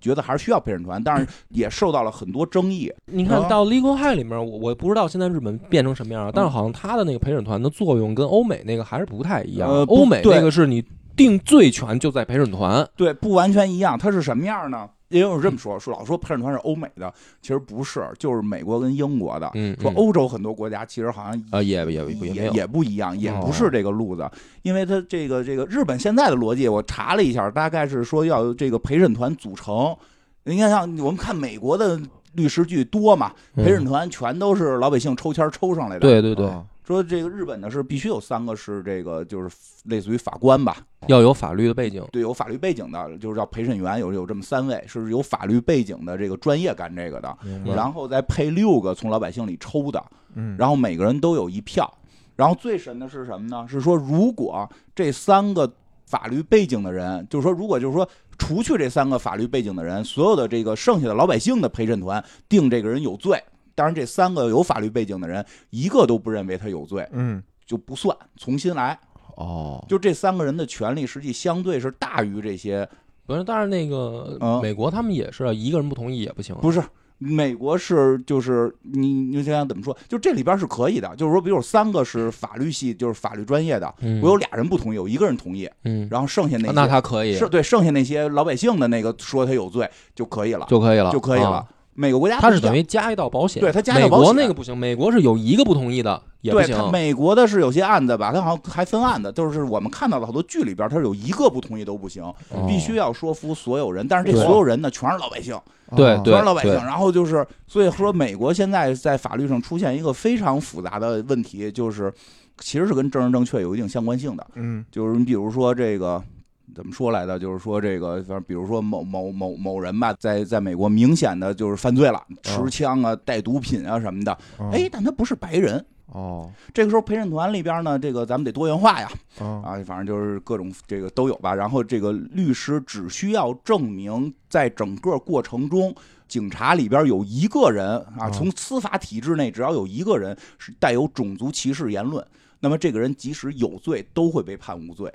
觉得还是需要陪审团，但是也受到了很多争议。
你看
啊
到《Legal High》里面，我我不知道现在日本变成什么样了，但
嗯
是好像它的那个陪审团的作用跟欧美那个还是不太一样。
呃不
欧美
对
那个是你定罪权就在陪审团，
对，不完全一样。它是什么样呢？也有人这么说，说老说陪审团是欧美的，其实不是，就是美国跟英国的。
嗯，
说
嗯
欧洲很多国家其实好像
呃也也也没
也
有，哦
也不一样，也不是这个路子，因为它这个这个日本现在的逻辑，我查了一下，大概是说要这个陪审团组成。你看，像我们看美国的律师剧多嘛，
嗯
陪审团全都是老百姓抽签抽上来的。，哦
对对对，
啊
说这个日本呢是必须有三个是这个就是类似于法官吧，
要有法律的背景。
对，有法律背景的，就是叫陪审员，有有这么三位是有法律背景的这个专业干这个的，
明
嗯
白
然后再配六个从老百姓里抽的，
嗯，
然后每个人都有一票。然后最神的是什么呢？是说如果这三个法律背景的人，就是说如果就是说除去这三个法律背景的人，所有的这个剩下的老百姓的陪审团定这个人有罪。当然，这三个有法律背景的人一个都不认为他有罪，
嗯，
就不算，重新来。
哦，
就这三个人的权利实际相对是大于这些，
不是，但是那个
啊
美国他们也是一个人不同意也不行啊。
不是美国是就是你你想想怎么说，就这里边是可以的，就是说，比如三个是法律系，就是法律专业的，
嗯
我有俩人不同意，有一个人同意，
嗯，
然后剩下那些
那他可以
是对剩下那些老百姓的那个说他有罪就可以了，
就可以了，
就可以了。
啊。
每个国家
他是
不一样
等于加一道保险，
对他加一
美
道保
国
险
那个不行，美国是有一个不同意的也不
对
行，
他美国的是有些案子吧，他好像还分案子，就是我们看到的好多剧里边，他是有一个不同意都不行，
哦
必须要说服所有人。但是这
对
所有人呢，全是老百姓，
对
啊
对
全是老百姓。
对
然后就是，所以说美国现在在法律上出现一个非常复杂的问题，就是其实是跟政治正确有一定相关性的。
嗯
就是你比如说这个怎么说来的，就是说这个，反正比如说某某某某人吧，在在美国明显的就是犯罪了，持枪啊、带毒品啊什么的，
哦
哎，但他不是白人。
哦
这个时候陪审团里边呢，这个咱们得多元化呀，
哦
啊，反正就是各种这个都有吧。然后这个律师只需要证明，在整个过程中，警察里边有一个人啊，
哦
从司法体制内只要有一个人是带有种族歧视言论，那么这个人即使有罪，都会被判无罪，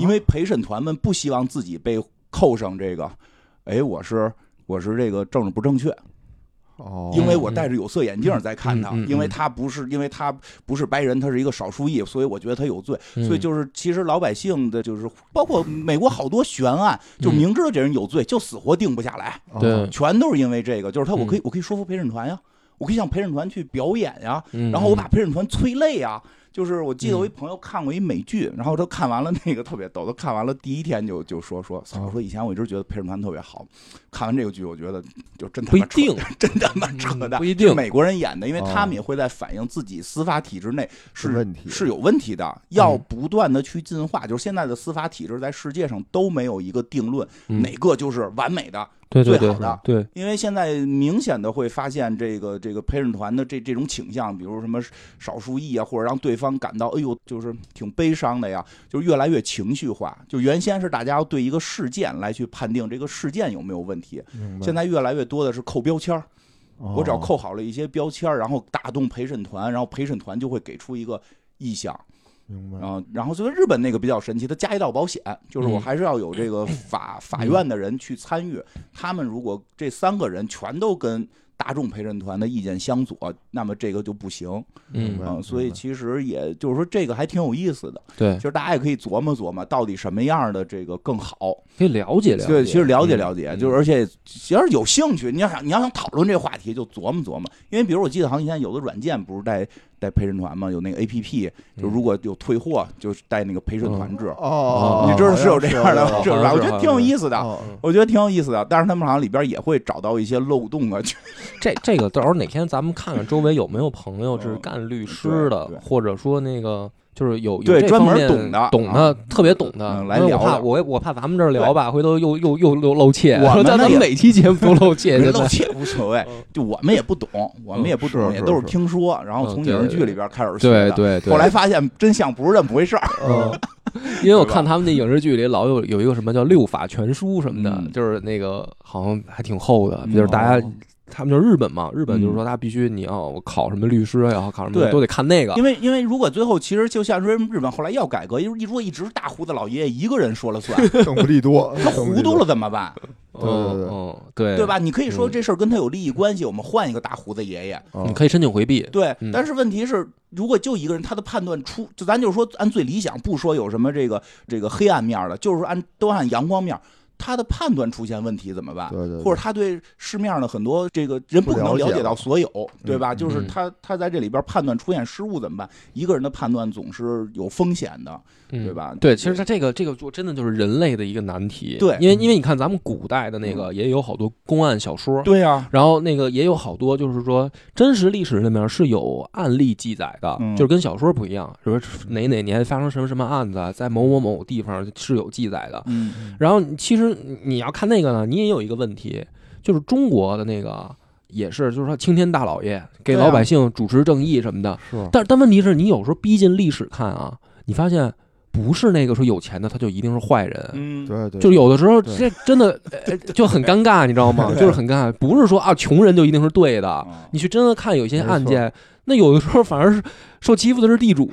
因为陪审团们不希望自己被扣上这个，哎，我是。我是这个政治不正确，
哦，
因为我戴着有色眼镜在看他
嗯嗯嗯嗯，嗯
因为他不是因为他不是白人，他是一个少数裔，所以我觉得他有罪。
嗯
所以就是，其实老百姓的，就是包括美国好多悬案，
嗯
就明知道这人有罪，就死活定不下来，
哦
对，
全都是因为这个。就是他，
嗯
我可以，我可以说服陪审团呀，我可以向陪审团去表演呀，
嗯
然后我把陪审团催泪呀。就是我记得我一朋友看过一美剧，然后他看完了那个特别逗，他看完了第一天就就说说，操，
哦
我说以前我一直觉得陪审团特别好，看完这个剧我觉得就真他
不一
妈扯
定，嗯
真他妈扯淡，
不一定
是美国人演的，因为
哦
他们也会在反映自己司法体制内是
问题
是有问题的，要
嗯
不断的去进化。就是现在的司法体制在世界上都没有一个定论，
嗯
哪个就是完美的。
对对
最
对
好的
对，
因为现在明显的会发现这个这个陪审团的这这种倾向，比如什么少数裔啊，或者让对方感到哎呦，就是挺悲伤的呀，就是越来越情绪化。就原先是大家要对一个事件来去判定这个事件有没有问题，现在越来越多的是扣标签儿。
哦
我只要扣好了一些标签儿，然后打动陪审团，然后陪审团就会给出一个意向。
明白
然后，啊然后就是日本那个比较神奇，它加一道保险，就是我
嗯
还是要有这个
嗯
法法院的人去参与。他们如果这三个人全都跟大众陪审团的意见相左，那么这个就不行
嗯
明白哎
啊、所以其实也就是说，这个还挺有意思的。
对
其，实大家也可以琢磨琢磨，到底什么样的这个更好。
可以了解了解，
对，其实了解了解，
嗯
就是而且要是有兴趣，你要想你要想讨论这个话题，就琢磨琢磨。因为比如我记得好像现在有的软件不是带带陪审团嘛，有那个 A P P，就
嗯
如果有退货，就是带那个陪审团制。
哦，
你知道是有这样的
哦好像
制
是哦
度吧？我觉得挺有意思的，
的
我觉得挺有意思的。但是他们好像里边也会找到一些漏洞啊，就
嗯这这个到时候哪天咱们看看周围有没有朋友是
嗯
干律师的
对对，
或者说那个就是有有
对
这
专
方
门
面
懂的
懂
啊
的特别懂的
嗯，来
因为
聊
我怕
聊
我我怕咱们这儿聊吧，回头又又又又露怯。
我们
咱
呢
们
也
每期节目都露怯， 现在
漏气无所谓
嗯。
就我们也不懂，我们也不
嗯
懂，
是
也都是
是是
听说，然后
嗯
从
对
影视
对
剧里边开始学
对
的。
对对。
后来发现真相不是这么回事儿。
哦
嗯， 因为我
对吧
看他们那影视剧里老有有一个什么叫六法全书什么的，
嗯
就是那个好像还挺厚的，
嗯
啊就是大家、
哦
他们就是日本嘛，日本就是说他必须你要考什么律师也好，考什么
对
都得看那个
因。为因为如果最后其实就像说日本后来要改革，因为如果一直是大胡子老爷爷一个人说了算，
邓布利多，
嗯他糊涂
了，
了怎么办？
嗯
对对对
嗯，对
对？吧？你可以说
嗯
这事儿跟他有利益关系，我们换一个大胡子爷爷。
哦
你可以申请回避。
对
嗯，
但是问题是，如果就一个人，他的判断出，就咱就说按最理想，不说有什么这个这个黑暗面儿的，就是说按都按阳光面儿，他的判断出现问题怎么办？
对对对
或者他对市面上的很多这个人不可能
不了
了
解
解到所有，对吧？
嗯
就是他他在这里边判断出现失误怎么办？一个人的判断总是有风险的，
嗯
对吧
对，其实它这个这个就真的就是人类的一个难题。
对嗯
因为
嗯
因为你看咱们古代的那个也有好多公案小说，
对啊呀、
然后那个也有好多，就是说真实历史里面是有案例记载的，
嗯
就是跟小说不一样，就是哪哪年发生什么什么案子，啊在某某某地方是有记载的。
嗯，
然后其实你你要看那个呢，你也有一个问题，就是中国的那个也是，就是说青天大老爷给
对啊
老百姓主持正义什么的，
是
但但问题是你有时候逼近历史看啊，你发现不是那个说有钱的他就一定是坏人，
嗯，
对对，
就有的时候
对
这真的呃就很尴尬，你知道吗？就是很尴尬，不是说啊穷人就一定是对的。
啊
你去真的看有一些
没错
案件，那有的时候反而是受欺负的是地主，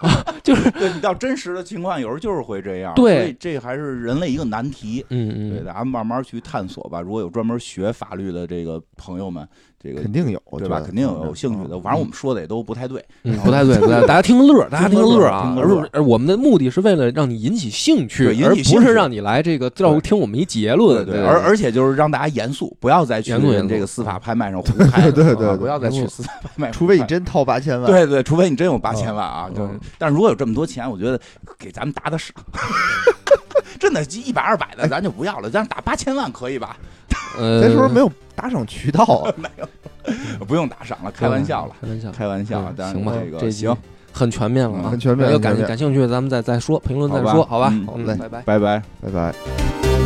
啊，就是
对，到真实的情况，有时候就是会这样。
对
所以这还是人类一个难题。
嗯
对，
嗯，
大家慢慢去探索吧。如果有专门学法律的这个朋友们，这个
肯定有，
对吧？肯定有
嗯
有兴趣的。反正我们说的也都不太对。
嗯不太对，不太对，大家听个乐儿，大家听个乐儿啊
听。个乐儿听个乐
而而我们的目的是为了让你引起兴趣，
对引
而
起兴
不是
趣
让你来这个照
对
听我们一结论。对，
而而且就是让大家严肃，不要再去
严肃严肃嗯
这个司法拍卖上 胡拍了，
对对
好吧
对
啊不要再
严
去司
肃
法拍卖上胡拍，
除非你真掏八千万，
对对，除非你真有八千万啊！
嗯
就是
嗯，
但是如果有这么多钱，我觉得给咱们打打 赏，真的，一百二百的咱就不要了，咱打八千万可以吧？
呃，
咱是不是没有打赏渠 道啊？
不用打赏了，开玩笑了，
嗯开玩笑。
开玩笑
嗯。
但
行吧
是这
这
个
集
行，
很全面了啊，
嗯
很全面
要
很全
感
面
感兴趣，咱们再再说，评论再
好吧
说，好吧？
嗯
好嘞
拜拜。
拜拜。
拜拜。